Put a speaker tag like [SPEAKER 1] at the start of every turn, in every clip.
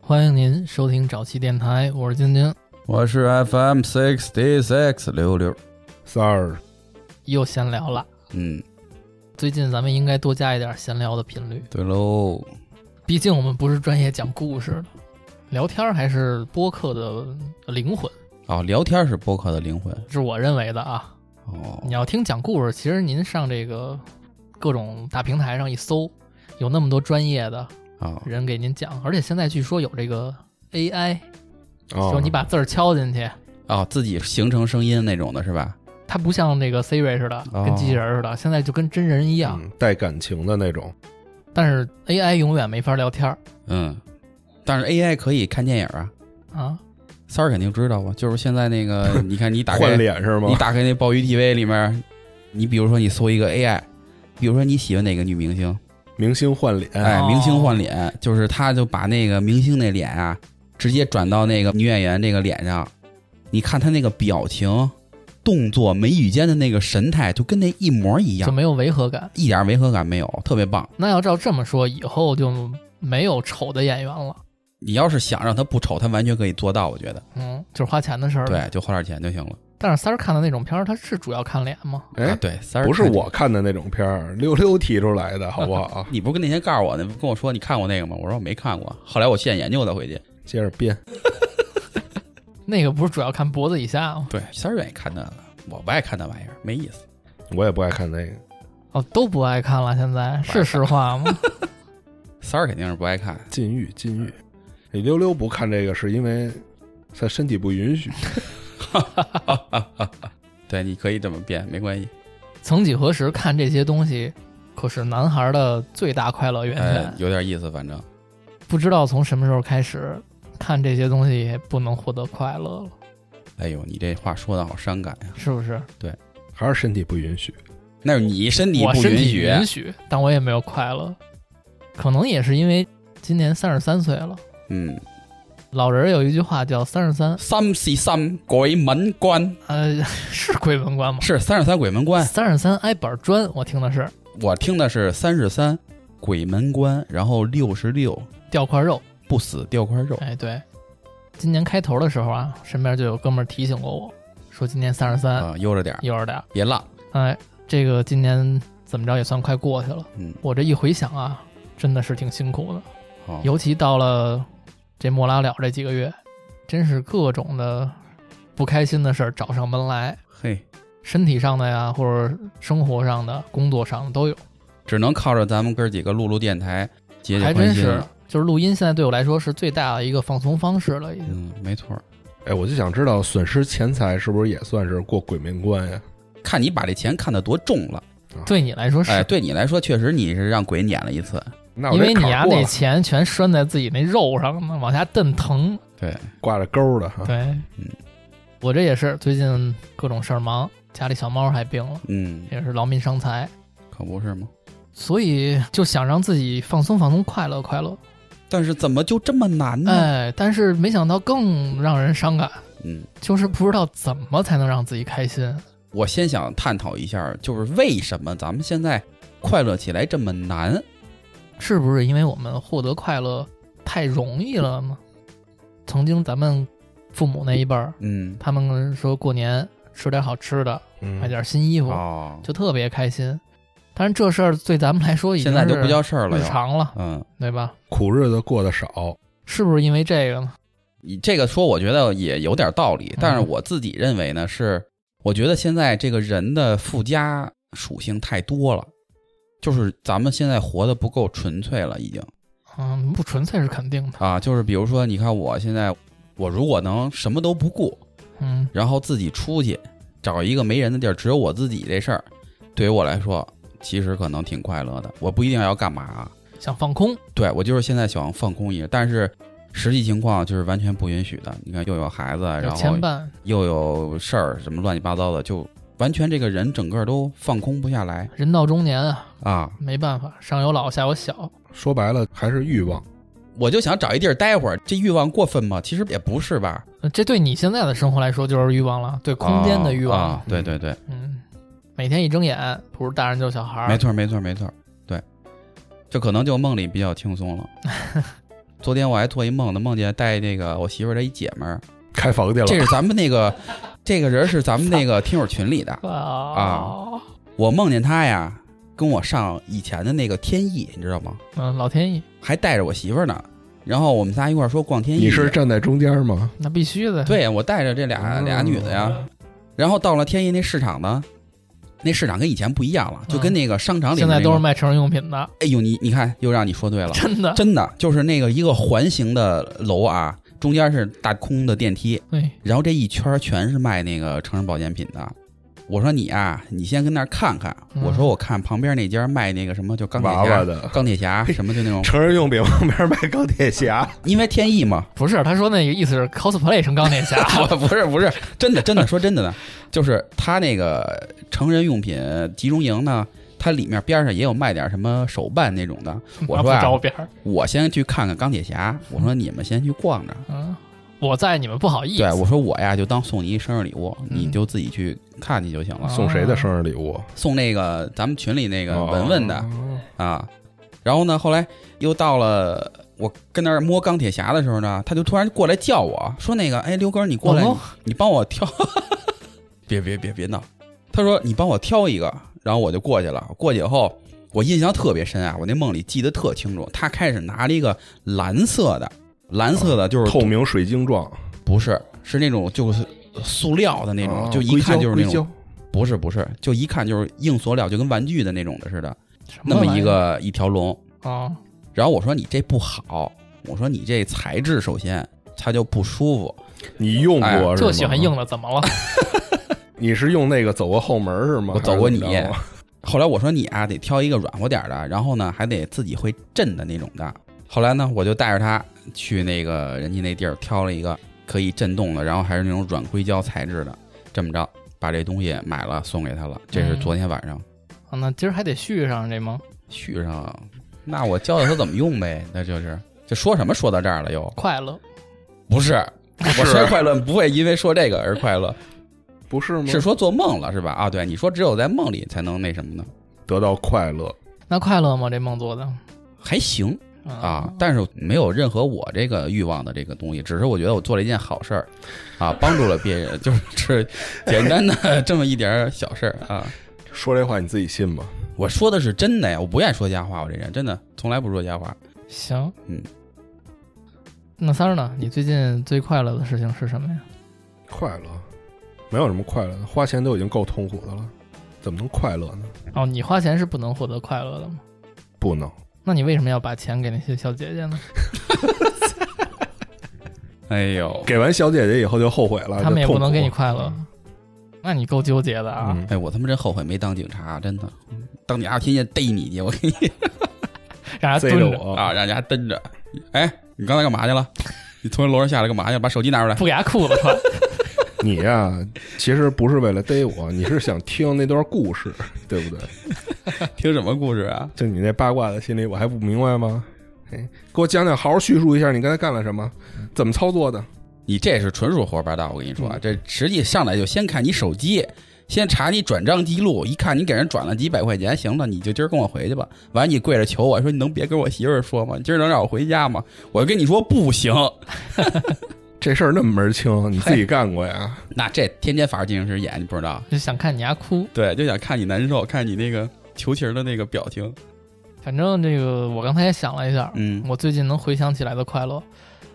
[SPEAKER 1] 欢迎您收听早期电台，我是晶晶，
[SPEAKER 2] 我是 FM sixty six 六六，
[SPEAKER 3] 三儿，
[SPEAKER 1] 又闲聊了。
[SPEAKER 2] 嗯，
[SPEAKER 1] 最近咱们应该多加一点闲聊的频率，
[SPEAKER 2] 对喽，
[SPEAKER 1] 毕竟我们不是专业讲故事的，聊天儿还是播客的灵魂，
[SPEAKER 2] 哦，聊天是播客的灵魂
[SPEAKER 1] 是我认为的啊。
[SPEAKER 2] 哦
[SPEAKER 1] 你，要听讲故事，其实您上这个各种大平台上一搜，有那么多专业的
[SPEAKER 2] 啊，
[SPEAKER 1] 人给您讲，而且现在据说有这个 AI，
[SPEAKER 3] 哦
[SPEAKER 1] 就，你把字儿敲进去，
[SPEAKER 2] 哦，自己形成声音那种的是吧？
[SPEAKER 1] 它不像那个 Siri 似的，
[SPEAKER 2] 哦
[SPEAKER 1] 跟机器人似的，现在就跟真人一
[SPEAKER 2] 啊
[SPEAKER 1] 样。
[SPEAKER 3] 嗯带感情的那种，
[SPEAKER 1] 但是 AI 永远没法聊天儿
[SPEAKER 2] 嗯，但是 AI 可以看电影啊，
[SPEAKER 1] 啊，
[SPEAKER 2] 三儿肯定知道啊，就是现在那 个，你看你打开
[SPEAKER 3] 换脸是吗
[SPEAKER 2] 你？打开那鲍鱼 TV 里面，你比如说你搜一个 AI，比如说你喜欢哪个女明星，
[SPEAKER 3] 明星换脸，
[SPEAKER 2] 哎，
[SPEAKER 1] 哦
[SPEAKER 2] 明星换脸，就是他就把那个明星那脸啊，直接转到那个女演员那个脸上，你看他那个表情、动作、眉宇间的那个神态，就跟那一模一
[SPEAKER 1] 就
[SPEAKER 2] 样，
[SPEAKER 1] 没有违和感。
[SPEAKER 2] 一点违和感没有，特别棒。
[SPEAKER 1] 那要照这么说，以后就没有丑的演员了。
[SPEAKER 2] 你要是想让他不丑，他完全可以做到，我觉得。
[SPEAKER 1] 嗯，就是花钱的事儿。
[SPEAKER 2] 对，，就花点钱就行了。
[SPEAKER 1] 但是三儿看的那种片儿，他是主要看脸吗？
[SPEAKER 2] 啊
[SPEAKER 3] 哎，
[SPEAKER 2] 对，三儿
[SPEAKER 3] 不是
[SPEAKER 2] 看？
[SPEAKER 3] 我看的那种片儿，溜溜提出来的，好不好
[SPEAKER 2] 你不是跟那天告诉我那跟我说你看过那个吗？我说我没看过，后来我现研究的回去。
[SPEAKER 3] 接着编，
[SPEAKER 1] 那个不是主要看脖子以下吗？
[SPEAKER 2] 对，三儿愿意看那个，我不爱看那玩意儿，没意思。
[SPEAKER 3] 我也不爱看那个。
[SPEAKER 1] 哦，都不爱看了，现在是实话 吗？
[SPEAKER 2] 三儿肯定是不爱看，
[SPEAKER 3] 禁欲，禁欲。你溜溜不看这个是因为他身体不允许。
[SPEAKER 2] 对，你可以这么变，没关系。
[SPEAKER 1] 曾几何时，看这些东西可是男孩儿的最大快乐源泉。
[SPEAKER 2] 呃，有点意思，反正
[SPEAKER 1] 不知道从什么时候开始，看这些东西也不能获得快乐了，
[SPEAKER 2] 哎呦，你这话说的好伤感呀、
[SPEAKER 1] 是不是？
[SPEAKER 3] 还是身体不允许，
[SPEAKER 2] 那是你身体
[SPEAKER 1] 我
[SPEAKER 2] 不
[SPEAKER 1] 身
[SPEAKER 2] 允
[SPEAKER 1] 体
[SPEAKER 2] 许，
[SPEAKER 1] 允许，但我也没有快乐。可能也是因为今年三十三岁了。
[SPEAKER 2] 嗯，
[SPEAKER 1] 老人有一句话叫“三十三
[SPEAKER 2] 三十三鬼门关”，
[SPEAKER 1] 呃， 是鬼门关吗？
[SPEAKER 2] 是三十三鬼门关，
[SPEAKER 1] 三十三挨板砖，我听的是
[SPEAKER 2] 我听的是三十三鬼门关，然后六十六
[SPEAKER 1] 掉块肉。
[SPEAKER 2] 不死掉块肉，
[SPEAKER 1] 哎，对，今年开头的时候啊，身边就有哥们儿提醒过我，说今年三十三，
[SPEAKER 2] 啊，悠着点儿，
[SPEAKER 1] 有点儿。
[SPEAKER 2] 别浪，
[SPEAKER 1] 哎，这个今年怎么着也算快过去了。
[SPEAKER 2] 嗯，
[SPEAKER 1] 我这一回想啊，真的是挺辛苦的，
[SPEAKER 2] 好，
[SPEAKER 1] 尤其到了这末拉了这几个月，真是各种的不开心的事儿找上门来，
[SPEAKER 2] 嘿，
[SPEAKER 1] 身体上的呀，或者生活上的、工作上的都有。
[SPEAKER 2] 只能靠着咱们哥儿几个录录电台解解
[SPEAKER 1] 还
[SPEAKER 2] 宽
[SPEAKER 1] 真
[SPEAKER 2] 心。
[SPEAKER 3] 啊
[SPEAKER 1] 是，就是录音现在对我来说是最大的一个放松方式了，已经。
[SPEAKER 2] 嗯，没错儿，
[SPEAKER 3] 哎，我就想知道损失钱财是不是也算是过鬼门关呀？
[SPEAKER 2] 看你把这钱看得多重了。
[SPEAKER 1] 对你来说是，
[SPEAKER 2] 哎，对你来说，确实你是让鬼撵了一次。
[SPEAKER 3] 那我
[SPEAKER 1] 因
[SPEAKER 3] 这
[SPEAKER 1] 为你
[SPEAKER 3] 坎儿
[SPEAKER 1] 呀、
[SPEAKER 3] 过
[SPEAKER 1] 那
[SPEAKER 3] 了
[SPEAKER 1] 钱全拴在自己那肉上呢，往下蹬疼。
[SPEAKER 2] 对，
[SPEAKER 3] 挂着钩儿的哈，
[SPEAKER 1] 对，
[SPEAKER 2] 嗯
[SPEAKER 1] 我这也是最近各种事儿忙，家里小猫还病了，
[SPEAKER 2] 嗯，
[SPEAKER 1] 也是劳民伤财，
[SPEAKER 2] 可不是吗？
[SPEAKER 1] 所以就想让自己放松放松，快乐快乐。
[SPEAKER 2] 但是怎么就这么
[SPEAKER 3] 嗯
[SPEAKER 2] 难呢？
[SPEAKER 1] 哎，但是没想到更让人伤感，
[SPEAKER 2] 嗯，
[SPEAKER 1] 就是不知道怎么才能让自己开心。
[SPEAKER 2] 我先想探讨一下，就是为什么咱们现在快乐起来这么难？
[SPEAKER 1] 是不是因为我们获得快乐太容易了呢？曾经咱们父母那一辈儿，
[SPEAKER 2] 嗯，
[SPEAKER 1] 他们说过年吃点好吃的，
[SPEAKER 3] 嗯
[SPEAKER 1] 买点新衣服，
[SPEAKER 2] 哦，
[SPEAKER 1] 就特别开心。但是这事儿对咱们来说已经
[SPEAKER 2] 现在都不叫
[SPEAKER 1] 是
[SPEAKER 2] 事儿了
[SPEAKER 1] 日
[SPEAKER 2] 又。
[SPEAKER 1] 常了，
[SPEAKER 2] 嗯，
[SPEAKER 1] 对吧？
[SPEAKER 3] 苦日子过得少，
[SPEAKER 1] 是不是因为这个呢？
[SPEAKER 2] 你这个说，我觉得也有点道理
[SPEAKER 1] 嗯，
[SPEAKER 2] 但是我自己认为呢，是我觉得现在这个人的附加属性太多了，就是咱们现在活得不够纯粹了，已经。
[SPEAKER 1] 嗯，不纯粹是肯定的。
[SPEAKER 2] 啊，就是比如说，你看我现在，我如果能什么都不顾，
[SPEAKER 1] 嗯，
[SPEAKER 2] 然后自己出去找一个没人的地儿，只有我自己这事儿，对于我来说，其实可能挺快乐的。我不一定要干嘛啊，
[SPEAKER 1] 想放空，
[SPEAKER 2] 对我就是现在想放空一下，但是实际情况就是完全不允许的。你看，又有孩子，啊
[SPEAKER 1] 有
[SPEAKER 2] 哎然后
[SPEAKER 1] 牵绊，
[SPEAKER 2] 又有事儿，什么乱七八糟的，就完全这个人整个都放空不下来
[SPEAKER 1] 人到中年啊，
[SPEAKER 2] 啊。
[SPEAKER 1] 没办法，上有老下有小，
[SPEAKER 3] 说白了还是欲望。
[SPEAKER 2] 我就想找一地儿待会儿，这欲望过分吗？其实也不是吧，
[SPEAKER 1] 呃这对你现在的生活来说就是欲望了，对空间的欲望。
[SPEAKER 2] 啊啊对对对。
[SPEAKER 1] 嗯，每天一睁眼，不是大人就是小孩儿，
[SPEAKER 2] 没错，没错，没错，对，这可能就梦里比较轻松了。昨天我还做一梦呢，梦见带那个我媳妇儿的一姐 们儿，
[SPEAKER 3] 开房去
[SPEAKER 2] 这是
[SPEAKER 3] 了，
[SPEAKER 2] 咱们那个这个人是咱们那个听友群里的。
[SPEAKER 1] 啊，
[SPEAKER 2] 我梦见他呀，跟我上以前的那个天意，你知道吗？
[SPEAKER 1] 嗯，老天意，
[SPEAKER 2] 还带着我媳妇儿呢。然后我们仨一块儿说逛天意，
[SPEAKER 3] 你是站在中间吗？
[SPEAKER 1] 那必须的。，
[SPEAKER 2] 对我带着这
[SPEAKER 1] 嗯
[SPEAKER 2] 俩
[SPEAKER 3] 哦
[SPEAKER 2] 俩女的呀。然后到了天意那市场呢，那市场跟以前不一样了，就跟那个商场里
[SPEAKER 1] 嗯
[SPEAKER 2] 面
[SPEAKER 1] 现在
[SPEAKER 2] 那个
[SPEAKER 1] 都是卖成人用品的，
[SPEAKER 2] 哎呦，你你看，又让你说对了，
[SPEAKER 1] 真 的。
[SPEAKER 2] 真的就是那个一个环形的楼啊，中间是大空的电梯，
[SPEAKER 1] 对，
[SPEAKER 2] 然后这一圈儿全是卖那个成人保健品的。我说你啊，你先跟那儿看看。
[SPEAKER 1] 嗯
[SPEAKER 2] 我说我看旁边那家卖那个什么，就钢铁
[SPEAKER 3] 娃娃
[SPEAKER 2] 侠、
[SPEAKER 3] 的
[SPEAKER 2] 钢铁 侠什么就那种，
[SPEAKER 3] 成人用品旁边卖钢铁侠，
[SPEAKER 2] 因为天意嘛。。
[SPEAKER 1] 不是，他说那个意思是 cosplay 成钢铁侠
[SPEAKER 2] 我不是不是真的真的说真的呢，就是他那个成人用品集中营呢，它里面边上也有卖点什么手办那种的。 我
[SPEAKER 1] 那不
[SPEAKER 2] 说啊
[SPEAKER 1] 招边儿，
[SPEAKER 2] 我先去看看钢铁侠，我说你们先去逛着。
[SPEAKER 1] 嗯，我在你们不好意思
[SPEAKER 2] 对，，我说我呀，就当送你一生日礼物，
[SPEAKER 1] 嗯
[SPEAKER 2] 你就自己去看去就行了。
[SPEAKER 3] 送谁的生日礼物？
[SPEAKER 2] 送那个咱们群里那个文文的
[SPEAKER 3] 哦
[SPEAKER 2] 啊。然后呢，后来又到了我跟那儿摸钢铁侠的时候呢，他就突然过来叫我说：“那个，哎，刘哥，你过来，
[SPEAKER 1] 老公
[SPEAKER 2] 你帮我挑。” 别别别别闹！他说：“你帮我挑一个。”然后我就过去了。过去以后，我印象特别深啊，我那梦里记得特清楚。他开始拿了一个蓝色的，蓝色的就是
[SPEAKER 3] 透啊明水晶状
[SPEAKER 2] 不是，是那种就是塑料的那
[SPEAKER 3] 哦啊
[SPEAKER 2] 种，就一看就是那种，不是不是，就一看就是硬塑料，就跟玩具的那种的似的，
[SPEAKER 1] 什
[SPEAKER 2] 那
[SPEAKER 1] 玩意
[SPEAKER 2] 么
[SPEAKER 1] 儿
[SPEAKER 2] 一个一条龙。
[SPEAKER 1] 啊，
[SPEAKER 2] 然后我说你这不好，我说你这材质首先它就不舒服，
[SPEAKER 3] 你用过
[SPEAKER 2] 哎
[SPEAKER 3] 是吗？
[SPEAKER 1] 就喜欢硬的，怎么了？
[SPEAKER 3] 你是用那个走过后门是吗？
[SPEAKER 2] 我走过你
[SPEAKER 3] 还是怎么着
[SPEAKER 2] 后来我说你啊，得挑一个软和点儿的，然后呢还得自己会震的那种的。后来呢，我就带着他去那个人家那地儿挑了一个可以震动的，然后还是那种软硅胶材质的，这么着把这东西买了送给他了。这是
[SPEAKER 1] 嗯
[SPEAKER 2] 昨天晚上
[SPEAKER 1] 啊那今儿还得续上这吗？
[SPEAKER 2] 续上，那我教教他怎么用呗，那就是。这说什么说到这儿了又？
[SPEAKER 1] 快乐，
[SPEAKER 2] 不是，我生日快乐不会因为说这个而快乐，
[SPEAKER 3] 不是吗？
[SPEAKER 2] 是说做梦了是吧？啊，对，你说只有在梦里才能那什么呢？
[SPEAKER 3] 得到快乐，
[SPEAKER 1] 那快乐吗？这梦做的
[SPEAKER 2] 还行
[SPEAKER 1] 啊
[SPEAKER 2] 啊，但是没有任何我这个欲望的这个东西，只是我觉得我做了一件好事儿，啊，帮助了别人，就是 简单的这么一点儿小事儿啊。
[SPEAKER 3] 说这话你自己信吗？
[SPEAKER 2] 我说的是真的呀，我不愿意说瞎话，我这人真的从来不说瞎话。
[SPEAKER 1] 行，
[SPEAKER 2] 嗯。
[SPEAKER 1] 那三儿呢？你最近最快乐的事情是什么呀？
[SPEAKER 3] 快乐没有什么快乐的，花钱都已经够痛苦的了，怎么能快乐呢？
[SPEAKER 1] 哦，你花钱是不能获得快乐的吗？
[SPEAKER 3] 不能，
[SPEAKER 1] 那你为什么要把钱给那些小姐姐呢？
[SPEAKER 2] 哎呦，
[SPEAKER 3] 给完小姐姐以后就后悔了，
[SPEAKER 1] 他们也
[SPEAKER 3] 就啊痛
[SPEAKER 1] 不
[SPEAKER 3] 苦
[SPEAKER 1] 能给你快乐
[SPEAKER 3] 嗯，
[SPEAKER 1] 那你够纠结的啊！
[SPEAKER 3] 嗯
[SPEAKER 2] 哎，我他妈真后悔没当警察，啊真的，当警察天天逮你去，我
[SPEAKER 1] 让人
[SPEAKER 3] 贼
[SPEAKER 1] 蹲
[SPEAKER 3] 着
[SPEAKER 1] 着，
[SPEAKER 3] 我
[SPEAKER 2] 啊，！让人家蹲着。哎，你刚才干嘛去了？你从楼上下来干嘛去了？把手机拿出来。
[SPEAKER 1] 不给他裤子穿。
[SPEAKER 3] 你呀、其实不是为了逮我，你是想听那段故事， 对不对？
[SPEAKER 2] 听什么故事啊？
[SPEAKER 3] 就你那八卦的心理，我还不明白吗？哎，给我讲讲，好好叙述一下你刚才干了什么，怎么操作的？
[SPEAKER 2] 你这是纯属胡说八道。我跟你说啊，这实际上来就先看你手机，先查你转账记录，一看你给人转了几百块钱，行了，你就今儿跟我回去吧。完，你跪着求我说，你能别跟我媳妇儿说吗？你今儿能让我回家吗？我跟你说不行。
[SPEAKER 3] 这事儿那么门儿清，你自己干过呀？
[SPEAKER 2] 那这天天法制进行时演，你不知道？
[SPEAKER 1] 就想看你丫哭。
[SPEAKER 2] 对，就想看你难受，看你那个求情的那个表情。
[SPEAKER 1] 反正这个我刚才也想了一下，
[SPEAKER 2] 嗯，
[SPEAKER 1] 我最近能回想起来的快乐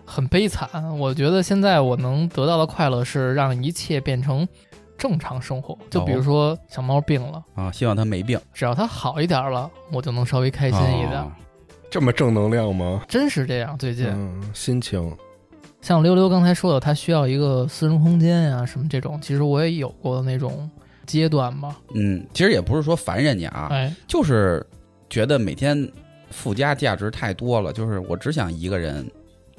[SPEAKER 1] 很悲惨。我觉得现在我能得到的快乐是让一切变成正常生
[SPEAKER 3] 哦
[SPEAKER 1] 活。就比如说小猫病了，
[SPEAKER 2] 啊，希望他没病，
[SPEAKER 1] 只要它好一点了，我就能稍微开心一点。
[SPEAKER 2] 哦
[SPEAKER 3] 这么正能量吗？
[SPEAKER 1] 真是这样，最近、
[SPEAKER 3] 嗯，心情
[SPEAKER 1] 像溜溜刚才说的，他需要一个私人空间呀、什么这种，其实我也有过的那种阶段吧。
[SPEAKER 2] 嗯，其实也不是说烦人家啊，
[SPEAKER 1] 哎，
[SPEAKER 2] 就是觉得每天附加价值太多了，就是我只想一个人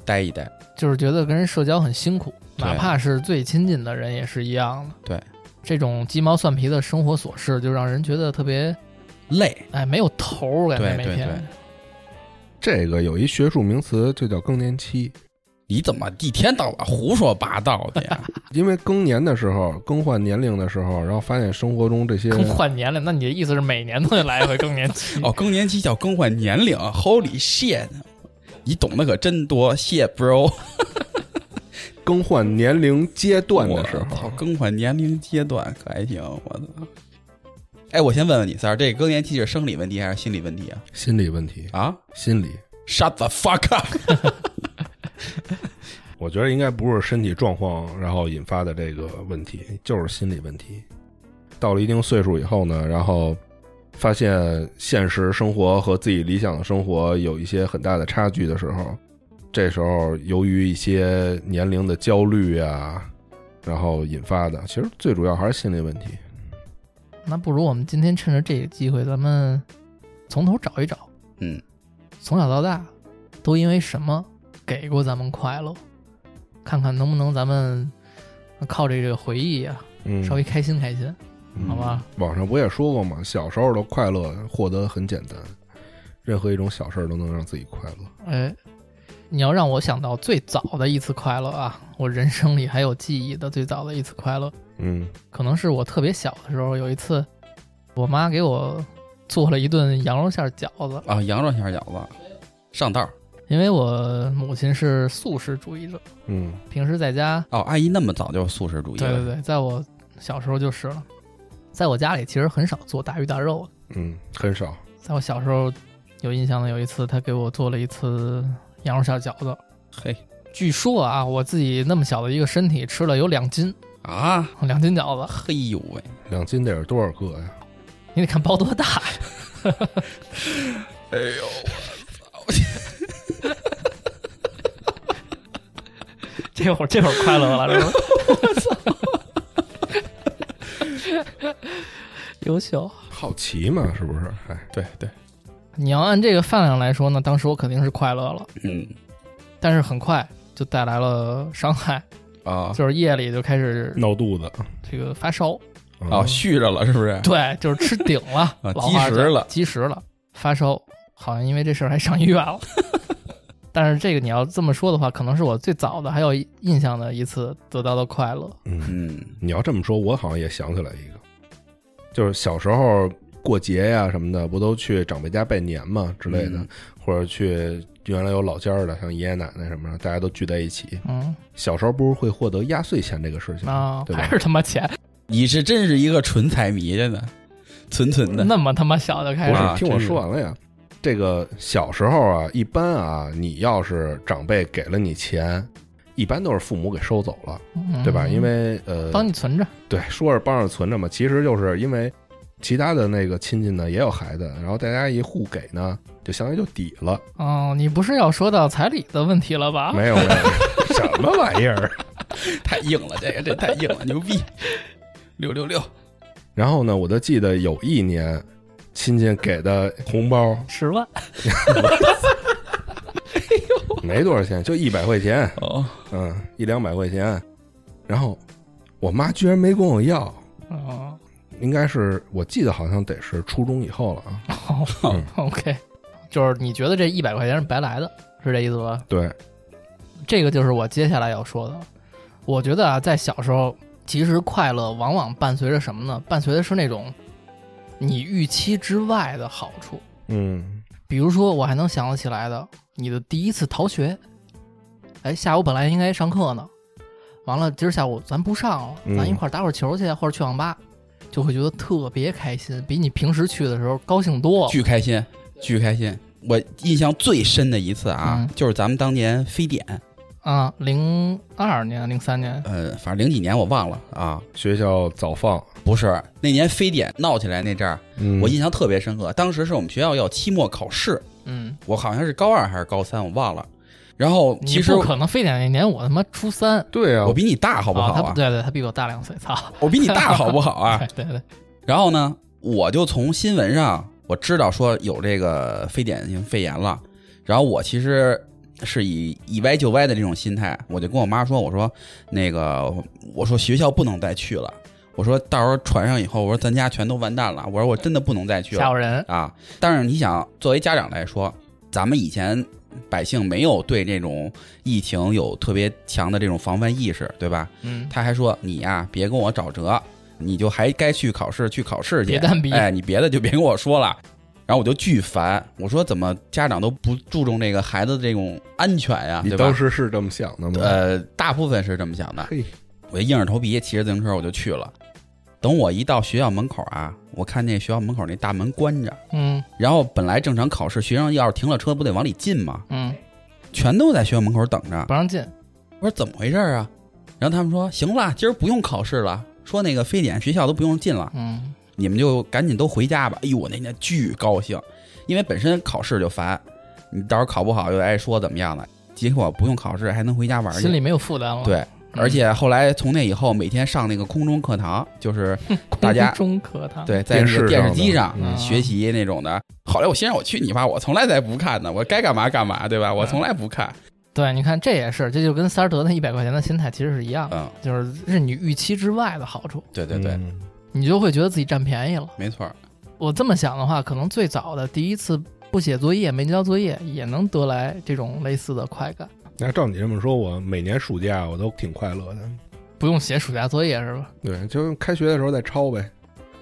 [SPEAKER 2] 待一待。
[SPEAKER 1] 就是觉得跟人社交很辛苦，
[SPEAKER 2] 对
[SPEAKER 1] 哪怕是最亲近的人也是一样的。
[SPEAKER 2] 对，
[SPEAKER 1] 这种鸡毛蒜皮的生活琐事，就让人觉得特别
[SPEAKER 2] 累，
[SPEAKER 1] 哎没有头儿，感觉
[SPEAKER 2] 对
[SPEAKER 1] 每
[SPEAKER 2] 对
[SPEAKER 1] 天
[SPEAKER 2] 对
[SPEAKER 3] 这个有一学术名词，就叫更年期。
[SPEAKER 2] 你怎么一天到晚胡说八道的 呀？
[SPEAKER 3] 因为更年的时候，更换年龄的时候，然后发现生活中这些
[SPEAKER 1] 更换年了。那你的
[SPEAKER 2] 哦
[SPEAKER 1] 意思是每年都得来一回更年期？
[SPEAKER 2] 哦，更年期叫更换年龄，Holy shit！你懂得可真多，谢 bro。
[SPEAKER 3] 更换年龄阶段的时
[SPEAKER 2] 我操
[SPEAKER 3] 候，
[SPEAKER 2] 更换年龄阶段可还行，我操！哎，我先问问你三儿，这更年期是生理问题还是心理问题啊？
[SPEAKER 3] 心理问题，
[SPEAKER 2] 啊
[SPEAKER 3] 心理，
[SPEAKER 2] ，Shut the fuck up！
[SPEAKER 3] 我觉得应该不是身体状况然后引发的这个问题，就是心理问题。到了一定岁数以后呢，然后发现现实生活和自己理想的生活有一些很大的差距的时候，这时候由于一些年龄的焦虑啊，然后引发的，其实最主要还是心理问题。
[SPEAKER 1] 那不如我们今天趁着这个机会，咱们从头找一找，
[SPEAKER 2] 嗯，
[SPEAKER 1] 从小到大都因为什么给过咱们快乐，看看能不能咱们靠这个回忆啊，
[SPEAKER 3] 嗯，
[SPEAKER 1] 稍微开心开心，
[SPEAKER 3] 嗯
[SPEAKER 1] 好吧？
[SPEAKER 3] 网上不也说过吗？小时候的快乐获得很简单，任何一种小事儿都能让自己快乐。
[SPEAKER 1] 哎，你要让我想到最早的一次快乐啊，我人生里还有记忆的最早的一次快乐，
[SPEAKER 3] 嗯
[SPEAKER 1] 可能是我特别小的时候，有一次我妈给我做了一顿羊肉馅儿饺子，
[SPEAKER 2] 啊，羊肉馅儿饺子，上道儿
[SPEAKER 1] 因为我母亲是素食主义者，
[SPEAKER 3] 嗯
[SPEAKER 1] 平时在家
[SPEAKER 2] 哦。阿姨那么早就素食主义
[SPEAKER 1] 对
[SPEAKER 2] 了，
[SPEAKER 1] 对对，在我小时候就是了。在我家里其实很少做大鱼大肉的，
[SPEAKER 3] 嗯，很少。
[SPEAKER 1] 在我小时候有印象的有一次，她给我做了一次羊肉馅饺子。
[SPEAKER 2] 嘿
[SPEAKER 1] 据说啊，我自己那么小的一个身体吃了有两斤，
[SPEAKER 2] 啊，
[SPEAKER 1] 两斤饺子，
[SPEAKER 2] 嘿呦喂，
[SPEAKER 3] 两斤得是多少个呀？
[SPEAKER 1] 你得看包多大呀。
[SPEAKER 2] 哎呦，
[SPEAKER 1] 这会儿这会儿快乐了，是吧？ 优秀。
[SPEAKER 3] 好奇嘛，是不是？哎，
[SPEAKER 2] 对对，
[SPEAKER 1] 你要按这个饭量来说呢，当时我肯定是快乐了，
[SPEAKER 2] 嗯
[SPEAKER 1] 但是很快就带来了伤害，
[SPEAKER 2] 啊
[SPEAKER 1] 就是夜里就开始
[SPEAKER 3] 闹肚子
[SPEAKER 1] 这个发烧，
[SPEAKER 3] 嗯
[SPEAKER 2] 啊，续着了是不是？
[SPEAKER 1] 对，就是吃顶了
[SPEAKER 2] 啊，
[SPEAKER 1] 老话
[SPEAKER 2] 积食
[SPEAKER 1] 讲
[SPEAKER 2] 了
[SPEAKER 1] 积食了，发烧，好像因为这事儿还上医院了。 但是这个你要这么说的话，可能是我最早的还有印象的一次得到的快乐。
[SPEAKER 3] 嗯，
[SPEAKER 2] 嗯
[SPEAKER 3] 你要这么说，我好像也想起来一个，就是小时候过节呀、什么的，不都去长辈家拜年嘛之类的，
[SPEAKER 2] 嗯
[SPEAKER 3] 或者去原来有老家儿的，像爷爷奶奶什么的，大家都聚在一起。
[SPEAKER 1] 嗯
[SPEAKER 3] 小时候不是会获得压岁钱这个事情
[SPEAKER 1] 啊
[SPEAKER 3] 吗，，对
[SPEAKER 1] 还
[SPEAKER 3] 吧？
[SPEAKER 1] 是他妈钱，
[SPEAKER 2] 你是真是一个纯财迷真的，纯纯的。
[SPEAKER 1] 那么他妈小就开
[SPEAKER 3] 不
[SPEAKER 1] 始
[SPEAKER 3] 是，
[SPEAKER 2] 啊
[SPEAKER 3] 听我
[SPEAKER 2] 真
[SPEAKER 3] 说完了呀。这个小时候啊，一般啊，你要是长辈给了你钱，一般都是父母给收走了，对吧？
[SPEAKER 1] 嗯
[SPEAKER 3] 因为呃，
[SPEAKER 1] 帮你存着，
[SPEAKER 3] 对，说是帮着存着嘛，其实就是因为其他的那个亲戚呢也有孩子，然后大家一互给呢，就相当于就抵了。
[SPEAKER 1] 哦，你不是要说到彩礼的问题了吧？
[SPEAKER 3] 没有没有，什么玩意儿？
[SPEAKER 2] 太硬了，这个这太硬了，牛逼！六六六，
[SPEAKER 3] 然后呢，我就记得有一年亲戚给的红包
[SPEAKER 1] 十 万，
[SPEAKER 3] 没多少钱，就一百块钱，
[SPEAKER 2] 哦，
[SPEAKER 3] 嗯，一两百块钱。然后我妈居然没管我要，
[SPEAKER 1] 哦
[SPEAKER 3] 应该是我记得好像得是初中以后了啊。嗯
[SPEAKER 1] ，OK，就是你觉得这一百块钱是白来的，是这意思吧？
[SPEAKER 3] 对，
[SPEAKER 1] 这个就是我接下来要说的。我觉得啊，在小时候，其实快乐往往伴随着什么呢？伴随的是那种你预期之外的好处。
[SPEAKER 3] 嗯
[SPEAKER 1] 比如说，我还能想得起来的，你的第一次逃学，哎，下午本来应该上课呢，完了今儿下午咱不上了，
[SPEAKER 3] 嗯
[SPEAKER 1] 咱一块儿打会儿球去，啊或者去网吧，就会觉得特别开心，比你平时去的时候高兴多了。
[SPEAKER 2] 巨开心，巨开心！我印象最深的一次啊，
[SPEAKER 1] 嗯
[SPEAKER 2] 就是咱们当年非典，
[SPEAKER 1] 啊，零二年、零三年，
[SPEAKER 2] 呃，反正零几年我忘了啊，
[SPEAKER 3] 学校早放，
[SPEAKER 2] 不是那年非典闹起来那阵儿，
[SPEAKER 3] 嗯
[SPEAKER 2] 我印象特别深刻。当时是我们学校要期末考试，
[SPEAKER 1] 嗯，
[SPEAKER 2] 我好像是高二还是高三，我忘了。然后
[SPEAKER 1] 你
[SPEAKER 2] 其实
[SPEAKER 1] 不可能非典那年我他妈初三，
[SPEAKER 3] 对啊，
[SPEAKER 2] 我比你大好不好
[SPEAKER 1] 啊？他
[SPEAKER 2] 啊？
[SPEAKER 1] 对对，他比我大两岁，操！
[SPEAKER 2] 我比你大好不好啊？
[SPEAKER 1] 对对对，
[SPEAKER 2] 然后呢，我就从新闻上我知道说有这个非典型肺炎了，然后我其实是以以歪就歪的这种心态，我就跟我妈说，我说那个我说学校不能再去了，我说到时候传上以后，我说咱家全都完蛋了，我说我真的不能再去
[SPEAKER 1] 吓
[SPEAKER 2] 了
[SPEAKER 1] 唬人，
[SPEAKER 2] 啊！但是你想，作为家长来说，咱们以前。百姓没有对这种疫情有特别强的这种防范意识，对吧？
[SPEAKER 1] 嗯，
[SPEAKER 2] 他还说你呀、别跟我找辙，你就还该去考试去考试去，
[SPEAKER 1] 别蛋逼
[SPEAKER 2] 哎，你别的就别跟我说了。然后我就巨烦，我说怎么家长都不注重这个孩子这种安全呀，啊
[SPEAKER 3] 你
[SPEAKER 2] 对
[SPEAKER 3] 当
[SPEAKER 2] 吧？
[SPEAKER 3] 时是这么想的吗？
[SPEAKER 2] 呃，大部分是这么想的。
[SPEAKER 3] 嘿，
[SPEAKER 2] 我就硬着头皮骑着自行车我就去了。等我一到学校门口啊，我看那学校门口那大门关着，
[SPEAKER 1] 嗯
[SPEAKER 2] 然后本来正常考试，学生要是停了车不得往里进吗？
[SPEAKER 1] 嗯，
[SPEAKER 2] 全都在学校门口等着。
[SPEAKER 1] 不让进，
[SPEAKER 2] 我说怎么回事儿啊？然后他们说行啦，今儿不用考试了，说那个非典学校都不用进了，
[SPEAKER 1] 嗯
[SPEAKER 2] 你们就赶紧都回家吧。哎呦，我那天巨高兴，因为本身考试就烦，你到时候考不好又挨说怎么样了，结果不用考试还能回家玩去
[SPEAKER 1] 心。里没有负担了。
[SPEAKER 2] 对
[SPEAKER 1] 嗯，
[SPEAKER 2] 而且后来从那以后，每天上那个空中课堂，就是大家
[SPEAKER 1] 空中课堂，
[SPEAKER 2] 对，在那个
[SPEAKER 3] 电
[SPEAKER 2] 电
[SPEAKER 3] 视
[SPEAKER 2] 视机上
[SPEAKER 3] 上
[SPEAKER 2] 啊
[SPEAKER 1] 的嗯
[SPEAKER 2] 学习那种的。后来我心想，我去你妈！我从来才不看呢，我该干嘛干嘛，对吧？我从来不看。
[SPEAKER 1] 对，你看这也是，这就跟三儿得那一百块钱的心态其实是一样的，
[SPEAKER 2] 嗯，
[SPEAKER 1] 就是是你预期之外的好处，
[SPEAKER 2] 对对对，
[SPEAKER 3] 嗯，
[SPEAKER 1] 你就会觉得自己占便宜了。
[SPEAKER 2] 没错儿。
[SPEAKER 1] 我这么想的话，可能最早的第一次不写作业、没交作业，也能得来这种类似的快感。
[SPEAKER 3] 那照你这么说，我每年暑假我都挺快乐的。
[SPEAKER 1] 不用写暑假作业是吧？
[SPEAKER 3] 对，就开学的时候再抄呗。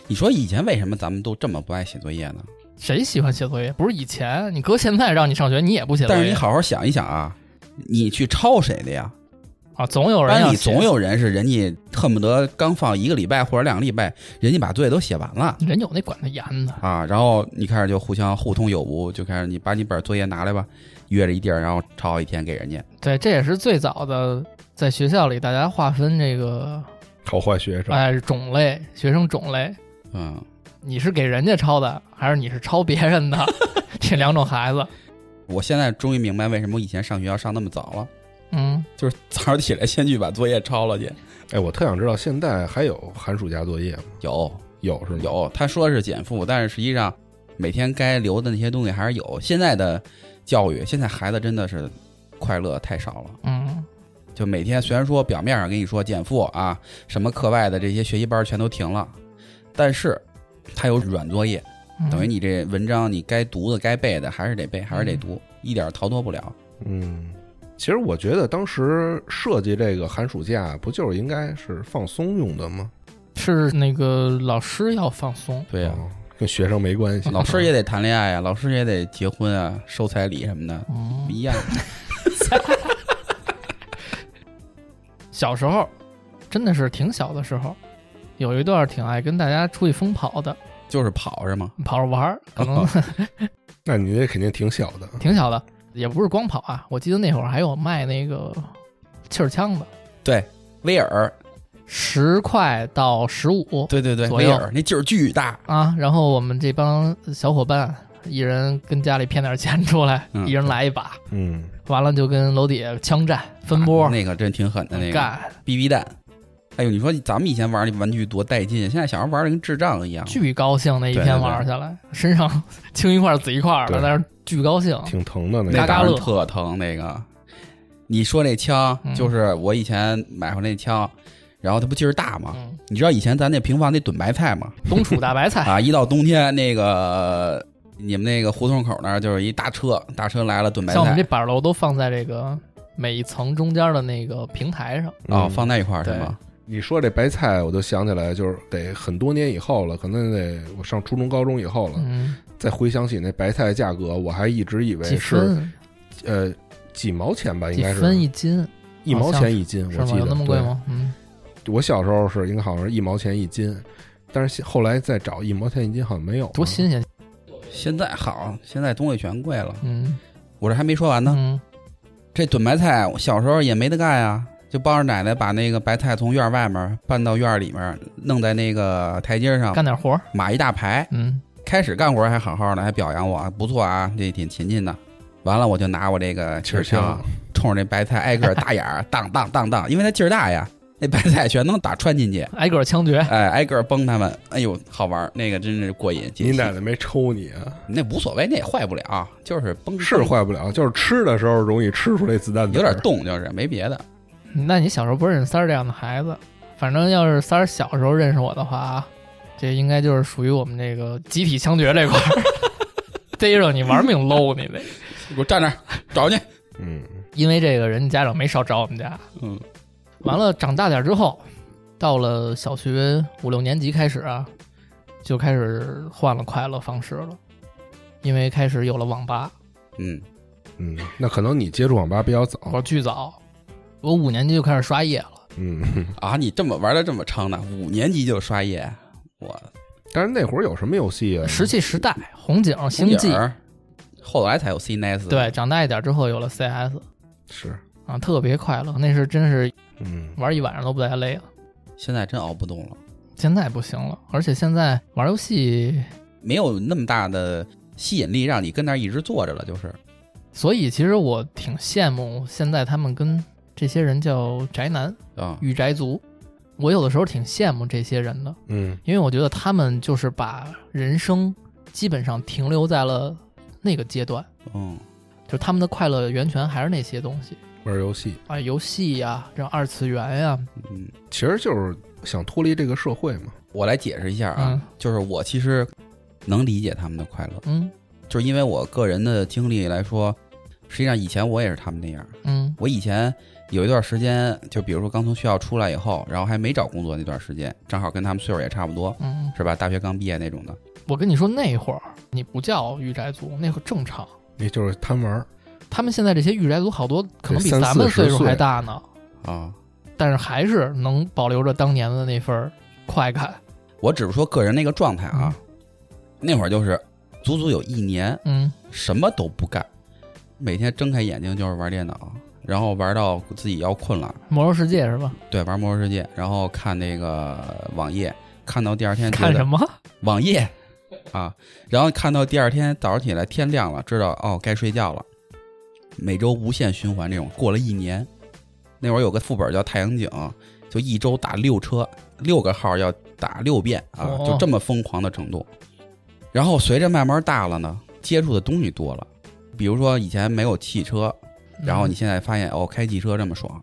[SPEAKER 2] 你说以前为什么咱们都这么不爱写作业呢？
[SPEAKER 1] 谁喜欢写作业？不是以前，你搁现在让你上学，你也不写作
[SPEAKER 2] 但是
[SPEAKER 1] 业
[SPEAKER 2] 你好好想一想啊，你去抄谁的呀？
[SPEAKER 1] 啊，总有人
[SPEAKER 2] 班
[SPEAKER 1] 要
[SPEAKER 2] 里
[SPEAKER 1] 写
[SPEAKER 2] 总有人是人家恨不得刚放一个礼拜或者两个礼拜，人家把作业都写完了。
[SPEAKER 1] 人有那管得严的，
[SPEAKER 2] 啊，然后你开始就互相互通有无，就开始你把你本作业拿来吧，约着一地儿，然后抄一天给人家。
[SPEAKER 1] 对，这也是最早的在学校里大家划分这个
[SPEAKER 3] 好坏学生，
[SPEAKER 1] 哎种类，学生种类，
[SPEAKER 2] 嗯，
[SPEAKER 1] 你是给人家抄的，还是你是抄别人的？ 这两种孩子，
[SPEAKER 2] 我现在终于明白为什么我以前上学要上那么早了，
[SPEAKER 1] 嗯，
[SPEAKER 2] 就是早上起来先去把作业抄了去。
[SPEAKER 3] 哎，我特想知道现在还有寒暑假作业吗？
[SPEAKER 2] 有
[SPEAKER 3] 有是吗？，
[SPEAKER 2] 有，他说是减负，但是实际上每天该留的那些东西还是有。现在的教育，现在孩子真的是快乐太少了。
[SPEAKER 1] 嗯，
[SPEAKER 2] 就每天虽然说表面上跟你说减负啊，什么课外的这些学习班全都停了，但是他有软作业，
[SPEAKER 1] 嗯
[SPEAKER 2] 等于你这文章你该读的、该背的还是得背，还是得读，一点儿逃脱不了。
[SPEAKER 3] 嗯。其实我觉得当时设计这个寒暑假，不就是应该是放松用的吗？
[SPEAKER 1] 是那个老师要放松，
[SPEAKER 2] 对呀、
[SPEAKER 3] 哦跟学生没关系。
[SPEAKER 2] 哦
[SPEAKER 3] 啊
[SPEAKER 2] 老师也得谈恋爱呀、啊老师也得结婚啊，收彩礼什么的，不
[SPEAKER 1] 嗯，
[SPEAKER 2] 一样。
[SPEAKER 1] 小时候真的是挺小的时候，有一段挺爱跟大家出去疯跑的，
[SPEAKER 2] 就是跑是吗？
[SPEAKER 1] 跑着玩 儿，可能
[SPEAKER 3] 那你这肯定挺小的。
[SPEAKER 1] 挺小的，也不是光跑啊。我记得那会儿还有卖那个气儿枪的，
[SPEAKER 2] 对，威尔，
[SPEAKER 1] 十块到十五
[SPEAKER 2] 对对对，
[SPEAKER 1] 左
[SPEAKER 2] 威
[SPEAKER 1] 右
[SPEAKER 2] 尔那劲儿巨大，
[SPEAKER 1] 啊。然后我们这帮小伙伴，一人跟家里骗点钱出来，
[SPEAKER 2] 嗯
[SPEAKER 1] 一人来一把，
[SPEAKER 3] 嗯，
[SPEAKER 1] 完了就跟楼底下枪战分波、
[SPEAKER 2] 啊那个真挺狠的那个啊
[SPEAKER 1] 干，
[SPEAKER 2] BB 弹。哎呦，你说咱们以前玩那玩具多带劲，现在小孩玩的跟智障一样。
[SPEAKER 1] 巨高兴那一
[SPEAKER 2] 对
[SPEAKER 1] 天
[SPEAKER 2] 对
[SPEAKER 1] 玩下来，身上青一块儿紫一块儿的，
[SPEAKER 3] 对
[SPEAKER 1] 但是巨高
[SPEAKER 2] 哦
[SPEAKER 1] 兴。
[SPEAKER 3] 挺疼的那
[SPEAKER 2] 那
[SPEAKER 1] 嘎
[SPEAKER 3] 个。
[SPEAKER 1] 嘎
[SPEAKER 3] 嗯
[SPEAKER 2] 当
[SPEAKER 1] 乐
[SPEAKER 2] 然特疼那个。你说那枪
[SPEAKER 1] 嗯
[SPEAKER 2] 就是我以前买回来那枪，然后它不劲儿大吗？
[SPEAKER 1] 嗯，
[SPEAKER 2] 你知道以前咱那平房那炖白菜吗？
[SPEAKER 1] 冬储大白菜，
[SPEAKER 2] 啊，一到冬天那个你们那个胡同口那儿就是一大车，大车来了炖白
[SPEAKER 1] 像我们这
[SPEAKER 2] 菜
[SPEAKER 1] 板楼都放在这个每一层中间的那个平台上。
[SPEAKER 3] 嗯
[SPEAKER 2] 哦，放那一块儿是吗？
[SPEAKER 3] 你说这白菜，我就想起来，就是得很多年以后了，可能得我上初中、高中以后了，
[SPEAKER 1] 嗯，
[SPEAKER 3] 再回想起那白菜的价格，我还一直以为
[SPEAKER 1] 几
[SPEAKER 3] 是
[SPEAKER 1] 分？
[SPEAKER 3] 呃几毛钱吧，应
[SPEAKER 1] 几
[SPEAKER 3] 该是
[SPEAKER 1] 分一斤？
[SPEAKER 3] 一毛钱一斤，
[SPEAKER 1] 是
[SPEAKER 3] 我
[SPEAKER 1] 吗？
[SPEAKER 3] 记得
[SPEAKER 1] 有那么贵？吗？嗯，
[SPEAKER 3] 对我小时候是应该好像是一毛钱一斤，但是后来再找一毛钱一斤好像没有了，
[SPEAKER 1] 多新鲜。
[SPEAKER 2] 现在好，现在东西全贵了。
[SPEAKER 1] 嗯，
[SPEAKER 2] 我这还没说完呢，
[SPEAKER 1] 嗯
[SPEAKER 2] 这炖白菜我小时候也没得干呀，就帮着奶奶把那个白菜从院儿外面搬到院儿里面，弄在那个台阶
[SPEAKER 3] 啊
[SPEAKER 2] 上
[SPEAKER 1] 干点活儿，
[SPEAKER 2] 码一大排。
[SPEAKER 1] 嗯，
[SPEAKER 2] 开始干活还好好的，还表扬我，不错啊，这挺勤勤的。完了，我就拿我这个气
[SPEAKER 3] 气儿
[SPEAKER 2] 儿
[SPEAKER 3] 枪
[SPEAKER 2] 枪，冲着那白菜挨个儿打眼儿，当当当当，因为它劲儿大呀，那白菜全能打穿进去，
[SPEAKER 1] 挨个儿枪决，
[SPEAKER 2] 哎，挨个儿崩他们，哎呦，好玩儿，那个真是过瘾。解
[SPEAKER 3] 你
[SPEAKER 2] 气
[SPEAKER 3] 奶奶没抽你啊？
[SPEAKER 2] 那无所谓，那也坏不了，就是崩
[SPEAKER 3] 是，坏不了，就是吃的时候容易吃出这子弹
[SPEAKER 2] 有点
[SPEAKER 3] 子儿
[SPEAKER 2] 动，就是没别的。
[SPEAKER 1] 那你小时候不认识三儿这样的孩子？反正要是三儿小时候认识我的话啊，这应该就是属于我们这个集体枪决这块儿， 逮着你玩命搂你呗。
[SPEAKER 2] 给我站那儿找去，
[SPEAKER 3] 嗯，
[SPEAKER 1] 因为这个人家长没少找我们家。
[SPEAKER 2] 嗯，
[SPEAKER 1] 完了，长大点之后，到了小学五六年级开始啊，就开始换了快乐方式了。因为开始有了网吧，
[SPEAKER 2] 嗯，
[SPEAKER 3] 嗯，那可能你接触网吧比较早
[SPEAKER 1] 我，巨早，我五年级就开始刷夜了，
[SPEAKER 3] 嗯，
[SPEAKER 2] 啊，你这么玩的这么猖呢？五年级就刷夜，我
[SPEAKER 3] 但是那会儿有什么游戏啊？
[SPEAKER 1] 石器时代、红警、星
[SPEAKER 2] 红
[SPEAKER 1] 际
[SPEAKER 2] 影，儿后来才有 C Nice。
[SPEAKER 1] 对，，长大一点之后有了 CS
[SPEAKER 3] 是，
[SPEAKER 1] 啊，特别快乐，那是真是
[SPEAKER 3] 嗯，
[SPEAKER 1] 玩一晚上都不带累的。
[SPEAKER 2] 现在真熬不动了，
[SPEAKER 1] 现在不行了，而且现在玩游戏，
[SPEAKER 2] 没有那么大的吸引力让你跟那儿一直坐着了，就是
[SPEAKER 1] 所以其实我挺羡慕现在他们跟这些人叫宅男、
[SPEAKER 2] 啊，
[SPEAKER 1] 御宅族，我有的时候挺羡慕这些人的，
[SPEAKER 3] 嗯，
[SPEAKER 1] 因为我觉得他们就是把人生基本上停留在了那个阶段，
[SPEAKER 2] 嗯，
[SPEAKER 1] 就他们的快乐源泉还是那些东西
[SPEAKER 3] 玩游戏
[SPEAKER 1] 啊，游戏呀、这种二次元啊呀、
[SPEAKER 2] 嗯，
[SPEAKER 3] 其实就是想脱离这个社会嘛，
[SPEAKER 2] 我来解释一下啊，
[SPEAKER 1] 嗯
[SPEAKER 2] 就是我其实能理解他们的快乐，
[SPEAKER 1] 嗯
[SPEAKER 2] 就是因为我个人的经历来说，实际上以前我也是他们那样。
[SPEAKER 1] 嗯
[SPEAKER 2] 我以前有一段时间，就比如说刚从学校出来以后，然后还没找工作那段时间，正好跟他们岁数也差不多，
[SPEAKER 1] 嗯，
[SPEAKER 2] 是吧？大学刚毕业那种的。
[SPEAKER 1] 我跟你说，那会儿你不叫御宅族，那会儿正常。
[SPEAKER 3] 那就是贪玩儿，
[SPEAKER 1] 他们现在这些御宅族好多可能比
[SPEAKER 3] 对三
[SPEAKER 1] 咱们
[SPEAKER 3] 四十
[SPEAKER 1] 岁数
[SPEAKER 3] 岁
[SPEAKER 1] 还大呢，
[SPEAKER 2] 啊，
[SPEAKER 1] 但是还是能保留着当年的那份儿快感。
[SPEAKER 2] 我只是说个人那个状态啊，那会儿就是足足有一年
[SPEAKER 1] 嗯，
[SPEAKER 2] 什么都不干，每天睁开眼睛就是玩电脑，然后玩到自己要困了，
[SPEAKER 1] 魔兽世界是吧？
[SPEAKER 2] 对，玩《魔兽世界》，然后看那个网页，看到第二天觉
[SPEAKER 1] 看
[SPEAKER 2] 得
[SPEAKER 1] 什么？
[SPEAKER 2] 网页啊，然后看到第二天早上起来天亮了，知道哦该睡觉了，每周无限循环这种，过了一年，那会儿有个副本叫太阳井，就一周打六车，六个号要打六遍啊，
[SPEAKER 1] 哦
[SPEAKER 2] 就这么疯狂的程度。然后随着慢慢大了呢，接触的东西多了，比如说以前没有汽车，然
[SPEAKER 1] 嗯
[SPEAKER 2] 后你现在发现哦开汽车这么爽，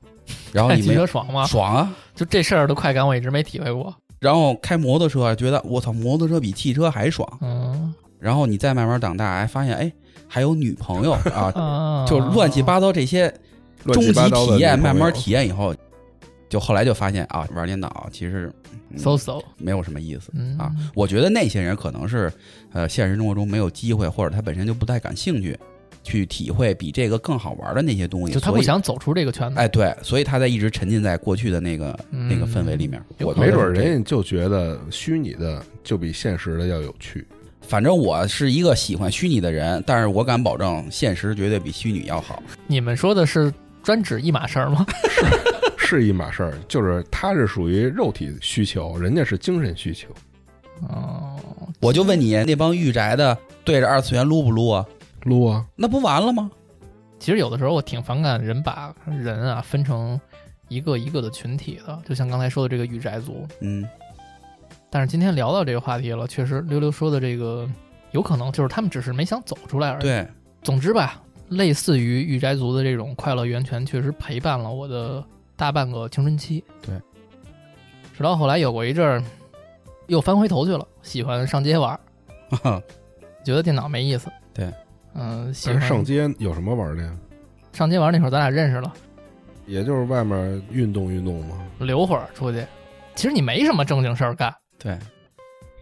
[SPEAKER 2] 然后
[SPEAKER 1] 看
[SPEAKER 2] 你
[SPEAKER 1] 汽
[SPEAKER 2] 没
[SPEAKER 1] 车
[SPEAKER 2] 有
[SPEAKER 1] 爽吗？
[SPEAKER 2] 爽啊，
[SPEAKER 1] 就这事儿的快感，我一直没体会过。
[SPEAKER 2] 然后开摩托车觉得我操摩托车比汽车还爽。
[SPEAKER 1] 嗯
[SPEAKER 2] 然后你再慢慢长大，哎，发现哎还有女 朋友啊，
[SPEAKER 1] 啊，
[SPEAKER 2] 就乱七八糟这些
[SPEAKER 3] 哦乱
[SPEAKER 2] 终
[SPEAKER 3] 七
[SPEAKER 2] 极
[SPEAKER 3] 八糟的
[SPEAKER 2] 体验，
[SPEAKER 3] 女朋
[SPEAKER 2] 慢
[SPEAKER 3] 友
[SPEAKER 2] 慢体验以后，就后来就发现啊，玩电脑其实、嗯
[SPEAKER 1] so so。
[SPEAKER 2] 没有什么意思
[SPEAKER 1] 嗯
[SPEAKER 2] 啊。我觉得那些人可能是呃现实生活中没有机会，或者他本身就不太感兴趣去体会比这个更好玩的那些东西，
[SPEAKER 1] 就他
[SPEAKER 2] 所
[SPEAKER 1] 不
[SPEAKER 2] 以。
[SPEAKER 1] 想走出这个圈子。嗯
[SPEAKER 2] 哎，对，所以他在一直沉浸在过去的那个、那个氛围里面。
[SPEAKER 1] 有
[SPEAKER 2] 我
[SPEAKER 1] 可
[SPEAKER 2] 觉
[SPEAKER 1] 能
[SPEAKER 3] 没
[SPEAKER 2] 得
[SPEAKER 3] 准儿
[SPEAKER 2] 是这样
[SPEAKER 3] 人家就觉得虚拟的就比现实的要有趣，
[SPEAKER 2] 反正我是一个喜欢虚拟的人，但是我敢保证，现实绝对比虚拟要好。
[SPEAKER 1] 你们说的是专指一码事儿吗？
[SPEAKER 3] 是一码事儿。就是他是属于肉体需求，人家是精神需求，
[SPEAKER 1] 哦，
[SPEAKER 2] 我就问你，那帮御宅的对着二次元撸不撸啊？
[SPEAKER 3] 撸啊，
[SPEAKER 2] 那不完了吗？
[SPEAKER 1] 其实有的时候我挺反感人把人啊分成一个一个的群体的，就像刚才说的这个御宅族。
[SPEAKER 2] 嗯，
[SPEAKER 1] 但是今天聊到这个话题了，确实溜溜说的这个有可能就是他们只是没想走出来而已。
[SPEAKER 2] 对，
[SPEAKER 1] 总之吧，类似于御宅族的这种快乐源泉，确实陪伴了我的大半个青春期。
[SPEAKER 2] 对，
[SPEAKER 1] 直到后来有过一阵儿，又翻回头去了，喜欢上街玩儿，觉得电脑没意思。
[SPEAKER 2] 对，
[SPEAKER 1] 嗯、喜
[SPEAKER 3] 但
[SPEAKER 1] 欢
[SPEAKER 3] 是上街有什么玩儿的呀？
[SPEAKER 1] 上街玩儿那会儿，咱俩认识了，
[SPEAKER 3] 也就是外面运动运动嘛。
[SPEAKER 1] 溜会儿出去。其实你没什么正经事儿干，
[SPEAKER 2] 对，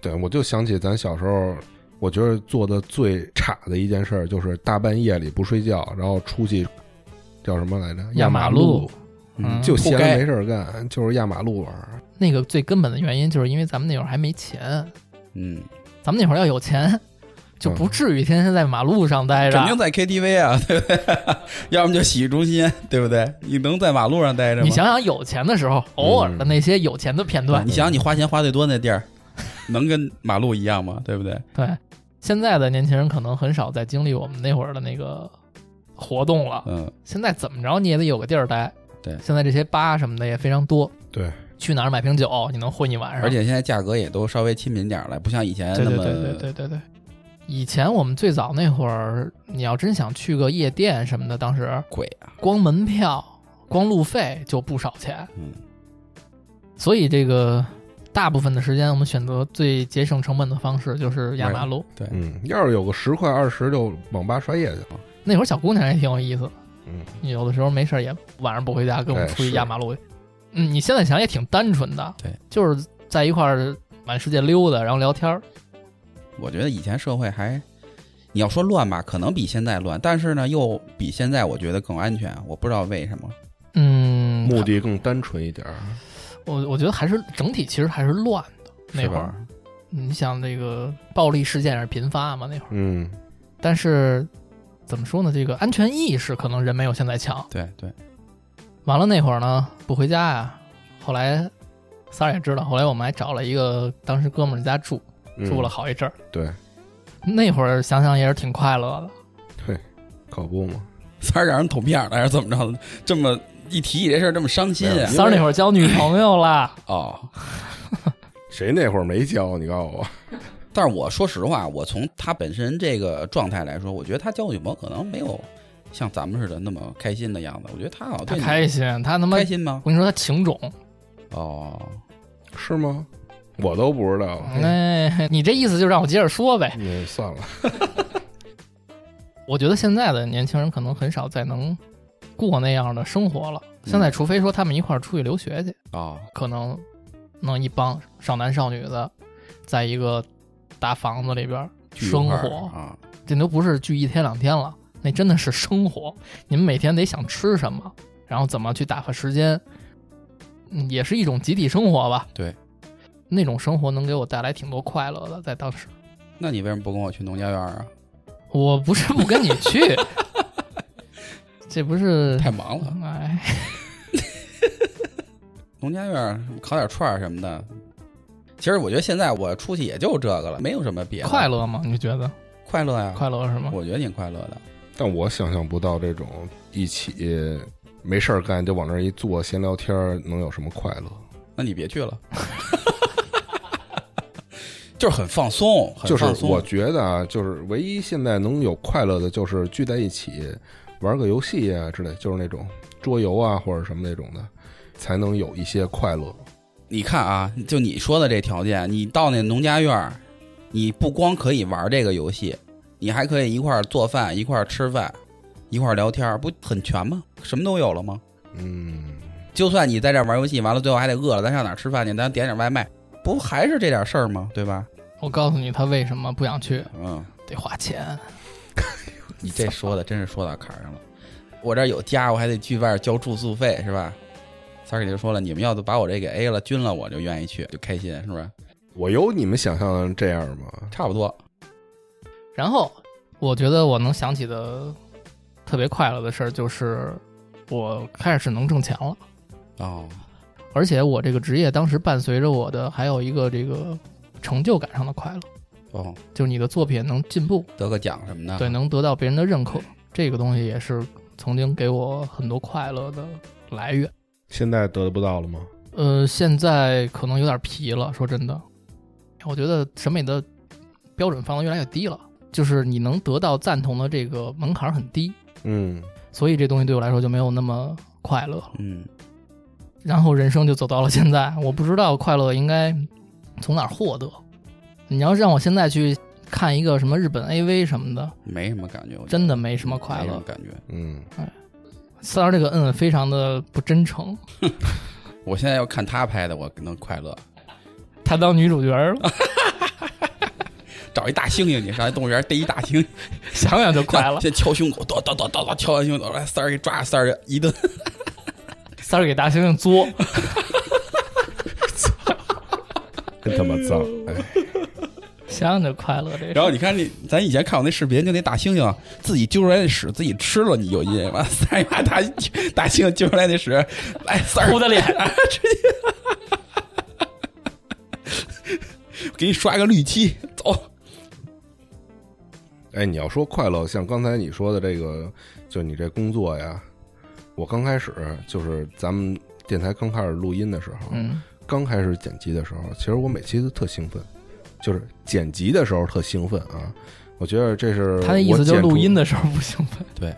[SPEAKER 3] 对，我就想起咱小时候，我觉得做的最差的一件事儿就是大半夜里不睡觉，然后出去叫什么来着？
[SPEAKER 1] 压
[SPEAKER 3] 压
[SPEAKER 1] 马
[SPEAKER 3] 马
[SPEAKER 1] 路，嗯
[SPEAKER 3] 就闲
[SPEAKER 2] 不
[SPEAKER 3] 着没
[SPEAKER 2] 该，
[SPEAKER 3] 事儿干，就是压马路玩儿。
[SPEAKER 1] 那个最根本的原因就是因为咱们那会儿还没钱，
[SPEAKER 2] 嗯，
[SPEAKER 1] 咱们那会儿要有钱，就不至于天天在马路上待着。
[SPEAKER 2] 肯定在 KTV 啊，对不对？ 要么就洗浴中心，对不对？你能在马路上待着吗？啊
[SPEAKER 1] 你想想有钱的时候，偶尔的那些有钱的片段，
[SPEAKER 2] 你想想你花钱花最多那地儿， 能跟马路一样吗？对不对？
[SPEAKER 1] 对现在的年轻人可能很少再经历我们那会儿的那个活动了。
[SPEAKER 2] 嗯，
[SPEAKER 1] 现在怎么着你也得有个地儿待。
[SPEAKER 2] 对
[SPEAKER 1] 现在这些吧什么的也非常多，
[SPEAKER 3] 对，
[SPEAKER 1] 去哪儿买瓶酒你能混一晚上。
[SPEAKER 2] 而且现在价格也都稍微亲民点儿了，不像以前
[SPEAKER 1] 对
[SPEAKER 2] 那
[SPEAKER 1] 对
[SPEAKER 2] 么
[SPEAKER 1] 对对对对对，以前我们最早那会儿，你要真想去个夜店什么的，当时
[SPEAKER 2] 贵啊。
[SPEAKER 1] 光门票、光路费就不少钱。
[SPEAKER 2] 嗯，
[SPEAKER 1] 所以这个大部分的时间，我们选择最节省成本的方式就是压马路。
[SPEAKER 2] 对，
[SPEAKER 3] 嗯，要是有个十块二十，就网吧刷夜去了。
[SPEAKER 1] 那会儿小姑娘也挺有意思的，
[SPEAKER 3] 嗯，
[SPEAKER 1] 有的时候没事儿也晚上不回家，跟我们
[SPEAKER 3] 哎
[SPEAKER 1] 出去
[SPEAKER 3] 是
[SPEAKER 1] 压马路。嗯，你现在想也挺单纯的，
[SPEAKER 2] 对，
[SPEAKER 1] 就是在一块儿满世界溜达，然后聊天儿。
[SPEAKER 2] 我觉得以前社会还你要说乱吧，可能比现在乱，但是呢，又比现在我觉得更安全。啊我不知道为什么。
[SPEAKER 1] 嗯，
[SPEAKER 3] 目的更单纯一点儿，
[SPEAKER 1] 我我觉得还是整体其实还是乱的。那
[SPEAKER 2] 是
[SPEAKER 1] 会儿
[SPEAKER 2] 吧？
[SPEAKER 1] 你想那个暴力事件也是频发嘛，那会儿，
[SPEAKER 3] 嗯，
[SPEAKER 1] 但是怎么说呢？这个安全意识可能人没有现在强。
[SPEAKER 2] 对对，
[SPEAKER 1] 完了那会儿呢，不回家呀、后来三儿也知道，后来我们还找了一个当时哥们儿家住，
[SPEAKER 3] 嗯
[SPEAKER 1] 住了，好一阵儿。
[SPEAKER 3] 对
[SPEAKER 1] 那会儿想想也是挺快乐的。
[SPEAKER 3] 对，可不嘛，
[SPEAKER 2] 三儿让人捅屁眼儿了，还是怎么着的？这么一提起这事儿，这么伤心
[SPEAKER 3] 没有
[SPEAKER 2] 啊
[SPEAKER 3] 因为
[SPEAKER 1] 三儿那会儿交女朋友了，
[SPEAKER 2] 哦，
[SPEAKER 3] 谁那会儿没教？你告诉我，
[SPEAKER 2] 但是我说实话，我从他本身这个状态来说，我觉得他交女朋友可能没有像咱们似的那么开心的样子。我觉得他好像
[SPEAKER 1] 他
[SPEAKER 2] 对你
[SPEAKER 1] 开心，他他妈，
[SPEAKER 2] 开
[SPEAKER 1] 我
[SPEAKER 2] 心吗？
[SPEAKER 1] 跟你说他情种。
[SPEAKER 2] 哦，
[SPEAKER 3] 是吗？我都不知道，
[SPEAKER 1] 哎，你这意思就让我接着说呗。
[SPEAKER 3] 嗯，算了，
[SPEAKER 1] 我觉得现在的年轻人可能很少再能过那样的生活了。
[SPEAKER 2] 嗯
[SPEAKER 1] 现在除非说他们一块儿出去留学去，
[SPEAKER 2] 哦，
[SPEAKER 1] 可能能一帮少男少女的，在一个大房子里边儿
[SPEAKER 2] 聚一
[SPEAKER 1] 生
[SPEAKER 2] 块儿
[SPEAKER 1] 活，
[SPEAKER 2] 啊，
[SPEAKER 1] 这都不是聚一天两天了，那真的是生活。你们每天得想吃什么，然后怎么去打发时间，嗯，也是一种集体生活吧。
[SPEAKER 2] 对，
[SPEAKER 1] 那种生活能给我带来挺多快乐的，在当时。
[SPEAKER 2] 那你为什么不跟我去农家院啊？
[SPEAKER 1] 我不是不跟你 去，这不是
[SPEAKER 2] 太 忙了，
[SPEAKER 1] 哎，
[SPEAKER 2] 农家院儿烤点串儿什么的。其实我觉得现在我出去也就这个了，没有什么别的。
[SPEAKER 1] 快乐吗？你觉得
[SPEAKER 2] 快乐呀，
[SPEAKER 1] 快乐是吗？
[SPEAKER 2] 我觉得挺快乐的。
[SPEAKER 3] 但我想象不到这种一起没事儿干就往那儿一坐闲聊天儿能有什么快乐，
[SPEAKER 2] 那你别去了， 就是很放松，很
[SPEAKER 3] 就是
[SPEAKER 2] 放松
[SPEAKER 3] 我觉得啊，就是唯一现在能有快乐的，就是聚在一起玩个游戏啊之类，就是那种桌游啊或者什么那种的，才能有一些快乐。
[SPEAKER 2] 你看啊，就你说的这条件，你到那农家院儿，你不光可以玩这个游戏，你还可以一块儿做饭，一块儿吃饭，一块儿聊天儿，不很全吗？什么都有了吗？
[SPEAKER 3] 嗯，
[SPEAKER 2] 就算你在这儿玩游戏，完了最后还得饿了，咱上哪儿吃饭去？咱点点外卖，不还是这点事儿吗？对吧？
[SPEAKER 1] 我告诉你，他为什么不想去，
[SPEAKER 2] 嗯，
[SPEAKER 1] 得花钱。
[SPEAKER 2] 你这说的真是说到坎儿上了。我这儿有家，我还得去外边交住宿费，是吧？三儿给就说了，你们要是把我这给 A 了、均了，我就愿意去，就开心，是不是？
[SPEAKER 3] 我有你们想象的这样吗？
[SPEAKER 2] 差不多。
[SPEAKER 1] 然后我觉得我能想起的特别快乐的事儿就是，我开始能挣钱了，
[SPEAKER 2] 哦，
[SPEAKER 1] 而且我这个职业当时伴随着我的还有一个这个成就感上的快乐，
[SPEAKER 2] 哦，
[SPEAKER 1] 就是你的作品能进步，
[SPEAKER 2] 得个奖什么的。
[SPEAKER 1] 对，能得到别人的认可，这个东西也是曾经给我很多快乐的来源。
[SPEAKER 3] 现在得不到了吗？
[SPEAKER 1] 呃，现在可能有点皮了，说真的，我觉得审美的标准放得越来越低了，就是你能得到赞同的这个门槛很低，
[SPEAKER 3] 嗯，
[SPEAKER 1] 所以这东西对我来说就没有那么快乐了。
[SPEAKER 2] 嗯，
[SPEAKER 1] 然后人生就走到了现在，我不知道快乐应该从哪儿获得。你要是让我现在去看一个什么日本 AV 什么的，
[SPEAKER 2] 没什么感觉，我觉得
[SPEAKER 1] 真的没什么快
[SPEAKER 2] 没什
[SPEAKER 1] 乐
[SPEAKER 2] 么。感觉。
[SPEAKER 3] 嗯，
[SPEAKER 1] 四儿这个嗯非常的不真诚，
[SPEAKER 2] 我现在要看他拍的，我能快乐。
[SPEAKER 1] 她当女主角了，
[SPEAKER 2] 找一大猩猩去，上一动物园逮一大猩猩，
[SPEAKER 1] 想想就 快乐。
[SPEAKER 2] 先敲胸口，叨叨叨叨叨，敲完胸口，来三儿给抓，三儿一顿。
[SPEAKER 1] 三儿给大猩猩作，
[SPEAKER 3] 真他妈
[SPEAKER 2] 嗯
[SPEAKER 3] 脏！ 哎，
[SPEAKER 1] 想想就快乐。这
[SPEAKER 2] 然后你看那咱以前看过那视频，就那大猩猩自己揪出来那屎自己吃了，你有印象吗？三儿把大大猩猩揪出来那屎，来三
[SPEAKER 1] 哭
[SPEAKER 2] 儿
[SPEAKER 1] 的脸，
[SPEAKER 2] 给你刷个绿漆，走。
[SPEAKER 3] 哎，你要说快乐，像刚才你说的这个，就你这工作呀，我刚开始就是咱们电台刚开始录音的时候，
[SPEAKER 1] 嗯，
[SPEAKER 3] 刚开始剪辑的时候，其实我每期都特兴奋，就是剪辑的时候特兴奋啊。我觉得这是
[SPEAKER 1] 他那意思就是录音
[SPEAKER 3] 的，
[SPEAKER 1] 的时候不兴奋。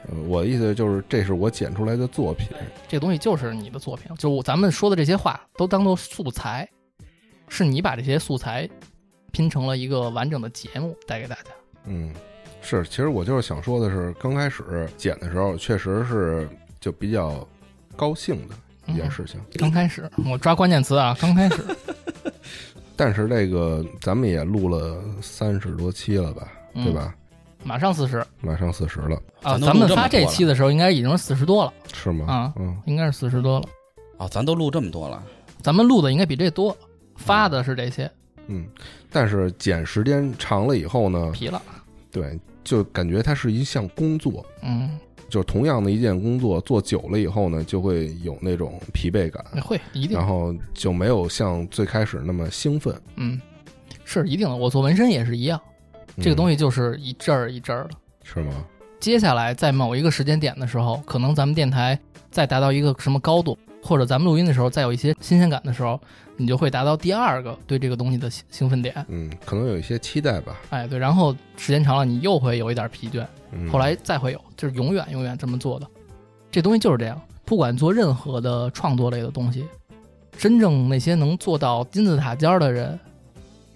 [SPEAKER 3] 呃我的意思就是这是我剪出来的作品，
[SPEAKER 1] 这东西就是你的作品，就是我咱们说的这些话都当做素材，是你把这些素材拼成了一个完整的节目带给大家。
[SPEAKER 3] 嗯，是，其实我就是想说的是，刚开始剪的时候确实是就比较高兴的
[SPEAKER 1] 嗯
[SPEAKER 3] 一件事情，
[SPEAKER 1] 刚开始我抓关键词啊，刚开始
[SPEAKER 3] 但是这个咱们也录了三十多期了吧，
[SPEAKER 1] 嗯
[SPEAKER 3] 对吧？
[SPEAKER 1] 马上四十
[SPEAKER 3] 马上四十了，
[SPEAKER 1] 啊！
[SPEAKER 2] 咱都
[SPEAKER 1] 咱们
[SPEAKER 2] 录这么
[SPEAKER 1] 发这
[SPEAKER 2] 多了
[SPEAKER 1] 期的时候，应该已经是四十多了，
[SPEAKER 3] 是吗？
[SPEAKER 1] 啊
[SPEAKER 3] 嗯，
[SPEAKER 1] 应该是四十多了。
[SPEAKER 2] 哦，咱都录这么多了，
[SPEAKER 1] 咱们录的应该比这多，发的是这些，
[SPEAKER 3] 嗯，但是减时间长了以后呢，
[SPEAKER 1] 疲了。
[SPEAKER 3] 对，就感觉它是一项工作，
[SPEAKER 1] 嗯，
[SPEAKER 3] 就同样的一件工作做久了以后呢，就会有那种疲惫感，
[SPEAKER 2] 嗯
[SPEAKER 1] 会一定
[SPEAKER 3] 然，后就没有像最开始那么兴奋。
[SPEAKER 1] 嗯，是一定的。我做纹身也是一样，
[SPEAKER 2] 嗯
[SPEAKER 1] 这个东
[SPEAKER 3] 西、
[SPEAKER 1] 西就是一阵儿一阵儿的。
[SPEAKER 3] 嗯是吗？
[SPEAKER 1] 接下来在某一个时间点的时候，可能咱们电台再达到一个什么高度，或者咱们录音的时候再有一些新鲜感的时候，你就会达到第二个对这个东西的兴兴奋点。
[SPEAKER 3] 嗯，可能有一些期待吧。
[SPEAKER 1] 哎，对，然后时间长了，你又会有一点疲倦，
[SPEAKER 3] 嗯、
[SPEAKER 1] 后来再会有，就是永远永远这么做的。这东西就是这样，不管做任何的创作类的东西，真正那些能做到金字塔尖儿的人，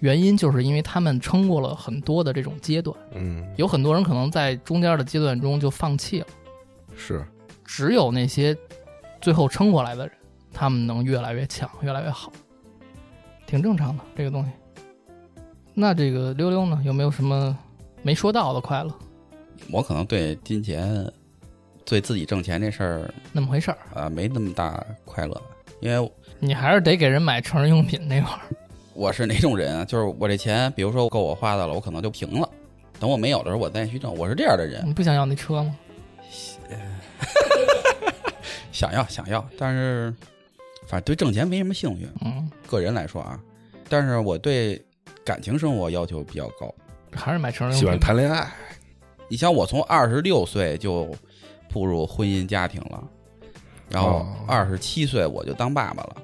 [SPEAKER 1] 原因就是因为他们撑过了很多的这种阶段。
[SPEAKER 3] 嗯
[SPEAKER 1] 有很多人可能在中间的阶段中就放弃了，
[SPEAKER 3] 是
[SPEAKER 1] 只有那些最后撑过来的人，他们能越来越强，越来越好，挺正常的这个东西。那这个溜溜呢，有没有什么没说到的快乐？
[SPEAKER 2] 我可能对金钱、对自己挣钱这事儿，
[SPEAKER 1] 那么回事儿，
[SPEAKER 2] 呃，没那么大快乐，因为
[SPEAKER 1] 你还是得给人买成人用品那块儿。
[SPEAKER 2] 我是哪种人啊？就是我这钱，比如说够我花的了，我可能就平了。等我没有的时候，我再去挣。我是这样的人，
[SPEAKER 1] 你不想要那车吗？
[SPEAKER 2] 想要想要，但是反正对挣钱没什么兴趣。
[SPEAKER 1] 嗯，
[SPEAKER 2] 个人来说啊，但是我对感情生活要求比较高。
[SPEAKER 1] 还是买成人
[SPEAKER 3] 喜
[SPEAKER 1] 用
[SPEAKER 3] 欢
[SPEAKER 1] 品。
[SPEAKER 3] 谈恋爱，
[SPEAKER 2] 你像我从二十六岁就步入婚姻家庭了，然后
[SPEAKER 3] 哦
[SPEAKER 2] 二十七岁我就当爸爸了，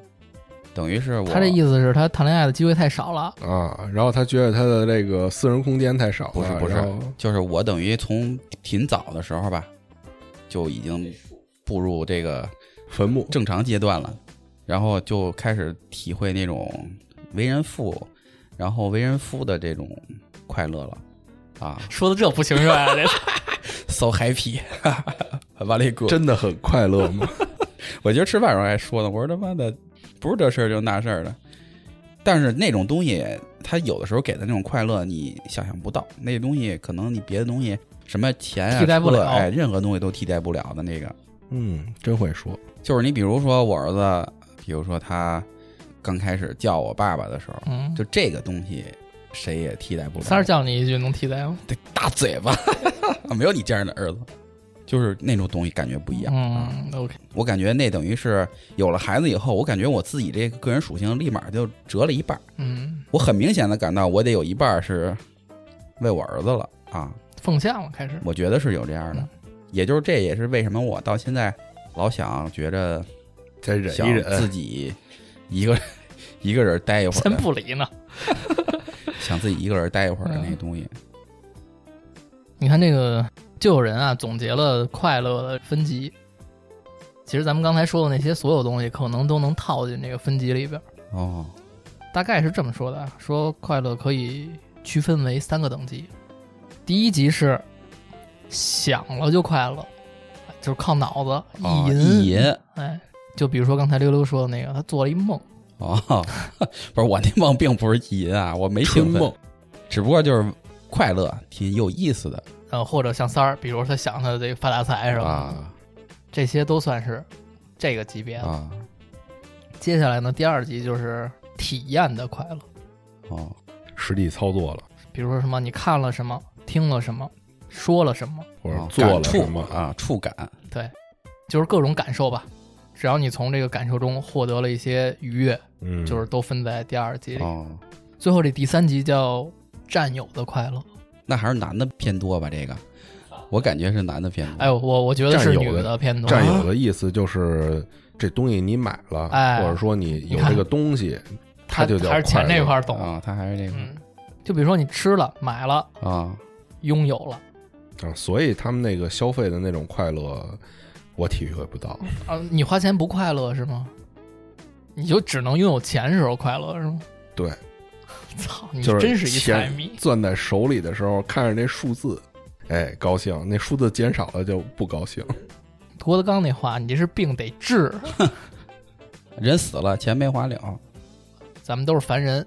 [SPEAKER 2] 等于是我
[SPEAKER 1] 他这意思是他谈恋爱的机会太少了。
[SPEAKER 3] 啊，然后他觉得他的这个私人空间太少了，
[SPEAKER 2] 不是不是
[SPEAKER 3] 然后，
[SPEAKER 2] 就是我等于从挺早的时候吧，就已经步入这个
[SPEAKER 3] 坟墓
[SPEAKER 2] 正常阶段了，然后就开始体会那种为人父，然后为人夫的这种快乐了。 啊
[SPEAKER 1] 说的这不情愿啊！这
[SPEAKER 2] ，so happy，完了一个，
[SPEAKER 3] 真的很快乐吗？
[SPEAKER 2] 我今儿吃饭时候还说呢，我说他妈的不是这事儿就是那事儿的，但是那种东西，它有的时候给的那种快乐，你想象不到。那东西可能你别的东西，什么钱啊、
[SPEAKER 1] 替代不了
[SPEAKER 2] 车哎，任何东西都替代不了的那个。
[SPEAKER 3] 嗯，真会说，
[SPEAKER 2] 就是你比如说我儿子，比如说他刚开始叫我爸爸的时候，
[SPEAKER 1] 嗯，
[SPEAKER 2] 就这个东西谁也替代不了。
[SPEAKER 1] 三儿叫你一句能替代吗？
[SPEAKER 2] 得大嘴巴， 啊没有你这样的儿子，就是那种东西感觉不一样啊。
[SPEAKER 1] 嗯，OK，
[SPEAKER 2] 我感觉那等于是有了孩子以后，我感觉我自己这个个人属性立马就折了一半儿。
[SPEAKER 1] 嗯，
[SPEAKER 2] 我很明显的感到，我得有一半儿是为我儿子了啊。
[SPEAKER 1] 奉献了开始。
[SPEAKER 2] 我觉得是有这样的
[SPEAKER 1] 嗯，
[SPEAKER 2] 也就是这也是为什么我到现在老想觉着
[SPEAKER 3] 再忍
[SPEAKER 2] 想
[SPEAKER 3] 一忍
[SPEAKER 2] 自，己一个一个人待一会儿
[SPEAKER 1] 先
[SPEAKER 2] 的，
[SPEAKER 1] 不理呢。
[SPEAKER 2] 想自己一个人待一会儿的那
[SPEAKER 1] 嗯
[SPEAKER 2] 东西。
[SPEAKER 1] 你看这个，就有人啊总结了快乐的分级。其实咱们刚才说的那些所有东西，可能都能套进这个分级里边儿。
[SPEAKER 2] 哦，
[SPEAKER 1] 大概是这么说的啊，说快乐可以区分为三个等级，第一级是想了就快乐，就是靠脑子
[SPEAKER 2] 哦
[SPEAKER 1] 意淫，
[SPEAKER 2] 意淫
[SPEAKER 1] 哎，就比如说刚才溜溜说的那个，他做了一梦，
[SPEAKER 2] 哦， 不是我那梦并不是意淫啊，我没兴
[SPEAKER 3] 春
[SPEAKER 2] 奋
[SPEAKER 3] 梦，
[SPEAKER 2] 只不过就是快乐，挺有意思的
[SPEAKER 1] 呃，或者像三儿，比如他想他这个发大财是吧？
[SPEAKER 2] 啊
[SPEAKER 1] 这些都算是这个级别的。
[SPEAKER 2] 啊
[SPEAKER 1] 接下来呢，第二级就是体验的快乐，
[SPEAKER 2] 哦
[SPEAKER 3] 实地操作了，
[SPEAKER 1] 比如说什么你看了什么，听了什么，说了什么，
[SPEAKER 3] 或者
[SPEAKER 2] 哦
[SPEAKER 3] 做
[SPEAKER 2] 感
[SPEAKER 3] 了
[SPEAKER 2] 触
[SPEAKER 3] 什么？
[SPEAKER 2] 啊，触感
[SPEAKER 1] 对，就是各种感受吧。只要你从这个感受中获得了一些愉悦，
[SPEAKER 3] 嗯，
[SPEAKER 1] 就是都分在第二级里。
[SPEAKER 2] 哦，
[SPEAKER 1] 最后这第三级叫占有的快乐。
[SPEAKER 2] 那还是男的偏多吧？这个我感觉是男的偏多。
[SPEAKER 1] 啊哎，我我觉得是
[SPEAKER 3] 占有
[SPEAKER 1] 女
[SPEAKER 3] 的
[SPEAKER 1] 的啊偏多。
[SPEAKER 3] 占有的意思就是这东西你买了，
[SPEAKER 1] 哎
[SPEAKER 3] 或者说你
[SPEAKER 1] 你
[SPEAKER 3] 有
[SPEAKER 1] 看
[SPEAKER 3] 这个东西，它
[SPEAKER 1] 还
[SPEAKER 3] 就叫
[SPEAKER 1] 还是钱
[SPEAKER 3] 快乐
[SPEAKER 1] 这块儿懂。
[SPEAKER 2] 啊，他还是这个
[SPEAKER 1] 嗯，就比如说你吃了、买了、
[SPEAKER 2] 啊，
[SPEAKER 1] 拥有了，
[SPEAKER 3] 啊，所以他们那个消费的那种快乐，我体会不到。
[SPEAKER 1] 啊，你花钱不快乐是吗？你就只能拥有钱时候快乐是吗？
[SPEAKER 3] 对，
[SPEAKER 1] 操，你
[SPEAKER 3] 就是
[SPEAKER 1] 真是一财
[SPEAKER 3] 钱
[SPEAKER 1] 迷。
[SPEAKER 3] 攥在手里的时候，看着那数字，哎，高兴；那数字减少了就不高兴。
[SPEAKER 1] 郭德纲那话，你这是病得治，啊
[SPEAKER 2] 人死了，钱没花了，
[SPEAKER 1] 咱们都是凡人，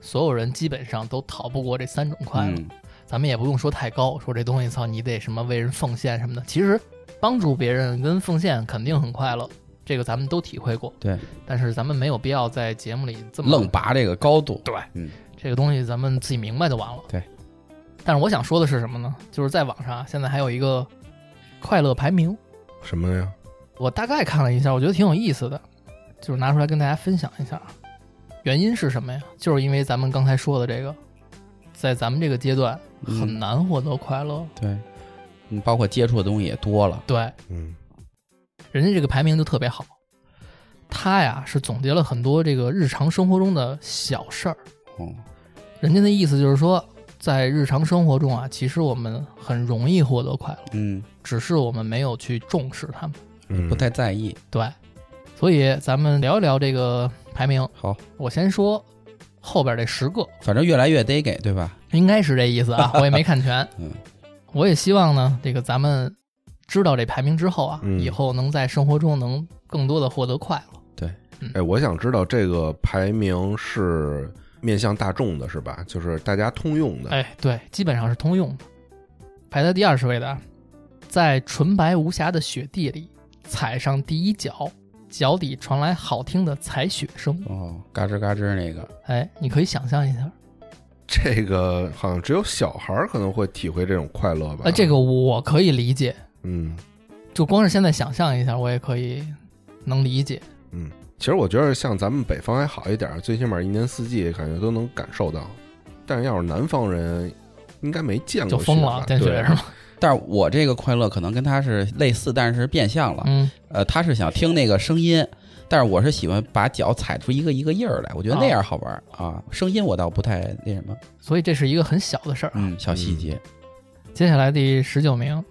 [SPEAKER 1] 所有人基本上都逃不过这三种快乐。
[SPEAKER 2] 嗯
[SPEAKER 1] 咱们也不用说太高，说这东西操你得什么为人奉献什么的。其实帮助别人跟奉献肯定很快乐，这个咱们都体会过。
[SPEAKER 2] 对，
[SPEAKER 1] 但是咱们没有必要在节目里这么
[SPEAKER 2] 愣拔这个高度，
[SPEAKER 1] 对，
[SPEAKER 2] 嗯
[SPEAKER 1] 这个东西咱们自己明白就完了。
[SPEAKER 2] 对。
[SPEAKER 1] 但是我想说的是什么呢？就是在网上啊现在还有一个快乐排名，
[SPEAKER 3] 什么呀？
[SPEAKER 1] 我大概看了一下，我觉得挺有意思的，就是拿出来跟大家分享一下。啊原因是什么呀？就是因为咱们刚才说的这个，在咱们这个阶段
[SPEAKER 2] 嗯
[SPEAKER 1] 很难获得快乐。
[SPEAKER 2] 对，嗯，包括接触的东西也多了，
[SPEAKER 1] 对，
[SPEAKER 3] 嗯，
[SPEAKER 1] 人家这个排名就特别好，他呀是总结了很多这个日常生活中的小事儿。
[SPEAKER 2] 哦，
[SPEAKER 1] 人家的意思就是说，在日常生活中啊，其实我们很容易获得快乐，
[SPEAKER 2] 嗯，
[SPEAKER 1] 只是我们没有去重视他们。
[SPEAKER 3] 嗯
[SPEAKER 2] 不太在意，
[SPEAKER 1] 对，所以咱们聊一聊这个排名。
[SPEAKER 2] 好，
[SPEAKER 1] 我先说后边这十个，
[SPEAKER 2] 反正越来越得给，对吧？
[SPEAKER 1] 应该是这意思啊，我也没看全。
[SPEAKER 2] 嗯，
[SPEAKER 1] 我也希望呢，这个咱们知道这排名之后啊，
[SPEAKER 3] 嗯
[SPEAKER 1] 以后能在生活中能更多的获得快乐。
[SPEAKER 3] 哎，我想知道这个排名是面向大众的，是吧？就是大家通用的。
[SPEAKER 1] 哎，对，基本上是通用的。排在第二十位的啊，在纯白无瑕的雪地里踩上第一脚，脚底传来好听的踩雪声。
[SPEAKER 2] 哦，嘎吱嘎吱那个，
[SPEAKER 1] 哎，你可以想象一下，
[SPEAKER 3] 这个好像只有小孩儿可能会体会这种快乐吧？
[SPEAKER 1] 哎，这个我可以理解，
[SPEAKER 3] 嗯，
[SPEAKER 1] 就光是现在想象一下，我也可以能理解。
[SPEAKER 3] 其实我觉得像咱们北方还好一点儿，最起码一年四季感觉都能感受到。但是要是南方人，应该没见过
[SPEAKER 1] 就疯了
[SPEAKER 3] 吧
[SPEAKER 1] 见雪
[SPEAKER 3] 对
[SPEAKER 1] 是吗？
[SPEAKER 2] 但是我这个快乐可能跟他是类似，但是变相了，
[SPEAKER 1] 嗯，
[SPEAKER 2] 呃，他是想听那个声音，但是我是喜欢把脚踩出一个一个印儿来，我觉得那样好玩儿啊。声音我倒不太那什么，
[SPEAKER 1] 所以这是一个很小的事儿。
[SPEAKER 2] 嗯，小细节，
[SPEAKER 1] 接下来第十九名，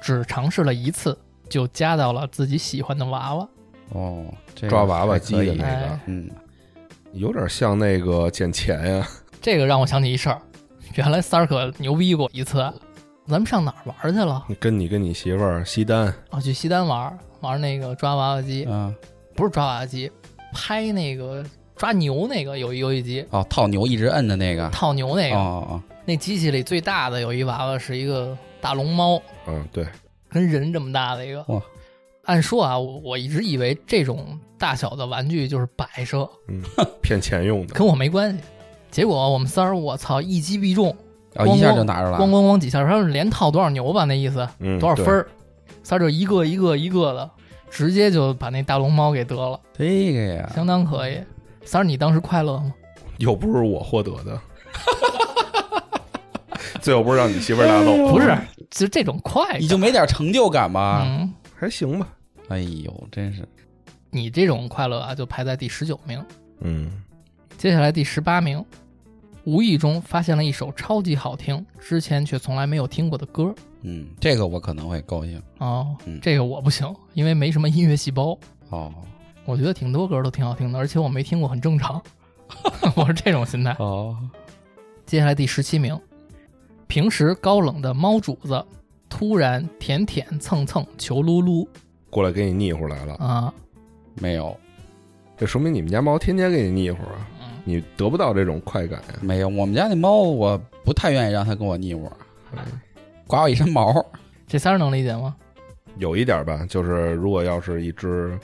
[SPEAKER 1] 只尝试了一次就夹到了自己喜欢的娃娃。
[SPEAKER 2] 哦，这个
[SPEAKER 3] 抓娃娃
[SPEAKER 2] 还
[SPEAKER 3] 机
[SPEAKER 2] 可
[SPEAKER 3] 的
[SPEAKER 2] 以
[SPEAKER 3] 那个，
[SPEAKER 1] 哎
[SPEAKER 2] 嗯，
[SPEAKER 3] 有点像那个捡钱呀、
[SPEAKER 1] 这个让我想起一事儿，原来三儿可牛逼过一次，咱们上哪儿玩儿去了？
[SPEAKER 3] 跟你跟你媳妇儿西单，
[SPEAKER 1] 哦，去西单玩儿，玩儿那个抓娃娃机，
[SPEAKER 2] 啊，
[SPEAKER 1] 不是抓娃娃机，拍那个抓牛那个有一游戏机，
[SPEAKER 2] 哦，套牛一直摁的那个，
[SPEAKER 1] 套牛那个，
[SPEAKER 2] 哦哦
[SPEAKER 1] 那机器里最大的有一娃娃是一个大龙猫，
[SPEAKER 3] 嗯，对，
[SPEAKER 1] 跟人这么大的一个。
[SPEAKER 2] 哇
[SPEAKER 1] 按说啊，我我一直以为这种大小的玩具就是摆设，
[SPEAKER 3] 嗯，骗钱用的，
[SPEAKER 1] 跟我没关系。结果我们三儿，我操，一击必中，
[SPEAKER 2] 哦，然后一下就拿着了，
[SPEAKER 1] 咣咣咣几下，他是连套多少牛吧？那意思
[SPEAKER 3] 嗯，
[SPEAKER 1] 多少
[SPEAKER 3] 对
[SPEAKER 1] 分？儿？三儿就一个一个一个的，直接就把那大龙猫给得了，
[SPEAKER 2] 这个呀，
[SPEAKER 1] 相当可以。三儿，你当时快乐吗？
[SPEAKER 3] 又不是我获得的， 最后不是让你媳妇儿拿走，
[SPEAKER 1] 哎不是，就这种快
[SPEAKER 2] 你
[SPEAKER 1] 感，
[SPEAKER 2] 就啊没点成就感吗？
[SPEAKER 1] 哎嗯，
[SPEAKER 3] 还行吧，
[SPEAKER 2] 哎呦，真是，
[SPEAKER 1] 你这种快乐啊，就排在第十九名。
[SPEAKER 3] 嗯，
[SPEAKER 1] 接下来第十八名，无意中发现了一首超级好听，之前却从来没有听过的歌。
[SPEAKER 2] 嗯，这个我可能会高兴
[SPEAKER 1] 哦
[SPEAKER 2] 嗯，
[SPEAKER 1] 这个我不行，因为没什么音乐细胞。
[SPEAKER 2] 哦
[SPEAKER 1] 我觉得挺多歌都挺好听的，而且我没听过，很正常。 我是这种心态。
[SPEAKER 2] 哦，
[SPEAKER 1] 接下来第十七名，平时高冷的猫主子突然舔舔蹭蹭求撸撸
[SPEAKER 3] 过来给你腻乎来了，
[SPEAKER 1] 啊，
[SPEAKER 2] 没有
[SPEAKER 3] 这说明你们家猫天天给你腻乎啊，
[SPEAKER 1] 嗯，
[SPEAKER 3] 你得不到这种快感呀、
[SPEAKER 2] 没有，我们家那猫我不太愿意让它跟我腻窝，刮我一身毛，
[SPEAKER 1] 这仨人能理解吗？
[SPEAKER 3] 有一点吧，就是如果要是一只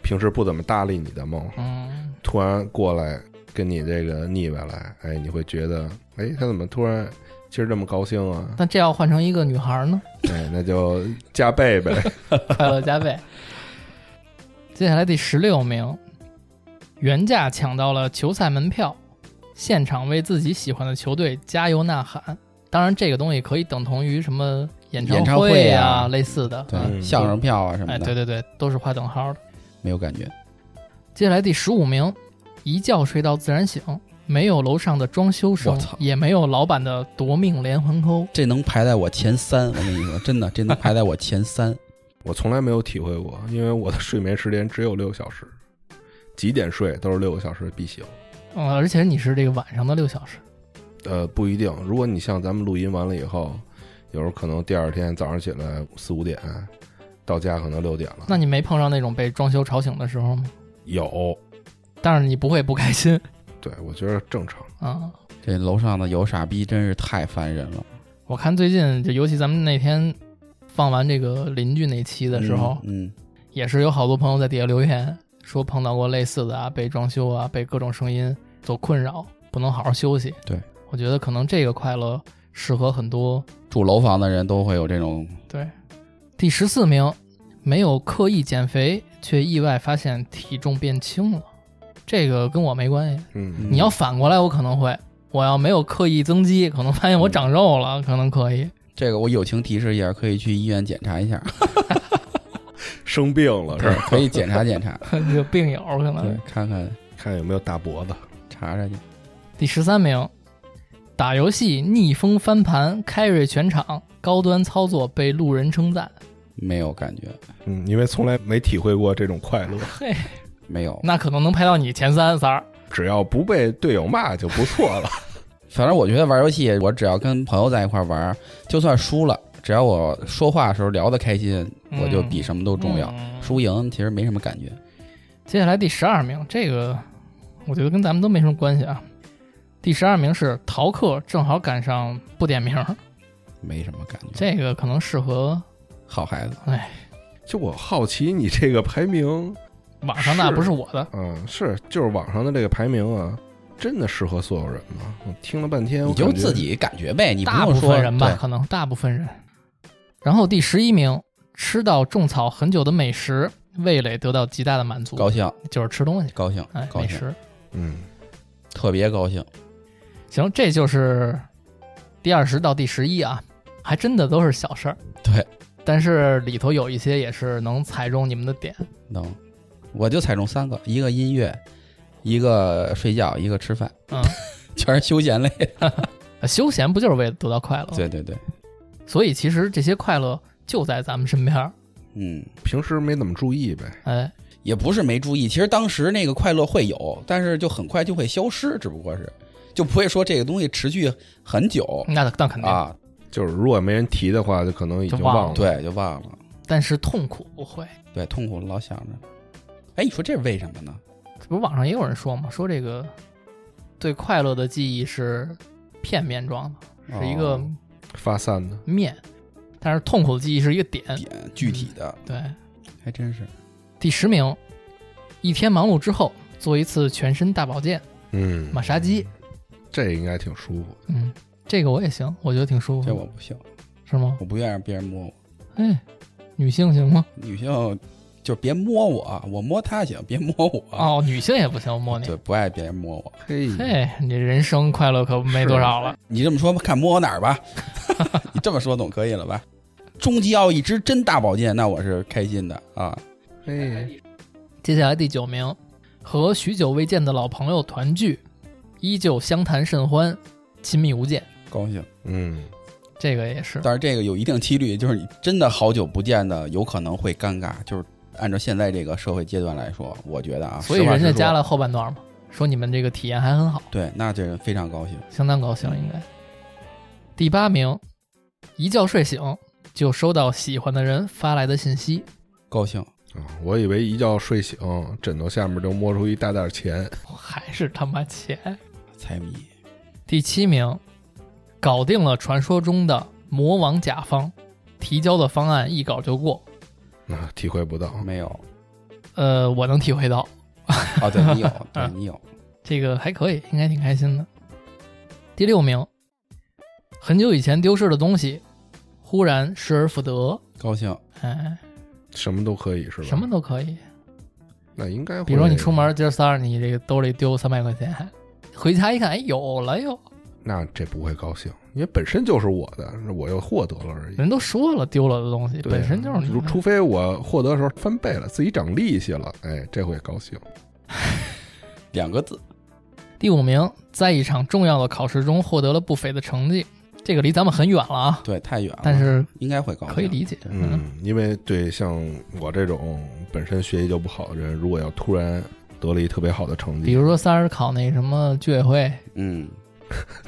[SPEAKER 3] 平时不怎么搭理你的猫，
[SPEAKER 1] 嗯，
[SPEAKER 3] 突然过来跟你这个腻歪来，哎，你会觉得，哎，它怎么突然今儿这么高兴 啊？
[SPEAKER 1] 但这要换成一个女孩呢，
[SPEAKER 3] 哎，那就加倍呗。
[SPEAKER 1] 快乐加倍。接下来第十六名，原价抢到了球赛门票，现场为自己喜欢的球队加油呐喊。当然，这个东西可以等同于什么演
[SPEAKER 2] 演唱
[SPEAKER 1] 会
[SPEAKER 2] 会
[SPEAKER 1] 啊
[SPEAKER 2] 啊
[SPEAKER 1] 类似的。
[SPEAKER 2] 对，
[SPEAKER 3] 嗯
[SPEAKER 2] 相声票啊什么
[SPEAKER 1] 哎，
[SPEAKER 2] 的，
[SPEAKER 1] 对对对，都是划等号的。
[SPEAKER 2] 没有感觉。
[SPEAKER 1] 接下来第十五名，一觉睡到自然醒，没有楼上的装修声
[SPEAKER 2] 我操，
[SPEAKER 1] 也没有老板的夺命连环扣。
[SPEAKER 2] 这能排在我前三，我跟你说，真的，这能排在我前三。
[SPEAKER 3] 我从来没有体会过，因为我的睡眠时间只有六小时，几点睡都是六个小时必醒。
[SPEAKER 1] 嗯，而且你是这个晚上的六小时，
[SPEAKER 3] 呃，不一定。如果你像咱们录音完了以后，有时候可能第二天早上起来四五点，到家可能六点了。
[SPEAKER 1] 那你没碰上那种被装修吵醒的时候吗？
[SPEAKER 3] 有，
[SPEAKER 1] 但是你不会不开心
[SPEAKER 3] 对我觉得正常。
[SPEAKER 1] 啊、
[SPEAKER 2] 对这楼上的有傻逼真是太烦人了。
[SPEAKER 1] 我看最近就尤其咱们那天放完这个邻居那期的时候，
[SPEAKER 2] 嗯，
[SPEAKER 1] 也是有好多朋友在底下留言说碰到过类似的啊，被装修啊，被各种声音所困扰，不能好好休息。
[SPEAKER 2] 对，
[SPEAKER 1] 我觉得可能这个快乐适合很多。
[SPEAKER 2] 嗯住楼房的人都会有这种，
[SPEAKER 1] 对，第十四名，没有刻意减肥，却意外发现体重变轻了，这个跟我没关系。
[SPEAKER 3] 嗯
[SPEAKER 1] 你要反过来，我可能会，我要没有刻意增肌，可能发现我长肉了，可能可以。
[SPEAKER 2] 这个我友情提示一下，可以去医院检查一下，
[SPEAKER 3] 生病了是
[SPEAKER 2] 对
[SPEAKER 3] 吧？，
[SPEAKER 2] 可以检查检查，
[SPEAKER 1] 你个病友可
[SPEAKER 2] 对
[SPEAKER 1] 能。，
[SPEAKER 2] 看看
[SPEAKER 3] 看有没有大脖子。
[SPEAKER 2] 查查去。
[SPEAKER 1] 第十三名，打游戏逆风翻盘，carry 全场，高端操作被路人称赞。
[SPEAKER 2] 没有感觉，
[SPEAKER 3] 嗯，因为从来没体会过这种快乐，
[SPEAKER 1] 嘿，
[SPEAKER 2] 没有。
[SPEAKER 1] 那可能能排到你前三三儿。
[SPEAKER 3] 只要不被队友骂就不错了。
[SPEAKER 2] 反正我觉得玩游戏，我只要跟朋友在一块玩，就算输了，只要我说话的时候聊得开心，
[SPEAKER 1] 嗯
[SPEAKER 2] 我就比什么都重要。
[SPEAKER 1] 嗯
[SPEAKER 2] 输赢其实没什么感觉。
[SPEAKER 1] 接下来第十二名，这个我觉得跟咱们都没什么关系啊。第十二名是逃课，正好赶上不点名儿，
[SPEAKER 2] 没什么感觉，
[SPEAKER 1] 这个可能适合
[SPEAKER 2] 好孩子，
[SPEAKER 3] 就我好奇你这个排名，
[SPEAKER 1] 网上的，
[SPEAKER 3] 是
[SPEAKER 1] 不是我的。
[SPEAKER 3] 嗯，是就是网上的这个排名啊，真的适合所有人吗？我听了半天，
[SPEAKER 2] 你
[SPEAKER 3] 哎我
[SPEAKER 2] 就
[SPEAKER 3] 感觉
[SPEAKER 2] 自己感觉呗，你不
[SPEAKER 1] 大
[SPEAKER 2] 用
[SPEAKER 1] 部
[SPEAKER 2] 说
[SPEAKER 1] 分人吧，
[SPEAKER 2] 对
[SPEAKER 1] 可能大部分人。然后第十一名，吃到种草很久的美食，味蕾得到极大的满足，
[SPEAKER 2] 高兴，
[SPEAKER 1] 就是吃东西，
[SPEAKER 2] 高兴
[SPEAKER 1] 哎，，
[SPEAKER 2] 高
[SPEAKER 1] 美
[SPEAKER 2] 兴，
[SPEAKER 1] 食。
[SPEAKER 3] 嗯，
[SPEAKER 2] 特别高兴。
[SPEAKER 1] 行，这就是第二十到第十一啊，还真的都是小事儿。
[SPEAKER 2] 对，
[SPEAKER 1] 但是里头有一些也是能踩中你们的点。
[SPEAKER 2] 能，我就踩中三个，一个音乐，一个睡觉，一个吃饭，
[SPEAKER 1] 嗯，
[SPEAKER 2] 全是休闲类。
[SPEAKER 1] 呃休闲不就是为了得到快乐？，
[SPEAKER 2] 对对对，
[SPEAKER 1] 所以其实这些快乐就在咱们身边儿。
[SPEAKER 2] 嗯，
[SPEAKER 3] 平时没怎么注意呗。
[SPEAKER 1] 哎，
[SPEAKER 2] 也不是没注意，其实当时那个快乐会有，但是就很快就会消失，只不过是就不会说这个东西持续很久
[SPEAKER 1] 那那肯定。
[SPEAKER 2] 啊，
[SPEAKER 3] 就是如果没人提的话，就可能已经
[SPEAKER 1] 就忘了
[SPEAKER 3] 了。，
[SPEAKER 2] 对，就忘了，
[SPEAKER 1] 但是痛苦不会，
[SPEAKER 2] 对，痛苦老想着。哎，你说这是为什么呢？
[SPEAKER 1] 这不是网上也有人说吗？说这个对快乐的记忆是片面状的，是一个
[SPEAKER 2] 哦
[SPEAKER 3] 发散的，
[SPEAKER 1] 面，但是痛苦的记忆是一个点。
[SPEAKER 2] 点具体的，
[SPEAKER 1] 对，
[SPEAKER 2] 还真是
[SPEAKER 1] 哦第十名，一天忙碌之后做一次全身大保健，
[SPEAKER 3] 嗯，
[SPEAKER 1] 马杀鸡。
[SPEAKER 3] 这应该挺舒服的。
[SPEAKER 1] 嗯，这个我也行，我觉得挺舒服
[SPEAKER 2] 这
[SPEAKER 1] 的。
[SPEAKER 2] 我不行，
[SPEAKER 1] 是吗？
[SPEAKER 2] 我不愿意让别人摸我。
[SPEAKER 1] 哎，女性行吗？
[SPEAKER 2] 女性就别摸我，我摸她行，别摸我。
[SPEAKER 1] 哦，女性也不行，我摸你。
[SPEAKER 2] 对，不爱别人摸我。
[SPEAKER 3] 嘿，
[SPEAKER 1] 嘿，你人生快乐可没多少了。
[SPEAKER 2] 你这么说吧，看摸我哪 儿吧。你这么说总可以了吧？终极要一支真大宝剑，那我是开心的啊！
[SPEAKER 3] 嘿，
[SPEAKER 1] 接下来第九名，和许久未见的老朋友团聚，依旧相谈甚欢，亲密无间。
[SPEAKER 2] 高兴。
[SPEAKER 3] 嗯，
[SPEAKER 1] 这个也是，
[SPEAKER 2] 但是这个有一定几率，就是你真的好久不见的，有可能会尴尬。就是按照现在这个社会阶段来说，我觉得啊，
[SPEAKER 1] 所以
[SPEAKER 2] 实话
[SPEAKER 1] 人
[SPEAKER 2] 实
[SPEAKER 1] 家
[SPEAKER 2] 说
[SPEAKER 1] 加了后半段嘛，说你们这个体验还很好，
[SPEAKER 2] 对，那这人非常高兴。
[SPEAKER 1] 相当高兴应该。第八名，一觉睡醒就收到喜欢的人发来的信息，
[SPEAKER 2] 高兴，
[SPEAKER 3] 啊，我以为一觉睡醒，枕头下面就摸出一大袋钱。
[SPEAKER 1] 还是他妈钱。
[SPEAKER 2] 猜谜，
[SPEAKER 1] 第七名，搞定了传说中的魔王甲方，提交的方案一稿就过。
[SPEAKER 3] 啊，体会不到，
[SPEAKER 1] 哦
[SPEAKER 2] 没有
[SPEAKER 1] 呃，我能体会到，
[SPEAKER 2] 啊？对你有， 对你有，
[SPEAKER 1] 这个还可以，应该挺开心的。第六名，很久以前丢失的东西，忽然失而复得，
[SPEAKER 2] 高兴。
[SPEAKER 1] 哎，
[SPEAKER 3] 什么都可以是吧？
[SPEAKER 1] 什么？都可以。
[SPEAKER 3] 那应该会。
[SPEAKER 1] 比如说你出门，今儿三儿你这个兜里丢三百块钱，回家一看，哎，有了哟，
[SPEAKER 3] 那这不会高兴，因为本身就是我的，我又获得了而已。
[SPEAKER 1] 人都说了丢了的东西
[SPEAKER 3] 对啊
[SPEAKER 1] 本身就是你
[SPEAKER 3] 如
[SPEAKER 1] 的。
[SPEAKER 3] 除非我获得的时候翻倍了，自己长利息了，哎，这会高兴。
[SPEAKER 2] 两个字，
[SPEAKER 1] 第五名，在一场重要的考试中获得了不菲的成绩，这个离咱们很远了啊，
[SPEAKER 2] 对，太远了，
[SPEAKER 1] 但是
[SPEAKER 2] 应该会高兴，
[SPEAKER 1] 可以理解。嗯，
[SPEAKER 3] 嗯，因为对像我这种本身学习就不好的人，如果要突然得了一特别好的成绩，
[SPEAKER 1] 比如说三儿考那什么居委会
[SPEAKER 2] 嗯，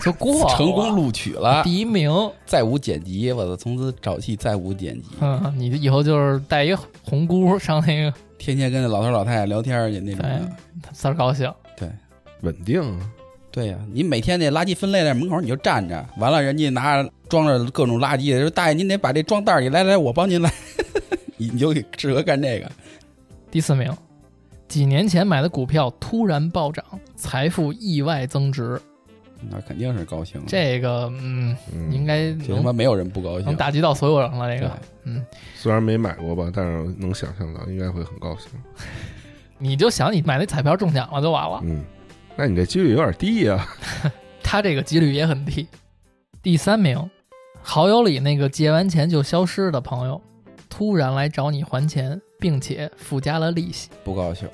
[SPEAKER 1] 就过了，啊
[SPEAKER 2] 成功录取了，
[SPEAKER 1] 第一名。
[SPEAKER 2] 再无剪辑，我的从此找起再无剪辑，
[SPEAKER 1] 嗯，你以后就是带一红箍 上那个，哎
[SPEAKER 2] 天天跟那老头老太太聊天去那种的，
[SPEAKER 1] 三儿高兴。
[SPEAKER 2] 对，
[SPEAKER 3] 稳定啊，
[SPEAKER 2] 对呀、你每天那垃圾分类在门口你就站着，完了人家拿着装着各种垃圾，说大爷您得把这装袋儿里，来来我帮您来， 你你就适合干这个。
[SPEAKER 1] 第四名，几年前买的股票突然暴涨，财富意外增值，
[SPEAKER 2] 那肯定是高兴了，
[SPEAKER 1] 这个嗯，
[SPEAKER 3] 嗯
[SPEAKER 1] 应该
[SPEAKER 2] 这他妈
[SPEAKER 1] 能
[SPEAKER 2] 没有人不高兴
[SPEAKER 1] 能。打击到所有人了。这个，嗯，
[SPEAKER 3] 虽然没买过吧，但是能想象到应该会很高兴。
[SPEAKER 1] 你就想你买那彩票中奖了就完了，
[SPEAKER 3] 嗯，那你这几率有点低啊呀、
[SPEAKER 1] 他这个几率也很低。第三名，好友里那个借完钱就消失的朋友，突然来找你还钱，并且附加了利息，
[SPEAKER 2] 不高兴，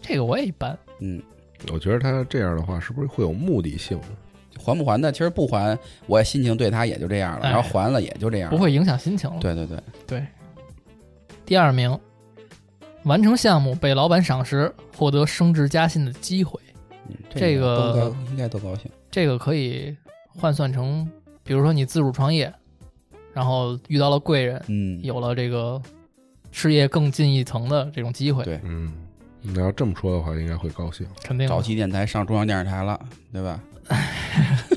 [SPEAKER 1] 这个我也一般。
[SPEAKER 2] 嗯，
[SPEAKER 3] 我觉得他这样的话是不是会有目的性？
[SPEAKER 2] 还不还的，其实不还，我心情对他也就这样了，
[SPEAKER 1] 哎
[SPEAKER 2] 然后还了也就这样
[SPEAKER 1] 不
[SPEAKER 2] 了，
[SPEAKER 1] 会影响心情了。
[SPEAKER 2] 对对对，
[SPEAKER 1] 第二名，完成项目被老板赏识，获得升职加薪的机会，
[SPEAKER 2] 嗯
[SPEAKER 1] 这
[SPEAKER 2] 都
[SPEAKER 1] 个
[SPEAKER 2] 高应该都高兴。
[SPEAKER 1] 这个可以换算成，比如说你自主创业，然后遇到了贵人，
[SPEAKER 2] 嗯，
[SPEAKER 1] 有了这个事业更进一层的这种机会
[SPEAKER 2] 对，
[SPEAKER 3] 嗯，你要这么说的话，应该会高兴。
[SPEAKER 1] 肯定的
[SPEAKER 2] 早期电台上中央电视台了，对吧？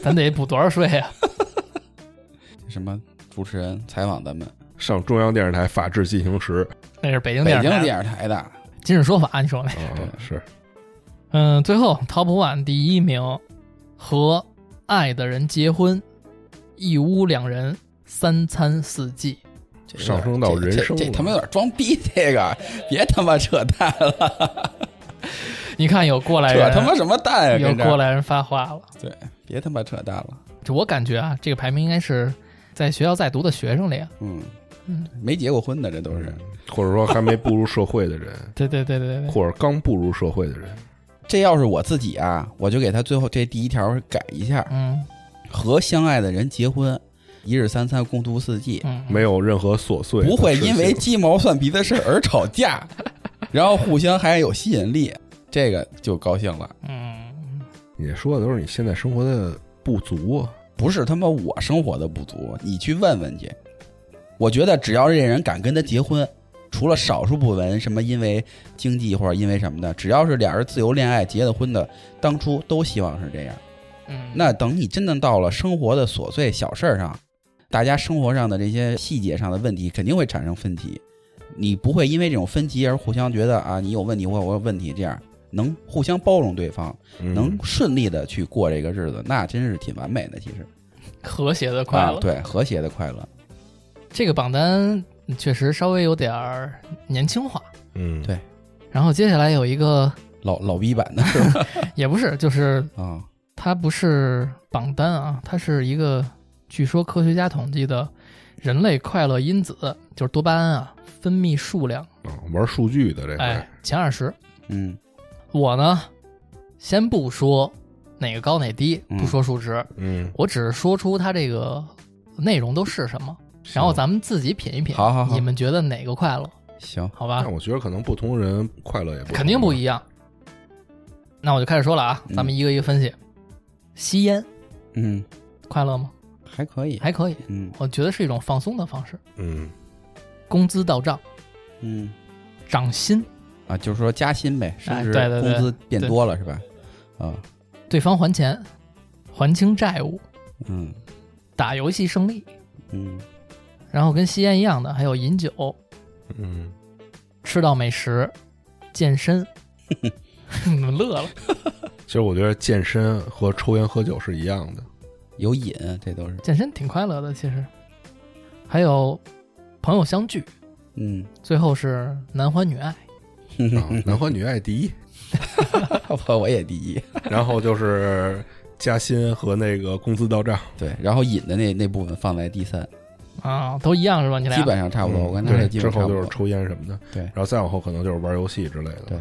[SPEAKER 1] 咱得补多少税啊？
[SPEAKER 2] 什么主持人采访咱们
[SPEAKER 3] 上中央电视台《法制进行时
[SPEAKER 1] 那是北京
[SPEAKER 2] 北
[SPEAKER 1] 电视
[SPEAKER 2] 京
[SPEAKER 1] 台
[SPEAKER 2] 电视台的，
[SPEAKER 1] 今日说法，你说那》
[SPEAKER 3] 啊，是
[SPEAKER 1] 嗯，最后 Top One 第一名和爱的人结婚，一屋两人，三餐四季。
[SPEAKER 2] 这有点
[SPEAKER 3] 上升到人生
[SPEAKER 2] 这这这
[SPEAKER 3] 了
[SPEAKER 2] 他妈有点装逼，这个别他妈扯淡了，
[SPEAKER 1] 你看有过来
[SPEAKER 2] 扯
[SPEAKER 1] 人，
[SPEAKER 2] 他妈什么淡呀、
[SPEAKER 1] 有
[SPEAKER 2] 呃跟这
[SPEAKER 1] 哎过
[SPEAKER 2] 儿
[SPEAKER 1] 来人发话了。
[SPEAKER 2] 别他妈扯淡了，
[SPEAKER 1] 就我感觉啊，这个排名应该是在学校在读的学生里啊。
[SPEAKER 2] 嗯
[SPEAKER 1] 嗯，，
[SPEAKER 2] 没结过婚的这都是，
[SPEAKER 3] 或者说还没步入社会的人
[SPEAKER 1] 对对对 对嗯对对，
[SPEAKER 3] 或者刚步入社会的人，
[SPEAKER 2] 这要是我自己啊，我就给他最后这第一条改一下，
[SPEAKER 1] 嗯
[SPEAKER 2] 和相爱的人结婚，一日三餐共度四季，
[SPEAKER 1] 嗯，
[SPEAKER 3] 没有任何琐碎的
[SPEAKER 2] 不
[SPEAKER 3] 事情，
[SPEAKER 2] 会因为鸡毛蒜皮的事儿而吵架，然后互相还有吸引力，这个就高兴了。
[SPEAKER 1] 嗯，
[SPEAKER 3] 你说的都是你现在生活的不足啊。
[SPEAKER 2] 不是他妈我生活的不足，你去问问去。我觉得只要这人敢跟他结婚，除了少数部分什么因为经济或者因为什么的，只要是俩人自由恋爱结的婚的，当初都希望是这样。
[SPEAKER 1] 嗯，
[SPEAKER 2] 那等你真正到了生活的琐碎小事儿上，大家生活上的这些细节上的问题肯定会产生分歧，你不会因为这种分歧而互相觉得啊你有问题我我有问题，这样能互相包容对方，
[SPEAKER 3] 嗯
[SPEAKER 2] 能顺利的去过这个日子，那真是挺完美的。其实。
[SPEAKER 1] 和谐的快乐。
[SPEAKER 2] 啊，对，和谐的快乐，
[SPEAKER 1] 这个榜单确实稍微有点儿年轻化。
[SPEAKER 3] 嗯，
[SPEAKER 2] 对
[SPEAKER 1] 然后接下来有一个，哎
[SPEAKER 2] 老老逼版的是吧？
[SPEAKER 1] 也不是，就是
[SPEAKER 2] 啊，
[SPEAKER 1] 它不是榜单啊，它是一个据说科学家统计的人类快乐因子，就是多巴胺啊分泌数量，
[SPEAKER 3] 啊玩数据的这
[SPEAKER 1] 哎
[SPEAKER 3] 回，，
[SPEAKER 1] 前二十。
[SPEAKER 2] 嗯
[SPEAKER 1] 我呢，先不说哪个高哪低，
[SPEAKER 2] 嗯
[SPEAKER 1] 不说数值，
[SPEAKER 3] 嗯，
[SPEAKER 1] 我只是说出它这个内容都是什么，然后咱们自己品一品，
[SPEAKER 2] 好好好
[SPEAKER 1] 你们觉得哪个快乐？
[SPEAKER 2] 行，
[SPEAKER 1] 好
[SPEAKER 3] 行。
[SPEAKER 1] 吧
[SPEAKER 3] 但，我觉得可能不同人快乐也
[SPEAKER 1] 啊
[SPEAKER 3] 不
[SPEAKER 1] 肯定不
[SPEAKER 3] 样。
[SPEAKER 1] 一样。那我就开始说了啊，
[SPEAKER 2] 嗯
[SPEAKER 1] 咱们一个一个分析。吸烟
[SPEAKER 2] 嗯，
[SPEAKER 1] 快乐吗？
[SPEAKER 2] 还可以，
[SPEAKER 1] 还可以，
[SPEAKER 2] 嗯
[SPEAKER 1] 我觉得是一种放松的方式。
[SPEAKER 3] 嗯，
[SPEAKER 1] 工资到账，
[SPEAKER 2] 嗯
[SPEAKER 1] 涨薪，
[SPEAKER 2] 啊，就是说加薪呗，升职
[SPEAKER 1] 啊对对对
[SPEAKER 2] 工资变多了是吧？啊，
[SPEAKER 1] 对方还钱，还清债务，
[SPEAKER 2] 嗯
[SPEAKER 1] 打游戏胜利，
[SPEAKER 2] 嗯
[SPEAKER 1] 然后跟吸烟一样的还有饮酒，
[SPEAKER 3] 嗯，
[SPEAKER 1] 吃到美食，健 身，你们乐了。
[SPEAKER 3] 其实我觉得健身和抽烟喝酒是一样的。
[SPEAKER 2] 有瘾，这都是，
[SPEAKER 1] 健身挺快乐的，其实。还有朋友相聚，
[SPEAKER 2] 嗯，
[SPEAKER 1] 最后是男欢女爱，
[SPEAKER 3] 啊男欢女爱第一，
[SPEAKER 2] 嗯我我也第一，
[SPEAKER 3] 然后就是加薪和那个工资到账，
[SPEAKER 2] 对，然后瘾的那那部分放在第三，
[SPEAKER 1] 啊，都一样是吧？你俩
[SPEAKER 2] 基本上差不多，
[SPEAKER 3] 嗯
[SPEAKER 2] 我跟他这
[SPEAKER 3] 对
[SPEAKER 2] 基
[SPEAKER 3] 之
[SPEAKER 2] 本差
[SPEAKER 3] 后
[SPEAKER 2] 不
[SPEAKER 3] 就是
[SPEAKER 2] 多，
[SPEAKER 3] 抽烟什么的，
[SPEAKER 2] 对
[SPEAKER 3] 然后再往后可能就是玩游戏之类的，
[SPEAKER 2] 对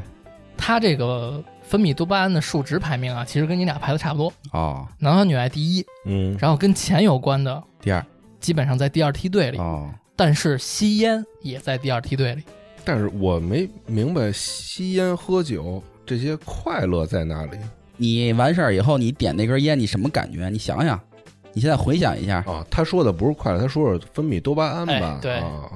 [SPEAKER 1] 他这个分泌多巴胺的数值排名啊，其实跟你俩排的差不多，
[SPEAKER 2] 哦，
[SPEAKER 1] 男欢女爱第一，
[SPEAKER 3] 嗯，
[SPEAKER 1] 然后跟钱有关的
[SPEAKER 2] 第二，
[SPEAKER 1] 基本上在第二梯队里，
[SPEAKER 2] 哦，
[SPEAKER 1] 但是吸烟也在第二梯队里。
[SPEAKER 3] 但是我没明白吸烟喝酒这些快乐在哪里
[SPEAKER 2] 你完事儿以后你点那根烟，你什么感觉？你想想，你现在回想一下，
[SPEAKER 1] 哦
[SPEAKER 3] 啊？他说的不是快乐，他说是分泌多巴胺吧？
[SPEAKER 1] 哎对
[SPEAKER 3] 啊，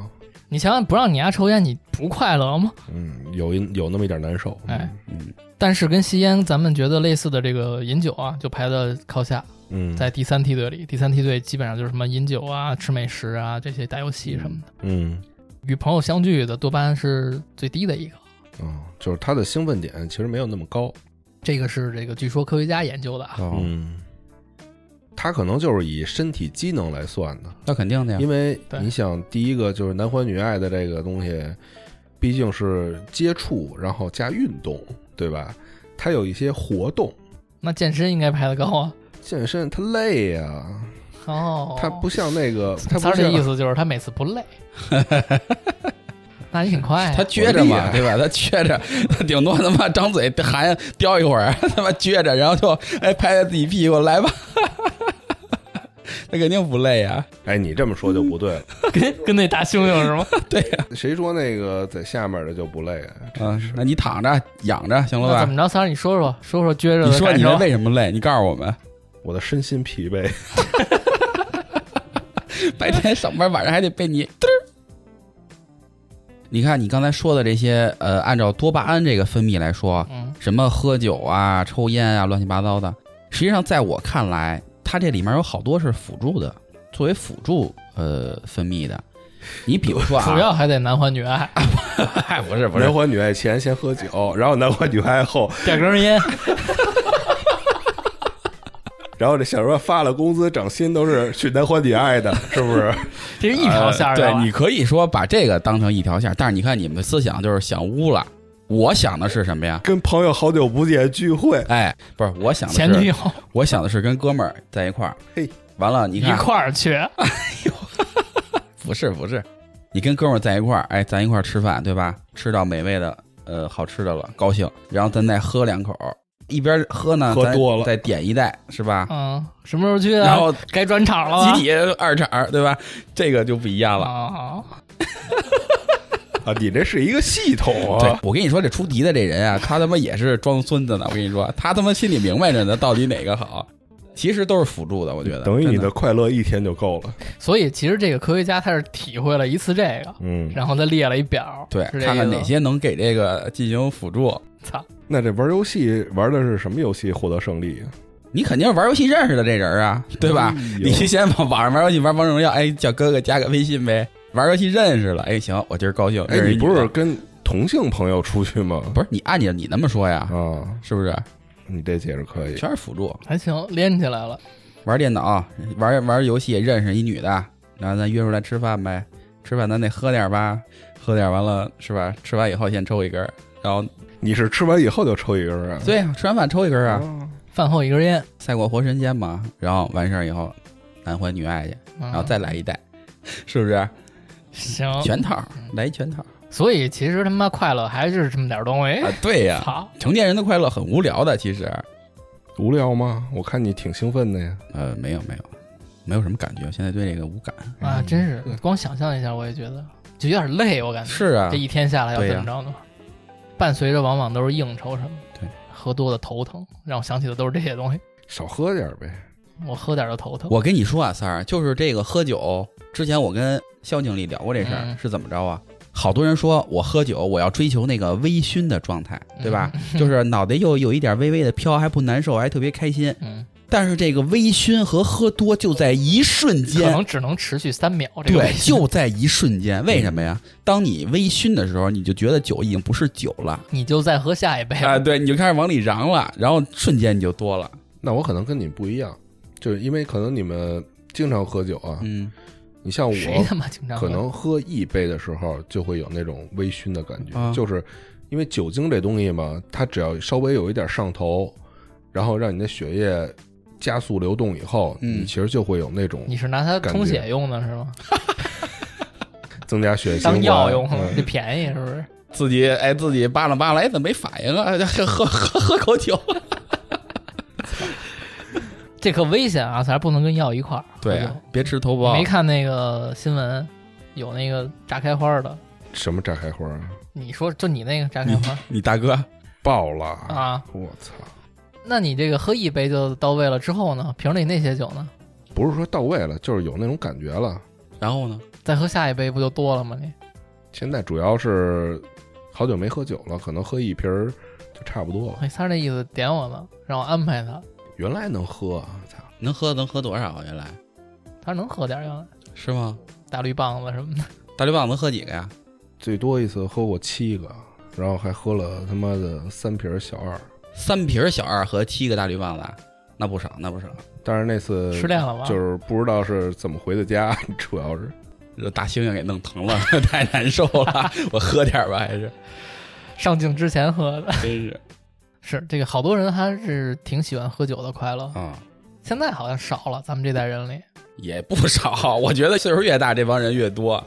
[SPEAKER 1] 你想想，不让你丫抽烟，你不快乐吗？
[SPEAKER 3] 嗯，有一有那么一点难受。
[SPEAKER 1] 哎
[SPEAKER 2] 嗯，
[SPEAKER 1] 但是跟吸烟，咱们觉得类似的这个饮酒啊，就排的靠下，
[SPEAKER 3] 嗯，嗯，
[SPEAKER 1] 在第三梯队里。第三梯队基本上就是什么饮酒啊、吃美食啊这些打游戏什么的。
[SPEAKER 3] 嗯
[SPEAKER 1] 与朋友相聚的多半是最低的一个，
[SPEAKER 3] 啊，就是他的兴奋点其实没有那么高。
[SPEAKER 1] 这个是这个据说科学家研究 的啊。
[SPEAKER 2] 哦，
[SPEAKER 3] 嗯，他可能就是以身体机能来算的，
[SPEAKER 2] 那肯定的呀
[SPEAKER 3] 因。为
[SPEAKER 1] 对
[SPEAKER 3] 你想，第一个就是男欢女爱的这个东西，毕竟是接触，然后加运动，对吧？它有一些活动，
[SPEAKER 1] 那健身应该排的高啊。
[SPEAKER 3] 健身它累呀、啊，
[SPEAKER 1] 哦，
[SPEAKER 3] 它不像那个，它
[SPEAKER 1] 三
[SPEAKER 3] 不
[SPEAKER 1] 儿的
[SPEAKER 3] 像
[SPEAKER 1] 意思就是他每次不 累，那你挺快啊呀、
[SPEAKER 2] 他撅着
[SPEAKER 3] 我厉
[SPEAKER 2] 嘛，
[SPEAKER 3] 害
[SPEAKER 2] 对吧？他撅着， 他顶多他妈张嘴 含叼一会儿，他妈撅着，然后就哎拍拍自己屁股，来吧， 他肯定不累啊。
[SPEAKER 3] 哎，你这么说就不对了。
[SPEAKER 1] 跟跟那大猩猩是吗？
[SPEAKER 3] 谁说那个在下面的就不累啊？
[SPEAKER 2] 嗯，那你躺着仰着行了
[SPEAKER 1] 那怎
[SPEAKER 2] 吧？
[SPEAKER 1] 么着，三儿你说说说说撅着的
[SPEAKER 2] 你说
[SPEAKER 1] 感
[SPEAKER 2] 你
[SPEAKER 1] 受
[SPEAKER 2] 是为什么累？你告诉我 们，
[SPEAKER 3] 我的身心疲惫，
[SPEAKER 2] 白天上班，晚上还得被你嘚儿。你看你刚才说的这些，呃，按照多巴胺这个分泌来说，啊
[SPEAKER 1] 嗯
[SPEAKER 2] 什么喝酒啊、抽烟啊、乱七八糟的，实际上在我看来，它这里面有好多是辅助的，作为辅助呃分泌的。你比如 说
[SPEAKER 1] 嗯主
[SPEAKER 2] 啊，
[SPEAKER 1] 要还得男欢女 爱，
[SPEAKER 2] 哎，不是不是
[SPEAKER 3] 男，欢女爱前先喝酒，然后男欢女爱后，
[SPEAKER 1] 点根烟，
[SPEAKER 3] 然后这小说发了工资涨薪都是去男欢女爱的，是不是？
[SPEAKER 1] 这是一条线儿
[SPEAKER 2] 呃
[SPEAKER 1] 的啊 吧、
[SPEAKER 2] 对，你可以说把这个当成一条线儿，但是你看你们的思想就是想污了。我想的是什么呀？
[SPEAKER 3] 跟朋友好久不见聚会，
[SPEAKER 2] 哎，不是，我想的是
[SPEAKER 1] 前女友
[SPEAKER 2] 我想的是跟哥们儿在一块儿。
[SPEAKER 3] 嘿，
[SPEAKER 2] 完了，你
[SPEAKER 1] 一
[SPEAKER 2] 看，
[SPEAKER 1] 块儿去，
[SPEAKER 2] 不是不是，你跟哥们儿在一块儿，哎，咱一块儿吃饭，对吧？吃到美味的，呃，好吃的了，高兴，然后咱再喝两口，一边喝呢，
[SPEAKER 3] 喝
[SPEAKER 2] 咱
[SPEAKER 3] 多了
[SPEAKER 2] 再点一袋，是吧？
[SPEAKER 1] 嗯，什么时候去啊？
[SPEAKER 2] 然后
[SPEAKER 1] 该转场了吧
[SPEAKER 2] 集体二茬儿，对吧？这个就不一样了。
[SPEAKER 1] 啊，
[SPEAKER 3] 啊，你这是一个系统
[SPEAKER 2] 对
[SPEAKER 3] 啊，，
[SPEAKER 2] 我跟你说，这出题的这人啊，他他妈也是装孙子呢。我跟你说，他他妈心里明白着呢，到底哪个好，其实都是辅助的。我觉得
[SPEAKER 3] 等于你
[SPEAKER 2] 真
[SPEAKER 3] 的
[SPEAKER 2] 的
[SPEAKER 3] 快乐一天就够了。
[SPEAKER 1] 所以其实这个科学家他是体会了一次这个，
[SPEAKER 3] 嗯，
[SPEAKER 1] 然后他列了一表，
[SPEAKER 2] 对
[SPEAKER 1] 是，这
[SPEAKER 2] 看看
[SPEAKER 1] 意思
[SPEAKER 2] 哪些能给这个进行辅助。
[SPEAKER 1] 操，
[SPEAKER 3] 那这玩游戏玩的是什么游戏获得胜利啊？
[SPEAKER 2] 你肯定是玩游戏认识的这人啊，对
[SPEAKER 1] 嗯
[SPEAKER 2] 吧？
[SPEAKER 3] 哎呦
[SPEAKER 2] 你先往网上玩游戏，玩王者荣耀，哎，叫哥哥加个微信呗。玩游戏认识了，哎，行，我今儿高兴。认
[SPEAKER 3] 哎，
[SPEAKER 2] 识
[SPEAKER 3] 你
[SPEAKER 2] 一
[SPEAKER 3] 不
[SPEAKER 2] 女
[SPEAKER 3] 是
[SPEAKER 2] 的
[SPEAKER 3] 跟同性朋友出去吗？
[SPEAKER 2] 不是你按着你那么说呀，
[SPEAKER 3] 啊，
[SPEAKER 2] 是不是？
[SPEAKER 3] 你这解释可以。
[SPEAKER 2] 全是辅助，
[SPEAKER 1] 还行，连起来了，
[SPEAKER 2] 玩电脑，玩玩游戏认识一女的，然后咱约出来吃饭呗。吃饭咱得喝点吧，喝点完了是吧？吃完以后先抽一根儿，然
[SPEAKER 3] 嗯
[SPEAKER 2] 后
[SPEAKER 3] 你是吃完以后就抽一根啊？
[SPEAKER 2] 对呀，吃完饭抽一根儿啊，
[SPEAKER 3] 啊，
[SPEAKER 1] 饭后一根烟，
[SPEAKER 2] 赛过活神仙嘛。然后完事儿以后，男欢女爱去，
[SPEAKER 3] 嗯
[SPEAKER 1] 然
[SPEAKER 2] 然后再来一袋， 是不是？
[SPEAKER 1] 行，
[SPEAKER 3] 嗯
[SPEAKER 2] 全套来一全套
[SPEAKER 1] 所以其实他妈快乐还是这么点儿东
[SPEAKER 3] 哎
[SPEAKER 1] 西
[SPEAKER 2] 啊，，对呀、
[SPEAKER 1] 操，
[SPEAKER 2] 成年人的快乐很无聊的，其实，
[SPEAKER 3] 无聊吗？我看你挺兴奋的呀。
[SPEAKER 2] 呃，没有没有，没有什么感觉，现在对这个无感。
[SPEAKER 1] 啊，真是光想象一下，我也觉得就有点累，我感觉
[SPEAKER 2] 是啊
[SPEAKER 1] 这，一天下来要
[SPEAKER 2] 对
[SPEAKER 1] 怎
[SPEAKER 2] 呀
[SPEAKER 1] 么着呢？伴随着往往都是应酬什么的，
[SPEAKER 2] 对，
[SPEAKER 1] 喝多的头疼，让我想起的都是这些东西。
[SPEAKER 3] 少喝点呗。
[SPEAKER 1] 我喝点儿就头疼，
[SPEAKER 2] 我跟你说啊，三儿，就是这个喝酒之前，我跟肖经理聊过这事儿，
[SPEAKER 1] 嗯
[SPEAKER 2] 是怎么着啊？好多人说我喝酒，我要追求那个微醺的状态，对吧？
[SPEAKER 1] 嗯
[SPEAKER 2] 就是脑袋又有一点微微的飘，还不难受，还特别开心。
[SPEAKER 1] 嗯，
[SPEAKER 2] 但是这个微醺和喝多就在一瞬
[SPEAKER 1] 可
[SPEAKER 2] 间，
[SPEAKER 1] 能只能持续三秒。这个
[SPEAKER 2] 对
[SPEAKER 1] 东，西
[SPEAKER 2] 就在一瞬间。为什么呀？当你微醺的时候，你就觉得酒已经不是酒了。
[SPEAKER 1] 你就再喝下一杯
[SPEAKER 3] 哎
[SPEAKER 2] 啊，对，你就开始往里嚷了，然后瞬间你就多了。
[SPEAKER 3] 那我可能跟你不一样，就是因为可能你们经常喝酒啊。
[SPEAKER 2] 嗯，
[SPEAKER 3] 你像
[SPEAKER 1] 谁他
[SPEAKER 3] 我，
[SPEAKER 1] 妈经常喝
[SPEAKER 3] 可能喝一杯的时候就会有那种微醺的感觉，
[SPEAKER 2] 啊
[SPEAKER 3] 就是因为酒精这东西嘛，它只要稍微有一点上头，然后让你的血液加速流动以后，
[SPEAKER 2] 嗯
[SPEAKER 3] 你其实就会有那种
[SPEAKER 1] 你是拿它
[SPEAKER 3] 感
[SPEAKER 1] 充
[SPEAKER 3] 觉
[SPEAKER 1] 血用的是吗？
[SPEAKER 3] 增加血液循环
[SPEAKER 1] 当药用
[SPEAKER 3] 嗯
[SPEAKER 1] 这便宜是不是？
[SPEAKER 2] 自己哎自己扒拉扒拉，哎怎 么没反应啊？喝喝喝喝口酒。
[SPEAKER 1] 这可危险啊！咱不能跟药一块儿。
[SPEAKER 2] 对
[SPEAKER 1] 喝
[SPEAKER 2] 啊
[SPEAKER 1] 酒，
[SPEAKER 2] 别吃头
[SPEAKER 1] 你
[SPEAKER 2] 孢。
[SPEAKER 1] 没看那个新闻，有那个炸开花的。
[SPEAKER 3] 什么炸开花啊
[SPEAKER 1] 你说，就你那个炸开花
[SPEAKER 2] 你大哥，
[SPEAKER 3] 爆了！
[SPEAKER 1] 啊？
[SPEAKER 3] 我操，
[SPEAKER 1] 那你这个喝一杯就到位了之后呢？瓶里那些酒呢？
[SPEAKER 3] 不是说到位了，就是有那种感觉了。
[SPEAKER 2] 然后呢？
[SPEAKER 1] 再喝下一杯不就多了吗？你
[SPEAKER 3] 现在主要是好久没喝酒了，可能喝一瓶儿就差不多了。
[SPEAKER 1] 哎，他这意思点我呢，让我安排他，
[SPEAKER 3] 原来能喝，啊，操！
[SPEAKER 2] 能喝能喝多少啊？原来
[SPEAKER 1] 他能喝点儿原来
[SPEAKER 2] 是吗？
[SPEAKER 1] 大绿棒子什么的，
[SPEAKER 2] 大绿棒能喝几个呀？
[SPEAKER 3] 最多一次喝过七个，然后还喝了他妈的三瓶儿小二。
[SPEAKER 2] 三瓶小二和七个大绿棒子啊，那不少，那不少。
[SPEAKER 3] 但是那次
[SPEAKER 1] 失恋了吧？
[SPEAKER 3] 呃就是不知道是怎么回的家， 主要是
[SPEAKER 2] 这大猩猩给弄疼了， 太难受了。 我喝点儿吧，还是
[SPEAKER 1] 上镜之前喝的，
[SPEAKER 2] 真是
[SPEAKER 1] 是这个好多人还是挺喜欢喝酒的快乐，
[SPEAKER 2] 啊、
[SPEAKER 1] 现在好像少了，咱们这代人里。
[SPEAKER 2] 也不少。 我觉得岁数越大，这帮人越多。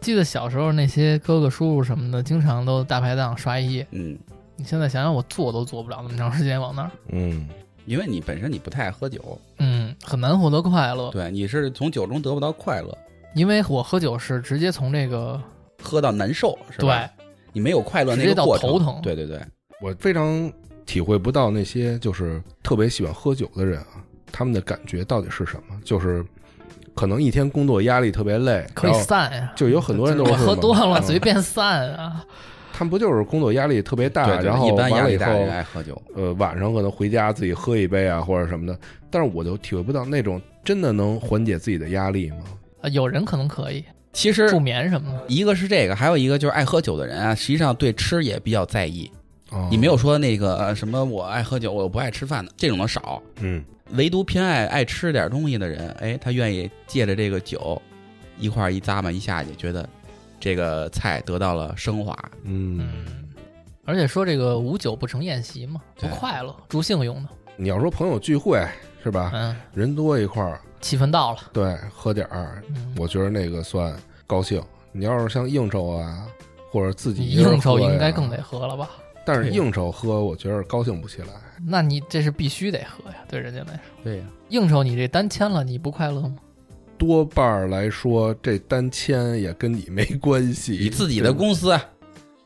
[SPEAKER 1] 记得小时候那些哥哥叔叔什么的，经常都大排档刷一夜。
[SPEAKER 2] 嗯，
[SPEAKER 1] 你现在想想，我坐都坐不了那么长时间往那儿，
[SPEAKER 3] 嗯，
[SPEAKER 2] 因为你本身你不太爱喝酒，
[SPEAKER 1] 嗯，很难获得快乐。
[SPEAKER 2] 对，你是从酒中得不到快乐，
[SPEAKER 1] 因为我喝酒是直接从这个
[SPEAKER 2] 喝到难受，是
[SPEAKER 1] 对
[SPEAKER 2] 吧？对，你没有快乐
[SPEAKER 1] 直
[SPEAKER 2] 那
[SPEAKER 1] 接
[SPEAKER 2] 个
[SPEAKER 1] 到
[SPEAKER 2] 过程，
[SPEAKER 1] 头疼
[SPEAKER 2] 对对对，
[SPEAKER 3] 我非常体会不到那些就是特别喜欢喝酒的人啊，他们的感觉到底是什么？就是可能一天工作压力特别累，
[SPEAKER 1] 可以
[SPEAKER 3] 然后
[SPEAKER 1] 散呀、
[SPEAKER 3] 就有很多人都
[SPEAKER 1] 我
[SPEAKER 3] 是嗯
[SPEAKER 1] 喝多了随
[SPEAKER 3] 便。
[SPEAKER 1] 便散啊，
[SPEAKER 3] 他们不就是工作压力特别大，
[SPEAKER 2] 对对对
[SPEAKER 3] 啊然后
[SPEAKER 2] 一般
[SPEAKER 3] 完
[SPEAKER 2] 压
[SPEAKER 3] 了
[SPEAKER 2] 力
[SPEAKER 3] 以
[SPEAKER 2] 大的人
[SPEAKER 3] 后，
[SPEAKER 2] 爱喝酒。
[SPEAKER 3] 呃，晚上可能回家自己喝一杯啊，或者什么的。但是我就体会不到那种真的能缓解自己的压力吗？
[SPEAKER 1] 啊有人可能可以
[SPEAKER 2] 其实
[SPEAKER 1] 助眠什么的，
[SPEAKER 2] 一个是这个，还有一个就是爱喝酒的人啊，实际上对吃也比较在意。
[SPEAKER 1] 嗯
[SPEAKER 3] 哦
[SPEAKER 2] 你没有说那个呃什么我爱喝酒，我不爱吃饭的这种的少，
[SPEAKER 3] 嗯，
[SPEAKER 2] 唯独偏爱爱吃点东西的人，哎，他愿意借着这个酒一块儿一咂吧一下去，觉得这个菜得到了升华。
[SPEAKER 3] 嗯，
[SPEAKER 1] 嗯。而且说这个无酒不成宴席嘛，不
[SPEAKER 2] 对
[SPEAKER 1] 快乐，助兴用的，
[SPEAKER 3] 你要说朋友聚会是吧？
[SPEAKER 1] 嗯，
[SPEAKER 3] 人多一块儿，
[SPEAKER 1] 气氛到了，
[SPEAKER 3] 对，喝点儿，
[SPEAKER 1] 嗯，
[SPEAKER 3] 我觉得那个算高兴。你要是像应酬啊，或者自己
[SPEAKER 1] 你
[SPEAKER 3] 一个人
[SPEAKER 1] 应酬
[SPEAKER 3] 喝呀
[SPEAKER 1] 应该更得，喝了吧？
[SPEAKER 3] 但
[SPEAKER 2] 对
[SPEAKER 3] 是应酬喝，我觉得高兴不起来。
[SPEAKER 1] 那你这是必须得喝呀，对人家来说，
[SPEAKER 2] 对呀、
[SPEAKER 1] 应酬你这单签了，你不快乐吗？
[SPEAKER 3] 多半儿来说，这单签也跟你没关系，
[SPEAKER 2] 你自己的
[SPEAKER 3] 工
[SPEAKER 2] 公司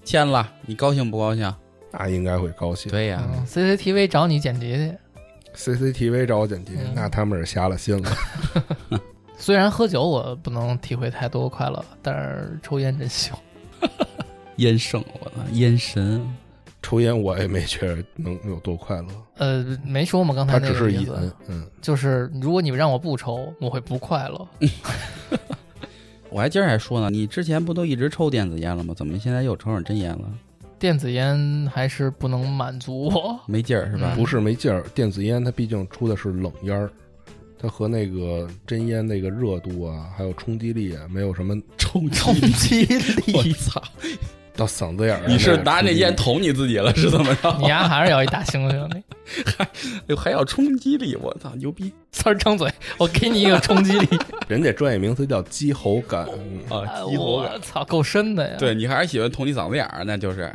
[SPEAKER 2] 签了，你高兴不高兴？
[SPEAKER 3] 那应该会高兴。
[SPEAKER 2] 对呀、
[SPEAKER 1] 嗯，CCTV 找你剪辑去。
[SPEAKER 3] CCTV 找我剪辑
[SPEAKER 1] 嗯，
[SPEAKER 3] 那他们是瞎了心了。
[SPEAKER 1] 虽然喝酒我不能体会太多快乐，但是抽烟真香。
[SPEAKER 2] 烟圣，我操，烟神，
[SPEAKER 3] 抽烟我也没觉得能有多快乐，
[SPEAKER 1] 呃，没说嘛，刚才
[SPEAKER 3] 它
[SPEAKER 1] 那
[SPEAKER 3] 只
[SPEAKER 1] 个
[SPEAKER 3] 是
[SPEAKER 1] 意
[SPEAKER 3] 瘾
[SPEAKER 1] 思，。啊
[SPEAKER 3] 嗯，
[SPEAKER 1] 就是如果你让我不抽，我会不快乐。
[SPEAKER 2] 我还今儿还说呢，你之前不都一直抽电子烟了吗？怎么现在又抽上真烟了？
[SPEAKER 1] 电子烟还是不能满足我。
[SPEAKER 2] 没劲儿是吧？
[SPEAKER 1] 嗯
[SPEAKER 3] 不是没劲儿。电子烟它毕竟出的是冷烟儿，它和那个真烟那个热度啊，还有冲击力啊，没有什么
[SPEAKER 2] 冲冲击 力，操！
[SPEAKER 3] 到嗓子眼儿啊。
[SPEAKER 2] 你是
[SPEAKER 3] 那个
[SPEAKER 2] 拿
[SPEAKER 3] 冲
[SPEAKER 2] 这
[SPEAKER 3] 击力
[SPEAKER 2] 烟捅你自己了，是怎么 着？
[SPEAKER 1] 你丫还是要一大猩猩，你
[SPEAKER 2] 还 还要冲击力，我操，牛逼
[SPEAKER 1] 三儿张嘴，我给你一个冲 击力。
[SPEAKER 3] 人家专业名词叫激喉感。嗯
[SPEAKER 2] 啊！
[SPEAKER 1] 啊
[SPEAKER 2] 激活感
[SPEAKER 1] 我操，够深的呀！
[SPEAKER 2] 对，你还是喜欢捅你嗓子眼儿，那就是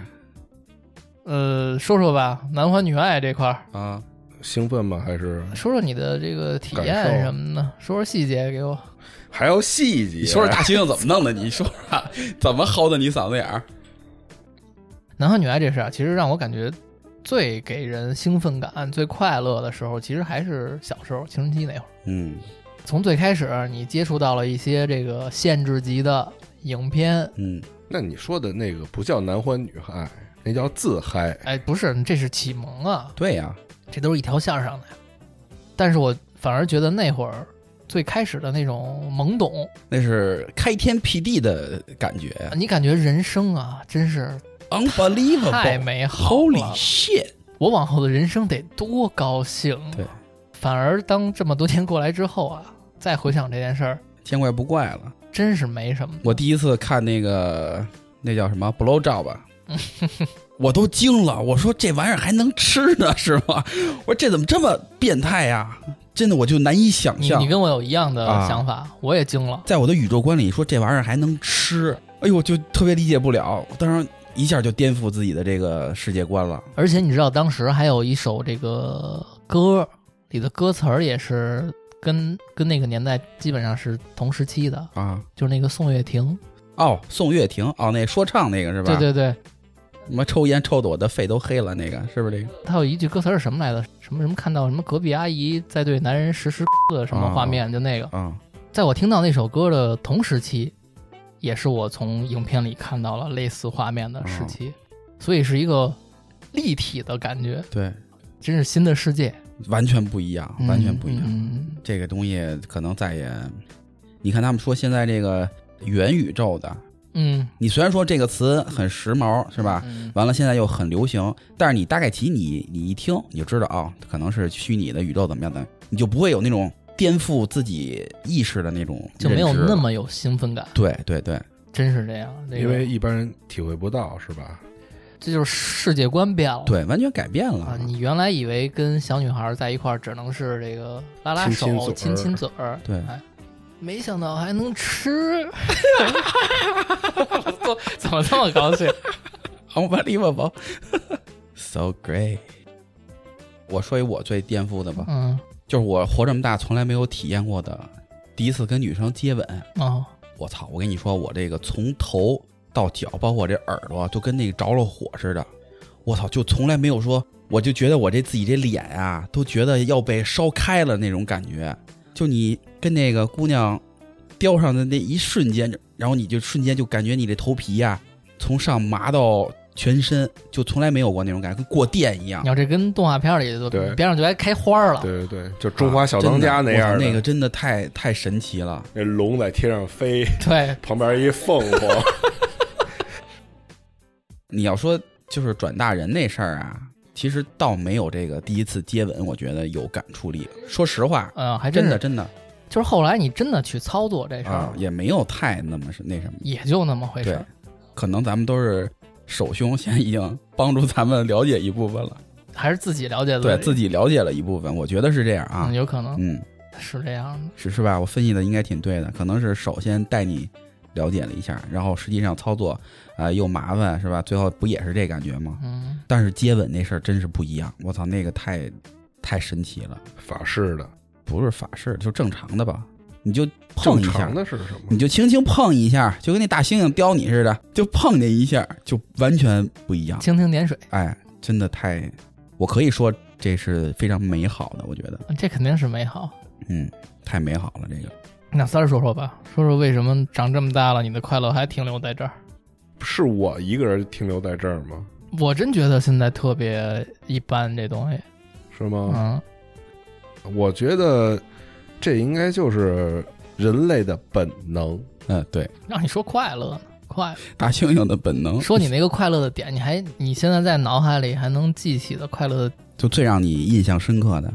[SPEAKER 1] 呃，说说吧，男欢女爱这块儿，
[SPEAKER 2] 啊，
[SPEAKER 3] 兴奋吗？还是
[SPEAKER 1] 说说你的这个体
[SPEAKER 3] 感
[SPEAKER 1] 验
[SPEAKER 3] 受
[SPEAKER 1] 什么的，说说细节给我。
[SPEAKER 3] 还要细节？啊
[SPEAKER 2] 你说说大猩猩怎么弄的？你说说怎么薅的你嗓子眼儿？
[SPEAKER 1] 男欢女爱这事儿啊，其实让我感觉最给人兴奋感、最快乐的时候，其实还是小时候青春期那会儿。
[SPEAKER 2] 嗯
[SPEAKER 1] 从最开始你接触到了一些这个限制级的影片，
[SPEAKER 2] 嗯，
[SPEAKER 3] 那你说的那个不叫男欢女爱，那叫自嗨。
[SPEAKER 1] 哎，不是，这是启蒙啊，
[SPEAKER 2] 对呀，
[SPEAKER 1] 这都是一条线儿上的呀。但是我反而觉得那会儿最开始的那种懵懂，
[SPEAKER 2] 那是开天辟地的感觉
[SPEAKER 1] 你感觉人生啊，真是太
[SPEAKER 2] ，unbelievable，holy
[SPEAKER 1] 美好了。
[SPEAKER 2] shit！
[SPEAKER 1] 我往后的人生得多高兴、啊！
[SPEAKER 2] 对，
[SPEAKER 1] 反而当这么多年过来之后啊，再回想这件事儿，
[SPEAKER 2] 见怪不怪了。
[SPEAKER 1] 真是没什么。
[SPEAKER 2] 我第一次看那个那叫什么 blow job 吧，我都惊了。我说这玩意儿还能吃呢，是吗？我说这怎么这么变态呀、真的，我就难以想
[SPEAKER 1] 你
[SPEAKER 2] 象
[SPEAKER 1] 你。跟我有一样的
[SPEAKER 2] 啊
[SPEAKER 1] 想法，我也惊了。
[SPEAKER 2] 在我的宇宙观里，说这玩意儿还能吃，哎呦，就特别理解不了。我当时一下就颠覆自己的这个世界观了。
[SPEAKER 1] 而且你知道，当时还有一首这个歌里的歌词儿也是跟跟那个年代基本上是同时期的，
[SPEAKER 2] 啊，
[SPEAKER 1] 就是那个宋岳庭。
[SPEAKER 2] 哦，宋岳庭，哦，那说唱那个是吧？
[SPEAKER 1] 对，对对，
[SPEAKER 2] 什么抽烟抽的我的肺都黑了，那个是不是这个？
[SPEAKER 1] 他有一句歌词儿是什么来着？什么什么看到什么隔壁阿姨在对男
[SPEAKER 2] 哦
[SPEAKER 1] 人实施的什么画面，就那个。
[SPEAKER 2] 啊、
[SPEAKER 1] 在我听到那首歌的同时期，也是我从影片里看到了类似画面的时期，
[SPEAKER 2] 嗯
[SPEAKER 1] 所以是一个立体的感觉，
[SPEAKER 2] 对，
[SPEAKER 1] 真是新的世界，
[SPEAKER 2] 完全不一样，完全不一样。
[SPEAKER 1] 嗯
[SPEAKER 2] 这个东西可能再也，你看他们说现在这个元宇宙的，
[SPEAKER 1] 嗯，
[SPEAKER 2] 你虽然说这个词很时髦，是吧？
[SPEAKER 1] 嗯
[SPEAKER 2] 完了，现在又很流行，但是你大概其你你一听你就知道哦，可能是虚拟的宇宙怎么样的，你就不会有那种颠覆自己意识的那种
[SPEAKER 1] 就没有
[SPEAKER 2] 认知了
[SPEAKER 1] 那么有兴奋感，
[SPEAKER 2] 对对对，
[SPEAKER 1] 真是这样。这个
[SPEAKER 3] 因为一般人体会不到，是吧？
[SPEAKER 1] 这就是世界观变了。
[SPEAKER 2] 对，完全改变了。
[SPEAKER 1] 啊，你原来以为跟小女孩在一块儿只能是这个拉拉手、亲
[SPEAKER 3] 亲亲嘴儿
[SPEAKER 1] 亲嘴儿，
[SPEAKER 2] 对啊
[SPEAKER 1] 哎，没想到还能吃， 我怎么这么高 兴？
[SPEAKER 2] Unbelievable, so great。我说一我最颠覆的吧，
[SPEAKER 1] 嗯，
[SPEAKER 2] 就是我活这么大从来没有体验过的，第一次跟女生接吻，
[SPEAKER 1] 哦，
[SPEAKER 2] 我操！我跟你说，我这个从头到脚，包括我这耳朵，就跟那个着了火似的。我操，就从来没有说，我就觉得我这自己这脸啊，都觉得要被烧开了那种感觉。就你跟那个姑娘叼上的那一瞬间，然后你就瞬间就感觉你这头皮呀、从上麻到全身，就从来没有过那种感觉，跟过电一样
[SPEAKER 1] 你。要这跟动画片里的
[SPEAKER 3] 对
[SPEAKER 1] 边上就该开花儿了，
[SPEAKER 3] 对对对，就中华小当
[SPEAKER 2] 啊
[SPEAKER 3] 家
[SPEAKER 2] 真的
[SPEAKER 3] 那样
[SPEAKER 2] 我操
[SPEAKER 3] 的，
[SPEAKER 2] 那个真的太太神奇了。
[SPEAKER 3] 那龙在天上飞，
[SPEAKER 1] 对，
[SPEAKER 3] 旁边一凤凰，
[SPEAKER 2] 你要说就是转大人那事儿啊，其实倒没有这个第一次接吻，我觉得有感触力。说实话，
[SPEAKER 1] 嗯，还
[SPEAKER 2] 真
[SPEAKER 1] 是
[SPEAKER 2] 的，真的
[SPEAKER 1] 就是后来你真的去操作这事儿
[SPEAKER 2] 啊，，也没有太那么是那什么。
[SPEAKER 1] 也就那么回事
[SPEAKER 2] 对
[SPEAKER 1] 儿，，
[SPEAKER 2] 可能咱们都是手兄，现在已经帮助咱们了解一部分了，
[SPEAKER 1] 还是自己了解
[SPEAKER 2] 对
[SPEAKER 1] 己
[SPEAKER 2] 自己了解了一部分，我觉得是这样啊
[SPEAKER 1] 嗯，。有可能
[SPEAKER 2] 嗯，
[SPEAKER 1] 是这样的，
[SPEAKER 2] 是是吧？我分析的应该挺对的，可能是首先带你了解了一下，然后实际上操作啊、呃又麻烦是吧？最后不也是这感觉吗？
[SPEAKER 1] 嗯，
[SPEAKER 2] 但是接吻那事儿真是不一样，我操，那个太太神奇了，
[SPEAKER 3] 法式的，
[SPEAKER 2] 不是法式，就正常的吧，你就碰
[SPEAKER 3] 正
[SPEAKER 2] 一下嗯
[SPEAKER 3] 常，的是什么
[SPEAKER 2] 你？就轻轻碰一下，就跟那大猩猩叼你似的，就碰见一下，就完全不一样。
[SPEAKER 1] 蜻蜓点水，
[SPEAKER 2] 哎，真的太，我可以说这是非常美好的，我觉得，
[SPEAKER 1] 这肯定是美好。
[SPEAKER 2] 嗯，太美好了，这个
[SPEAKER 1] 那三儿说说吧，说说为什么长这么大了，你的快乐还停留在这儿？
[SPEAKER 3] 是我一个人停留在这儿吗？
[SPEAKER 1] 我真觉得现在特别一般这东西，
[SPEAKER 3] 是吗？
[SPEAKER 1] 嗯
[SPEAKER 2] 嗯
[SPEAKER 3] 我觉得这应该就是人类的本能。
[SPEAKER 2] 嗯、对，
[SPEAKER 1] 让你说快乐呢，快
[SPEAKER 2] 大猩猩的本能，
[SPEAKER 1] 说你那个快乐的点，你还你现在在脑海里还能记起的快乐的，
[SPEAKER 2] 就最让你印象深刻的，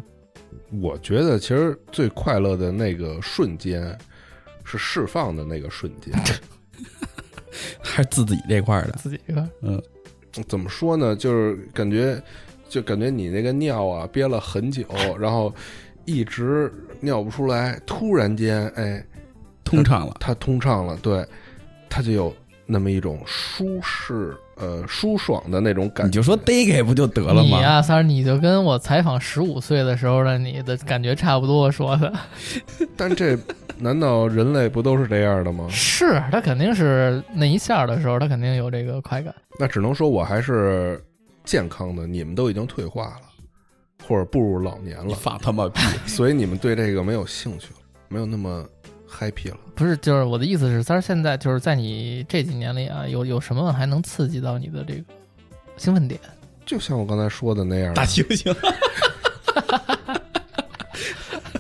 [SPEAKER 3] 我觉得其实最快乐的那个瞬间是释放的那个瞬 间。
[SPEAKER 2] 还是自己这块儿的，
[SPEAKER 1] 自己一个
[SPEAKER 2] 嗯，
[SPEAKER 3] 怎么说呢？就是感觉，就感觉你那个尿啊憋了很久，然后一直尿不出来，突然间，哎，
[SPEAKER 2] 通畅了，
[SPEAKER 3] 它通畅了，对，它就有那么一种舒适、呃舒爽的那种感觉。
[SPEAKER 2] 你就说逮给不就得了
[SPEAKER 1] 你
[SPEAKER 2] 吗？
[SPEAKER 1] 呀、三儿，你就跟我采访十五岁的时候的你的感觉差不多，说的
[SPEAKER 2] 哦
[SPEAKER 3] 但这难道人类不都是这样的吗？
[SPEAKER 1] 是他肯定是那一下的时候，他肯定有这个快感，
[SPEAKER 3] 那只能说我还是健康的，你们都已经退化了，或者步入老年
[SPEAKER 2] 你
[SPEAKER 3] 了，
[SPEAKER 2] 放他妈屁！
[SPEAKER 3] 所以你们对这个没有兴趣了，没有那么 happy 了。
[SPEAKER 1] 不是就是我的意思是，三儿现在就是在你这几年里啊，有有什么还能刺激到你的这个兴奋点？
[SPEAKER 3] 就像我刚才说的那样，
[SPEAKER 2] 大猩猩，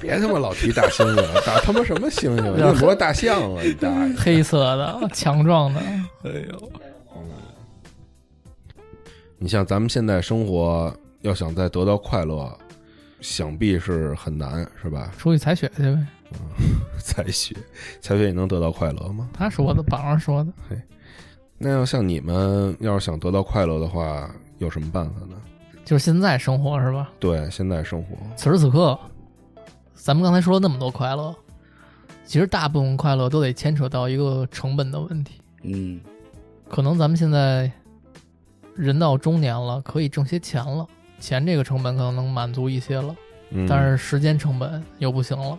[SPEAKER 3] 别他妈老提大猩猩了，打他妈什么猩 猩？
[SPEAKER 1] 对啊
[SPEAKER 3] 你怎么不是大象啊？你大爷！
[SPEAKER 1] 黑色的、 强壮的，
[SPEAKER 2] 哎呦，
[SPEAKER 3] 你像咱们现在生活，要想再得到快乐，想必是很难，是吧？
[SPEAKER 1] 出去采血去呗。
[SPEAKER 3] 采血，采血也能得到快乐吗？
[SPEAKER 1] 他说的，榜上说的，
[SPEAKER 3] 那要像你们要是想得到快乐的话，有什么办法呢？
[SPEAKER 1] 就是现在生活是吧？
[SPEAKER 3] 对，现在生活，
[SPEAKER 1] 此时此刻，咱们刚才说了那么多快乐，其实大部分快乐都得牵扯到一个成本的问题。
[SPEAKER 2] 嗯，
[SPEAKER 1] 可能咱们现在人到中年了，可以挣些钱了，钱这个成本可能能满足一些了，
[SPEAKER 3] 嗯、
[SPEAKER 1] 但是时间成本又不行了。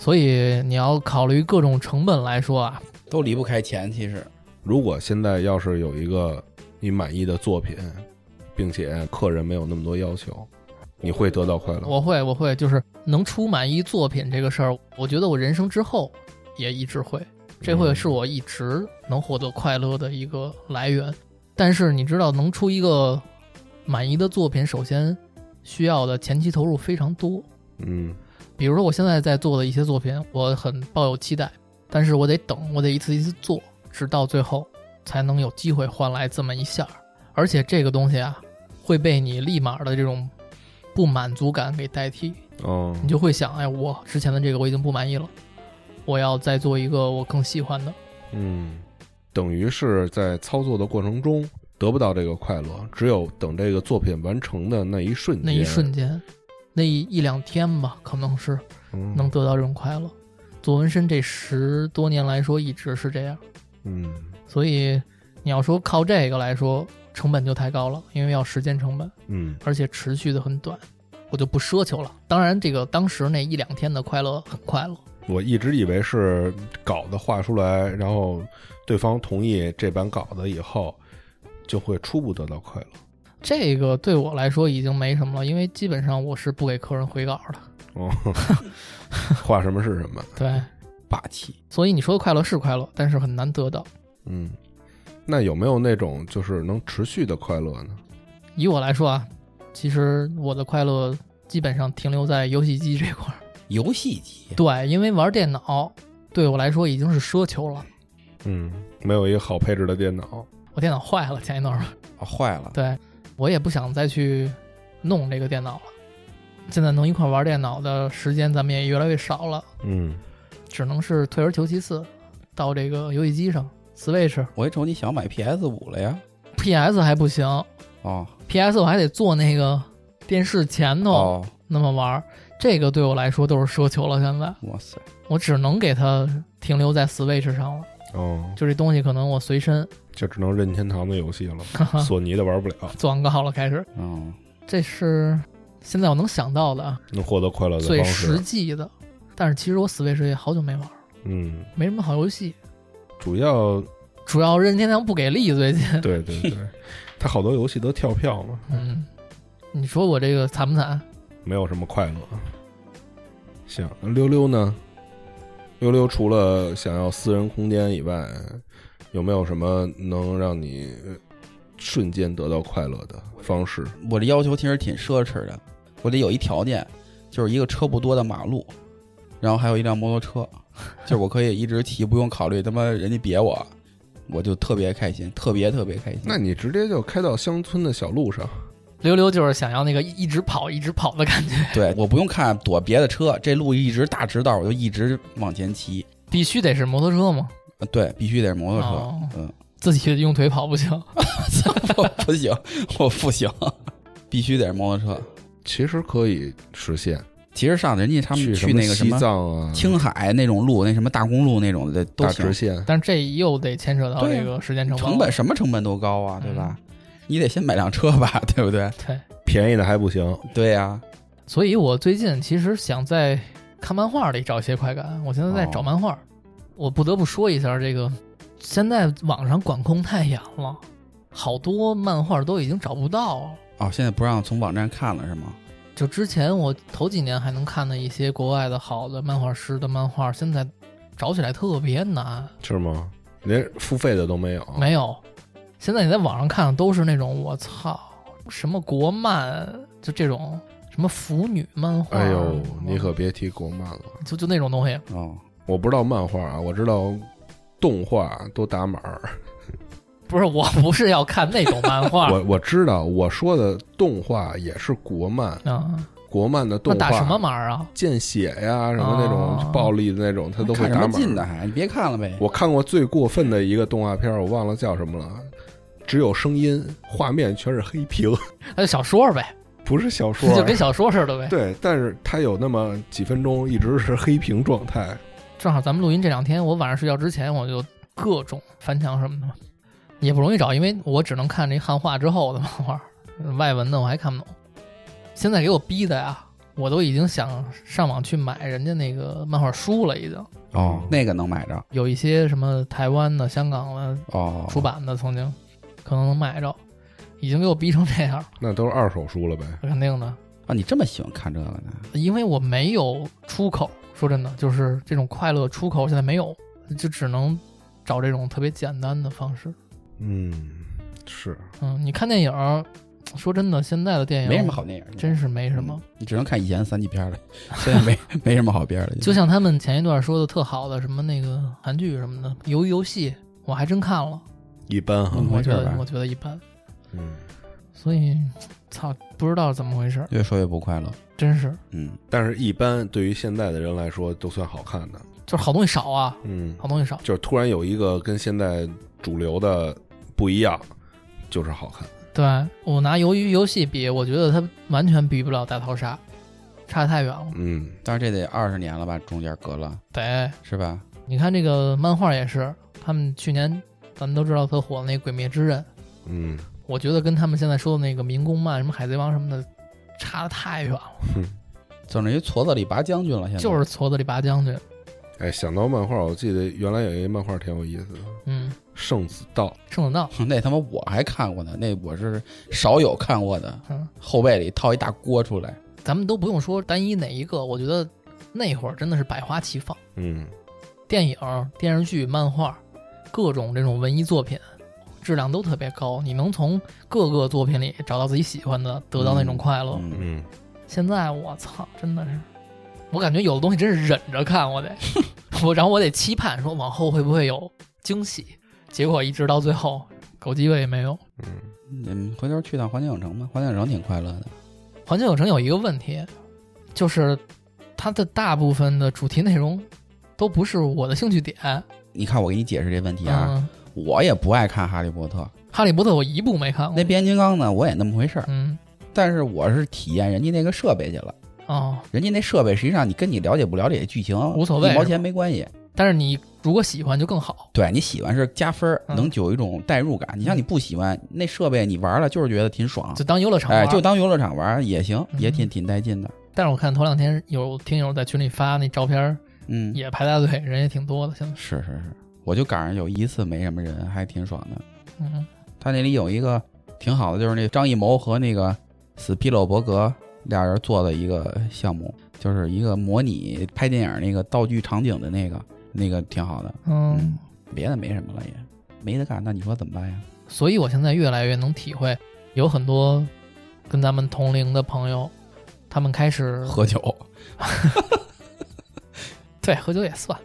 [SPEAKER 1] 所以你要考虑各种成本来说啊，
[SPEAKER 2] 都离不开钱，其实，
[SPEAKER 3] 如果现在要是有一个你满意的作品，并且客人没有那么多要求，你会得到快乐吗。
[SPEAKER 1] 我会，我会，就是能出满意作品这个事儿，我觉得我人生之后也一直会。这会是我一直能获得快乐的一个来源。但是你知道，能出一个满意的作品，首先需要的前期投入非常多。
[SPEAKER 3] 嗯
[SPEAKER 1] 比如说我现在在做的一些作品，我很抱有期待，但是我得等，我得一次一次做，直到最后才能有机会换来这么一下儿。而且这个东西啊，会被你立马的这种不满足感给代替，
[SPEAKER 3] 哦，
[SPEAKER 1] 你就会想，哎，我之前的这个我已经不满意了，我要再做一个我更喜欢的。
[SPEAKER 3] 嗯，等于是在操作的过程中得不到这个快乐，只有等这个作品完成的那一瞬间，
[SPEAKER 1] 那一瞬间，那一一两天吧，可能是
[SPEAKER 3] 嗯
[SPEAKER 1] 能得到这种快乐。左文深这十多年来说一直是这样。
[SPEAKER 3] 嗯
[SPEAKER 1] 所以你要说靠这个来说，成本就太高了，因为要时间成本，
[SPEAKER 3] 嗯
[SPEAKER 1] 而且持续的很短，我就不奢求了。当然，这个当时那一两天的快乐很快乐，
[SPEAKER 3] 我一直以为是稿子画出来，然后对方同意这版稿子以后，就会初步得到快乐。
[SPEAKER 1] 这个对我来说已经没什么了，因为基本上我是不给客人回稿的。
[SPEAKER 3] 哦，画什么是什么。
[SPEAKER 1] 对，
[SPEAKER 2] 霸气。
[SPEAKER 1] 所以你说的快乐是快乐，但是很难得到。
[SPEAKER 3] 嗯，那有没有那种就是能持续的快乐呢？
[SPEAKER 1] 以我来说啊，其实我的快乐基本上停留在游戏机这块儿。
[SPEAKER 2] 游戏机
[SPEAKER 1] 对，因为玩电脑对我来说已经是奢求了。
[SPEAKER 3] 嗯，没有一个好配置的电脑。
[SPEAKER 1] 我电脑坏了，前一段儿
[SPEAKER 2] 啊坏了，
[SPEAKER 1] 对我也不想再去弄这个电脑了。现在能一块玩电脑的时间，咱们也越来越少了，
[SPEAKER 3] 嗯，
[SPEAKER 1] 只能是退而求其次，到这个游戏机上，Switch、
[SPEAKER 2] 我一瞅你想买 PS 五了呀？
[SPEAKER 1] PS 还不行
[SPEAKER 2] 哦
[SPEAKER 1] ，PS 我还得坐那个电视前头
[SPEAKER 2] 哦，
[SPEAKER 1] 那么玩儿，这个对我来说都是奢求了。现在
[SPEAKER 2] 哇塞，
[SPEAKER 1] 我只能给它停留在 Switch 上了，
[SPEAKER 3] 哦，
[SPEAKER 1] 就这东西可能我随身，
[SPEAKER 3] 就只能任天堂的游戏了，
[SPEAKER 1] 哈哈，
[SPEAKER 3] 索尼的玩不了。
[SPEAKER 1] 做广告了开始，
[SPEAKER 2] 嗯，
[SPEAKER 1] 这是现在我能想到的啊。
[SPEAKER 3] 能获得快乐的
[SPEAKER 1] 最
[SPEAKER 3] 方
[SPEAKER 1] 实
[SPEAKER 3] 式，啊
[SPEAKER 1] 际的。但是其实我 Switch 也好久没玩了，
[SPEAKER 3] 嗯，
[SPEAKER 1] 没什么好游戏，
[SPEAKER 3] 主要
[SPEAKER 1] 主要任天堂不给力最近。
[SPEAKER 3] 对对 对，它好多游戏都跳票嘛，
[SPEAKER 1] 嗯，你说我这个惨不惨？
[SPEAKER 3] 没有什么快乐。行，那溜溜呢？溜溜除了想要私人空间以外，有没有什么能让你呃瞬间得到快乐的方式？
[SPEAKER 2] 我这要求其实挺奢侈的，我得有一条件，就是一个车不多的马路，然后还有一辆摩托车，就是我可以一直骑，不用考虑他妈人家别我，我就特别开心，特别特别开心。
[SPEAKER 3] 那你直接就开到乡村的小路上，
[SPEAKER 1] 溜溜就是想要那个一直跑一直跑的感觉，
[SPEAKER 2] 对我不用看躲别的车，这路一直大直道，我就一直往前骑。
[SPEAKER 1] 必须得是摩托车嘛，
[SPEAKER 2] 呃对，必须得是摩托车。
[SPEAKER 1] 哦
[SPEAKER 2] 嗯，
[SPEAKER 1] 自己用腿跑不行。
[SPEAKER 2] 我不行，我不行，必须得是摩托车。
[SPEAKER 3] 其实可以实现。
[SPEAKER 2] 其实上人家他们
[SPEAKER 3] 去
[SPEAKER 2] 去那个什
[SPEAKER 3] 西
[SPEAKER 2] 么
[SPEAKER 3] 藏啊，
[SPEAKER 2] 青海那种路，那什么大公路那种的都
[SPEAKER 3] 大
[SPEAKER 2] 行
[SPEAKER 3] 直，线，
[SPEAKER 1] 但是这又得牵扯到
[SPEAKER 2] 对啊
[SPEAKER 1] 这个时间成本了。
[SPEAKER 2] 成本什么成本都高啊，对吧？
[SPEAKER 3] 嗯
[SPEAKER 2] 你得先买辆车吧， 对不对？
[SPEAKER 1] 对，
[SPEAKER 3] 便宜的还不行。
[SPEAKER 2] 对呀、
[SPEAKER 1] 所以我最近其实想在看漫画里找一些快感。我现在在找漫
[SPEAKER 2] 哦
[SPEAKER 1] 画，我不得不说一下这个，现在网上管控太严了，好多漫画都已经找不到了。
[SPEAKER 2] 哦，现在不让从网站看了是吗？
[SPEAKER 1] 就之前我头几年还能看的一些国外的好的漫画师的漫画，现在找起来特别难，
[SPEAKER 3] 是吗？连付费的都没有，
[SPEAKER 1] 没有。现在你在网上看的都是那种我操什么国漫，就这种什么腐女漫画，
[SPEAKER 3] 哎呦，你可别提国漫了。
[SPEAKER 1] 就就那种东西，
[SPEAKER 2] 哦，
[SPEAKER 3] 我不知道漫画啊，我知道动画都打码儿。
[SPEAKER 1] 不是，我不是要看那种漫画。
[SPEAKER 3] 我我知道，我说的动画也是国漫，
[SPEAKER 1] 嗯，
[SPEAKER 3] 国漫的动
[SPEAKER 1] 那
[SPEAKER 3] 画
[SPEAKER 1] 打什么码儿啊？
[SPEAKER 3] 见血呀，什么那
[SPEAKER 1] 哦
[SPEAKER 3] 种暴力的那种，他都会
[SPEAKER 2] 看什
[SPEAKER 3] 打
[SPEAKER 2] 么
[SPEAKER 3] 码
[SPEAKER 2] 劲的
[SPEAKER 3] 儿。
[SPEAKER 2] 还？你别看了呗。
[SPEAKER 3] 我看过最过分的一个动画片儿，我忘了叫什么了，只有声音，画面全是黑屏，
[SPEAKER 1] 那就小说呗，
[SPEAKER 3] 不是小说
[SPEAKER 1] 那。就 跟小说似的呗。
[SPEAKER 3] 对，但是它有那么几分钟一直是黑屏状态，
[SPEAKER 1] 正好咱们录音这两天，我晚上睡觉之前我就各种翻墙什么的嘛，也不容易找，因为我只能看这汉化之后的漫画，外文的我还看不懂。现在给我逼的呀，我都已经想上网去买人家那个漫画书了，已经
[SPEAKER 2] 哦，那个能买着
[SPEAKER 1] 有一些什么台湾的、香港的
[SPEAKER 2] 哦，
[SPEAKER 1] 出版的，曾经可能能买着，已经给我逼成这样，
[SPEAKER 3] 那都是二手书了呗。
[SPEAKER 1] 肯定的。
[SPEAKER 2] 啊，你这么喜欢看这个呢？
[SPEAKER 1] 因为我没有出口，说真的，就是这种快乐出口现在没有。就只能找这种特别简单的方式。
[SPEAKER 3] 嗯，是
[SPEAKER 1] 嗯，你看电影儿，说真的，现在的
[SPEAKER 3] 哎
[SPEAKER 1] 电影
[SPEAKER 2] 没什么好嗯电影，
[SPEAKER 1] 真是没什么。
[SPEAKER 2] 你只能看以前三级片了，现在没 没什么好片了。
[SPEAKER 1] 就像他们前一段说的特好的什么那个韩剧什么的，《鱿鱼游戏》，我还真看了，
[SPEAKER 3] 一般哈。
[SPEAKER 2] 嗯
[SPEAKER 1] 我觉
[SPEAKER 2] 没事
[SPEAKER 1] 得
[SPEAKER 2] 吧
[SPEAKER 1] 我觉得一般，
[SPEAKER 3] 嗯，
[SPEAKER 1] 所以操，不知道怎么回事儿，
[SPEAKER 2] 越说越不快乐。
[SPEAKER 1] 真是
[SPEAKER 2] 嗯，
[SPEAKER 3] 但是一般对于现在的人来说都算好看的。
[SPEAKER 1] 就是好东西少啊，
[SPEAKER 3] 嗯，
[SPEAKER 1] 好东西少。
[SPEAKER 3] 就是突然有一个跟现在主流的不一样，就是好看。
[SPEAKER 1] 对我拿《鱿鱼游戏》比，我觉得它完全比不了《大逃杀》，差太远了。
[SPEAKER 3] 嗯，
[SPEAKER 2] 但是这得二十年了吧，中间隔了
[SPEAKER 1] 得，
[SPEAKER 2] 是吧？
[SPEAKER 1] 你看这个漫画也是，他们去年咱们都知道特火的那个《鬼灭之刃》，
[SPEAKER 3] 嗯，
[SPEAKER 1] 我觉得跟他们现在说的那个民工漫、什么海贼王什么的，差的太远了，
[SPEAKER 2] 整了一矬子里拔将军了，现在
[SPEAKER 1] 就是矬子里拔将军。
[SPEAKER 3] 哎，想到漫画，我记得原来有一个漫画挺有意思的，《
[SPEAKER 1] 嗯，
[SPEAKER 3] 圣子道
[SPEAKER 1] 圣子道，
[SPEAKER 2] 那他妈我还看过呢，那我是少有看过的，
[SPEAKER 1] 嗯，
[SPEAKER 2] 后背里套一大锅出来，
[SPEAKER 1] 咱们都不用说单一哪一个，我觉得那会儿真的是百花齐放，》。
[SPEAKER 3] 嗯，
[SPEAKER 1] 电影、电视剧、漫画，各种这种文艺作品，质量都特别高。你能从各个作品里找到自己喜欢的，得到那种快乐。
[SPEAKER 2] 嗯，
[SPEAKER 3] 嗯，
[SPEAKER 1] 现在我操，真的是，我感觉有的东西真是忍着看， 我得，我然后我得期盼说往后会不会有惊喜，结果一直到最后，狗鸡巴也没有。
[SPEAKER 3] 嗯
[SPEAKER 2] 你们嗯回头去趟环球影城吧，环球影城挺快乐的。
[SPEAKER 1] 环球影城有一个问题，就是它的大部分的主题内容都不是我的兴趣点。
[SPEAKER 2] 你看我给你解释这问题啊，
[SPEAKER 1] 嗯，哦
[SPEAKER 2] 我也不爱看《哈利波特》，
[SPEAKER 1] 哈利波特我一部没看
[SPEAKER 2] 那
[SPEAKER 1] 过。
[SPEAKER 2] 变形金刚呢，我也那么回事儿，
[SPEAKER 1] 嗯，
[SPEAKER 2] 但是我是体验人家那个设备去了，
[SPEAKER 1] 哦，
[SPEAKER 2] 人家那设备实际上你跟你了解不了解剧情
[SPEAKER 1] 无所谓
[SPEAKER 2] 一毛
[SPEAKER 1] 是
[SPEAKER 2] 钱没关系。
[SPEAKER 1] 但是你如果喜欢就更好。
[SPEAKER 2] 对你喜欢是加分儿，
[SPEAKER 1] 嗯
[SPEAKER 2] 能有一种代入感。你像你不喜欢那设备，你玩了就是觉得挺爽，
[SPEAKER 1] 就当游乐场玩
[SPEAKER 2] 哎
[SPEAKER 1] 儿，，
[SPEAKER 2] 就当游乐场玩儿也行，
[SPEAKER 1] 嗯
[SPEAKER 2] 也挺挺带劲的。
[SPEAKER 1] 但是我看头两天有听友在群里发那照片儿，
[SPEAKER 2] 嗯，
[SPEAKER 1] 也排大队，人也挺多的。现在，
[SPEAKER 2] 是是是，我就赶上有一次没什么人，还挺爽的。
[SPEAKER 1] 嗯，
[SPEAKER 2] 他那里有一个挺好的，就是那张艺谋和那个斯皮洛伯格俩人做的一个项目，就是一个模拟拍电影那个道具场景的那个，那个挺好的。
[SPEAKER 1] 嗯，
[SPEAKER 2] 别的没什么了也，没得干，那你说怎么办呀？
[SPEAKER 1] 所以我现在越来越能体会，有很多跟咱们同龄的朋友，他们开 始
[SPEAKER 2] 喝酒，
[SPEAKER 1] 对喝酒也算，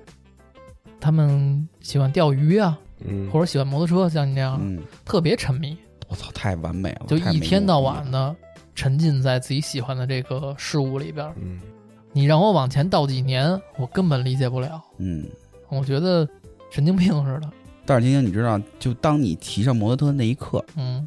[SPEAKER 1] 他们喜欢钓鱼啊，
[SPEAKER 3] 嗯，
[SPEAKER 1] 或者喜欢摩托车，像你这样、
[SPEAKER 2] 嗯，
[SPEAKER 1] 特别沉迷，
[SPEAKER 2] 我操，太完美了，
[SPEAKER 1] 就
[SPEAKER 2] 太
[SPEAKER 1] 一
[SPEAKER 2] 没
[SPEAKER 1] 天
[SPEAKER 2] 用
[SPEAKER 1] 到
[SPEAKER 2] 了
[SPEAKER 1] 晚的沉浸在自己喜欢的这个事物里边儿。
[SPEAKER 3] 嗯，
[SPEAKER 1] 你让我往前倒几年，我根本理解不了，
[SPEAKER 2] 嗯，
[SPEAKER 1] 我觉得神经病似的。
[SPEAKER 2] 但是晶晶，你知道，就当你骑上摩托车那一刻，
[SPEAKER 1] 嗯，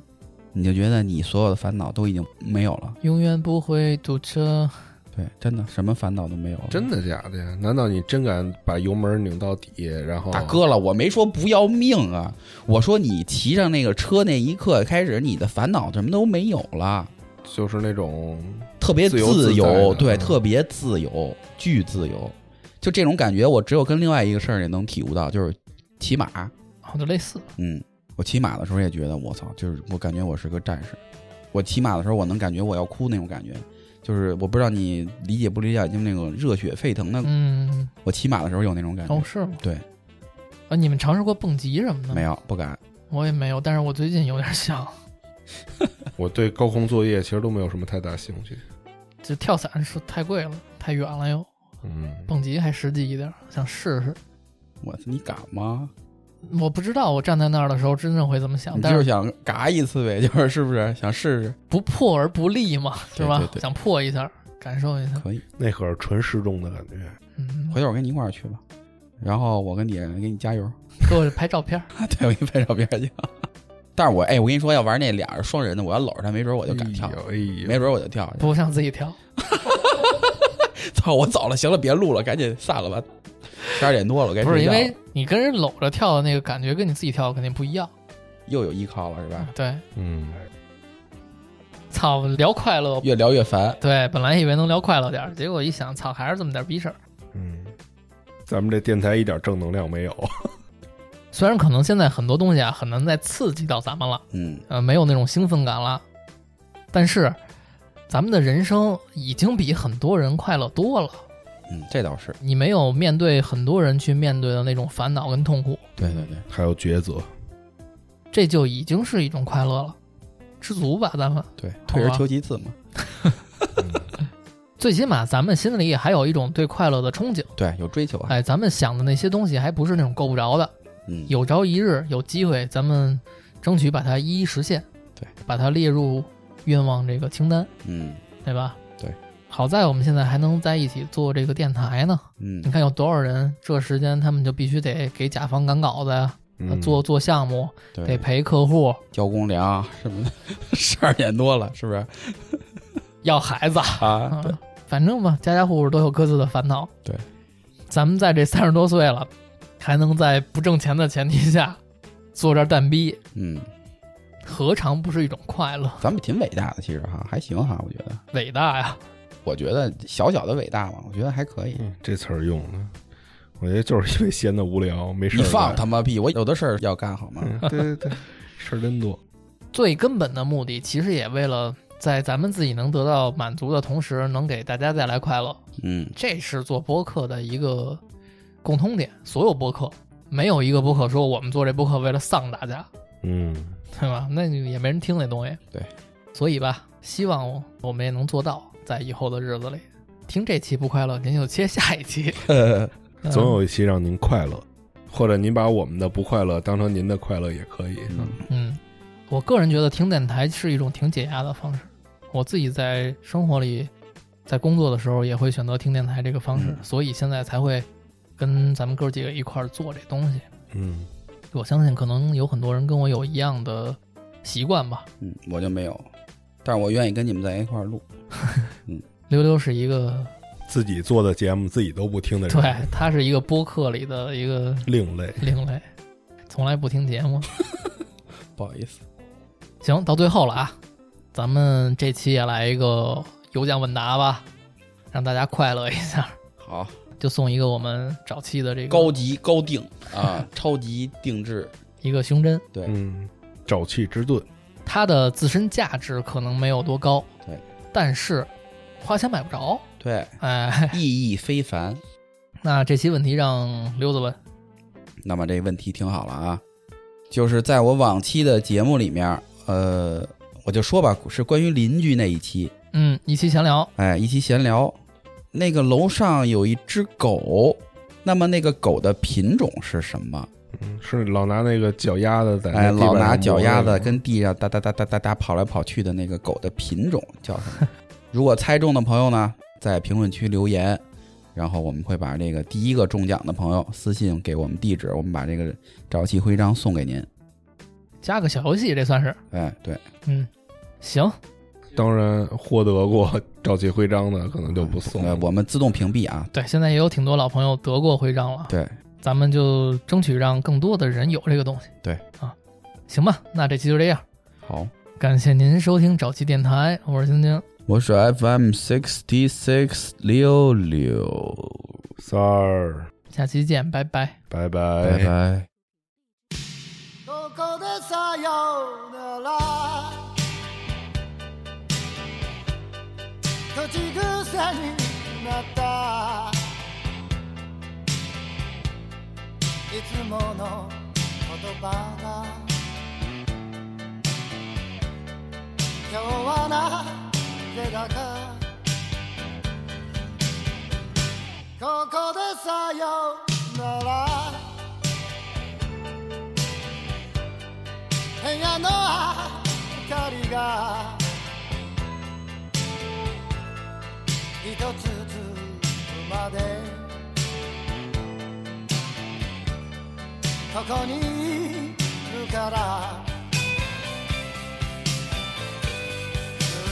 [SPEAKER 2] 你就觉得你所有的烦恼都已经没有了。
[SPEAKER 1] 永远不会堵车。
[SPEAKER 2] 对，真的什么烦恼都没有了。
[SPEAKER 3] 真的假的呀？难道你真敢把油门拧到底，然后
[SPEAKER 2] 大哥了，我没说不要命啊，我说你骑上那个车那一刻开始，你的烦恼什么都没有了，
[SPEAKER 3] 就是那种
[SPEAKER 2] 特别
[SPEAKER 3] 自由自在的
[SPEAKER 2] 对，
[SPEAKER 3] 嗯
[SPEAKER 2] 特别自由，巨自由。就这种感觉，我只有跟另外一个事儿也能体悟到，就是骑马。
[SPEAKER 1] 啊，就类似，
[SPEAKER 2] 嗯，我骑马的时候也觉得，我操，就是我感觉我是个战士。我骑马的时候，我能感觉我要哭那种感觉，就是我不知道你理解不理解，就那种热血沸腾的。
[SPEAKER 1] 嗯，
[SPEAKER 2] 我骑马的时候有那种感觉，
[SPEAKER 1] 哦，是吗？
[SPEAKER 2] 对，
[SPEAKER 1] 啊，你们尝试过蹦极什么的吗？
[SPEAKER 2] 没有不敢。
[SPEAKER 1] 我也没有，但是我最近有点想，
[SPEAKER 3] 我对高空作业其实都没有什么太大兴趣。
[SPEAKER 1] 就跳伞是太贵了，太远了又，
[SPEAKER 3] 嗯，
[SPEAKER 1] 蹦极还实际一点，想试试。
[SPEAKER 2] 我操，你敢吗？
[SPEAKER 1] 我不知道我站在那儿的时候真正会怎么想，
[SPEAKER 2] 你
[SPEAKER 1] 但
[SPEAKER 2] 就是是想嘎一次呗，就是是不是想试试？
[SPEAKER 1] 不破而不立嘛，是
[SPEAKER 2] 对
[SPEAKER 1] 吧？
[SPEAKER 2] 对对
[SPEAKER 1] 想破一下，感受一下。
[SPEAKER 2] 可以，
[SPEAKER 3] 那可是纯失重的感觉。
[SPEAKER 1] 嗯，
[SPEAKER 2] 回头我跟你一块儿去吧，然后我跟你给你加 油。
[SPEAKER 1] 给我拍照片儿。
[SPEAKER 2] 对，我给你拍照片去。 但是我哎，我跟你说，要玩那俩人双人的，我要搂着他，没准我就敢跳
[SPEAKER 3] 哎，呦，哎呦，
[SPEAKER 2] 没准我就跳。
[SPEAKER 1] 不想自己跳，
[SPEAKER 2] 操，我走了，行了，别录了，赶紧散了吧。十二点多了，我该
[SPEAKER 1] 不是
[SPEAKER 2] 睡
[SPEAKER 1] 因
[SPEAKER 2] 觉了
[SPEAKER 1] 为你跟人搂着跳的那个感觉，跟你自己跳的肯定不一样。
[SPEAKER 2] 又有依靠了，是吧？
[SPEAKER 1] 对，
[SPEAKER 3] 嗯，
[SPEAKER 1] 操，聊快乐。
[SPEAKER 2] 越聊越烦。
[SPEAKER 1] 对，本来以为能聊快乐点儿，结果一想，操，还是这么点儿逼事儿。
[SPEAKER 3] 嗯，咱们这电台一点正能量没有。
[SPEAKER 1] 虽然可能现在很多东西啊，很难再刺激到咱们了，
[SPEAKER 2] 嗯，
[SPEAKER 1] 呃，没有那种兴奋感了，但是咱们的人生已经比很多人快乐多了。
[SPEAKER 2] 嗯，这倒是，
[SPEAKER 1] 你没有面对很多人去面对的那种烦恼跟痛苦，
[SPEAKER 2] 对对对，
[SPEAKER 3] 还有抉择，
[SPEAKER 1] 这就已经是一种快乐了，知足吧，咱们
[SPEAKER 2] 对，
[SPEAKER 1] 好吧
[SPEAKER 2] 退而求其次嘛，
[SPEAKER 1] 最起码咱们心里也还有一种对快乐的憧憬。
[SPEAKER 2] 对，有追求啊，
[SPEAKER 1] 哎，咱们想的那些东西还不是那种够不着的，
[SPEAKER 2] 嗯，
[SPEAKER 1] 有朝一日有机会，咱们争取把它一一实现，
[SPEAKER 2] 对，
[SPEAKER 1] 把它列入愿望这个清单，
[SPEAKER 2] 嗯
[SPEAKER 1] 对吧？
[SPEAKER 2] 对，
[SPEAKER 1] 好在我们现在还能在一起做这个电台呢。
[SPEAKER 2] 嗯
[SPEAKER 1] 你，看有多少人这时间他们就必须得给甲方赶稿子呀，
[SPEAKER 3] 嗯
[SPEAKER 1] 做做项目，得
[SPEAKER 2] 对，
[SPEAKER 1] 陪客户
[SPEAKER 2] 交公粮什么的，十二点多了，是不是
[SPEAKER 1] 要孩子，
[SPEAKER 2] 啊？对
[SPEAKER 1] 嗯，反正吧，家家户户都有各自的烦恼。
[SPEAKER 2] 对，
[SPEAKER 1] 咱们在这三十多岁了，还能在不挣钱的前提下做这儿蛋逼，
[SPEAKER 2] 嗯，
[SPEAKER 1] 何尝不是一种快乐？
[SPEAKER 2] 咱们挺伟大的，其实哈，还行哈，我觉得，
[SPEAKER 1] 伟大呀！
[SPEAKER 2] 我觉得小小的伟大嘛，我觉得还可以。
[SPEAKER 3] 嗯这词儿用的，我觉得就是因为闲的无聊，没事儿
[SPEAKER 2] 你
[SPEAKER 3] 干。
[SPEAKER 2] 放他妈屁！我有的事儿要干，好吗？
[SPEAKER 3] 嗯，对对对， 事儿真多。
[SPEAKER 1] 最根本的目的，其实也为了在咱们自己能得到满足的同时，能给大家带来快乐。
[SPEAKER 2] 嗯，
[SPEAKER 1] 这是做播客的一个共通点。所有播客没有一个播客说我们做这播客为了丧大家，
[SPEAKER 3] 嗯，
[SPEAKER 1] 对吧？那你也没人听那东西。
[SPEAKER 2] 对，
[SPEAKER 1] 所以吧，希望我我们也能做到，在以后的日子里，听这期不快乐，您就切下一期。嗯
[SPEAKER 3] 总有一期让您快乐，或者您把我们的不快乐当成您的快乐也可以。
[SPEAKER 2] 嗯
[SPEAKER 1] 嗯，我个人觉得听电台是一种挺解压的方式。我自己在生活里，在工作的时候也会选择听电台这个方式，
[SPEAKER 2] 嗯
[SPEAKER 1] 所以现在才会跟咱们哥几个一块儿做这东西。
[SPEAKER 3] 嗯，
[SPEAKER 1] 我相信可能有很多人跟我有一样的习惯吧。
[SPEAKER 2] 嗯，我就没有，但是我愿意跟你们在一块儿录。
[SPEAKER 1] 溜溜是一个，
[SPEAKER 3] 自己做的节目自己都不听的人，
[SPEAKER 1] 对，他是一个播客里的一个
[SPEAKER 3] 另类。
[SPEAKER 1] 另类，从来不听节目。
[SPEAKER 2] 不好意思，
[SPEAKER 1] 行，到最后了啊，咱们这期也来一个有奖问答吧，让大家快乐一下，
[SPEAKER 2] 好，
[SPEAKER 1] 就送一个我们早期的这个
[SPEAKER 2] 高级高定啊，超级定制，
[SPEAKER 1] 一个胸针，
[SPEAKER 2] 对，
[SPEAKER 3] 嗯，沼气之盾，
[SPEAKER 1] 它的自身价值可能没有多高，
[SPEAKER 2] 对，
[SPEAKER 1] 但是花钱买不着，
[SPEAKER 2] 对，
[SPEAKER 1] 哎，
[SPEAKER 2] 意义非凡。
[SPEAKER 1] 那这期问题让溜子问，
[SPEAKER 2] 那么这问题听好了啊，就是在我往期的节目里面，呃，我就说吧，是关于邻居那一期，
[SPEAKER 1] 嗯，一期闲聊，
[SPEAKER 2] 哎，一期闲聊，那个楼上有一只狗，那么那个狗的品种是什么？
[SPEAKER 3] 嗯，是老拿那个脚丫子在那
[SPEAKER 2] 哎，
[SPEAKER 3] 地板
[SPEAKER 2] 老拿
[SPEAKER 3] 上
[SPEAKER 2] 脚
[SPEAKER 3] 磨
[SPEAKER 2] 丫
[SPEAKER 3] 那
[SPEAKER 2] 子
[SPEAKER 3] 个
[SPEAKER 2] 跟地上哒哒哒哒哒哒跑来跑去的那个狗的品种叫什 么？如果猜中的朋友呢，在评论区留言，然后我们会把这个第一个中奖的朋友私信给我们地址，我们把这个沼气徽章送给您。
[SPEAKER 1] 加个小游戏，这算是，
[SPEAKER 2] 哎，对，
[SPEAKER 1] 嗯，行，
[SPEAKER 3] 当然获得过沼气徽章的可能就不送
[SPEAKER 2] 呃，
[SPEAKER 3] 了。
[SPEAKER 2] 我们自动屏蔽啊。
[SPEAKER 1] 对，现在也有挺多老朋友得过徽章了，
[SPEAKER 2] 对，
[SPEAKER 1] 咱们就争取让更多的人有这个东西，
[SPEAKER 2] 对
[SPEAKER 1] 啊，行吧，那这期就这样。
[SPEAKER 2] 好，
[SPEAKER 1] 感谢您收听早期电台，我是晶晶，
[SPEAKER 2] 我是 FM sixty six 六六，
[SPEAKER 3] 三儿，
[SPEAKER 1] 下期见，拜拜。
[SPEAKER 3] 拜
[SPEAKER 2] 拜拜。
[SPEAKER 4] 高高的撒哟的啦，有几个山里那大，いつもの言葉が今日はなぜだかここでさよなら部屋の明かりが一つずつまでここにいるから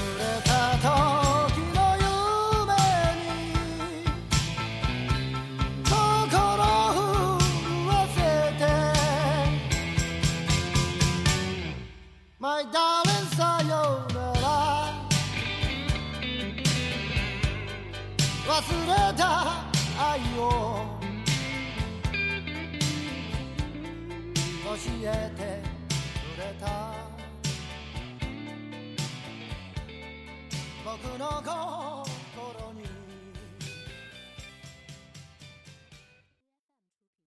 [SPEAKER 4] 濡れた時の夢に心震わせて My darling, sayonara 忘れた愛を教えてくれた僕の心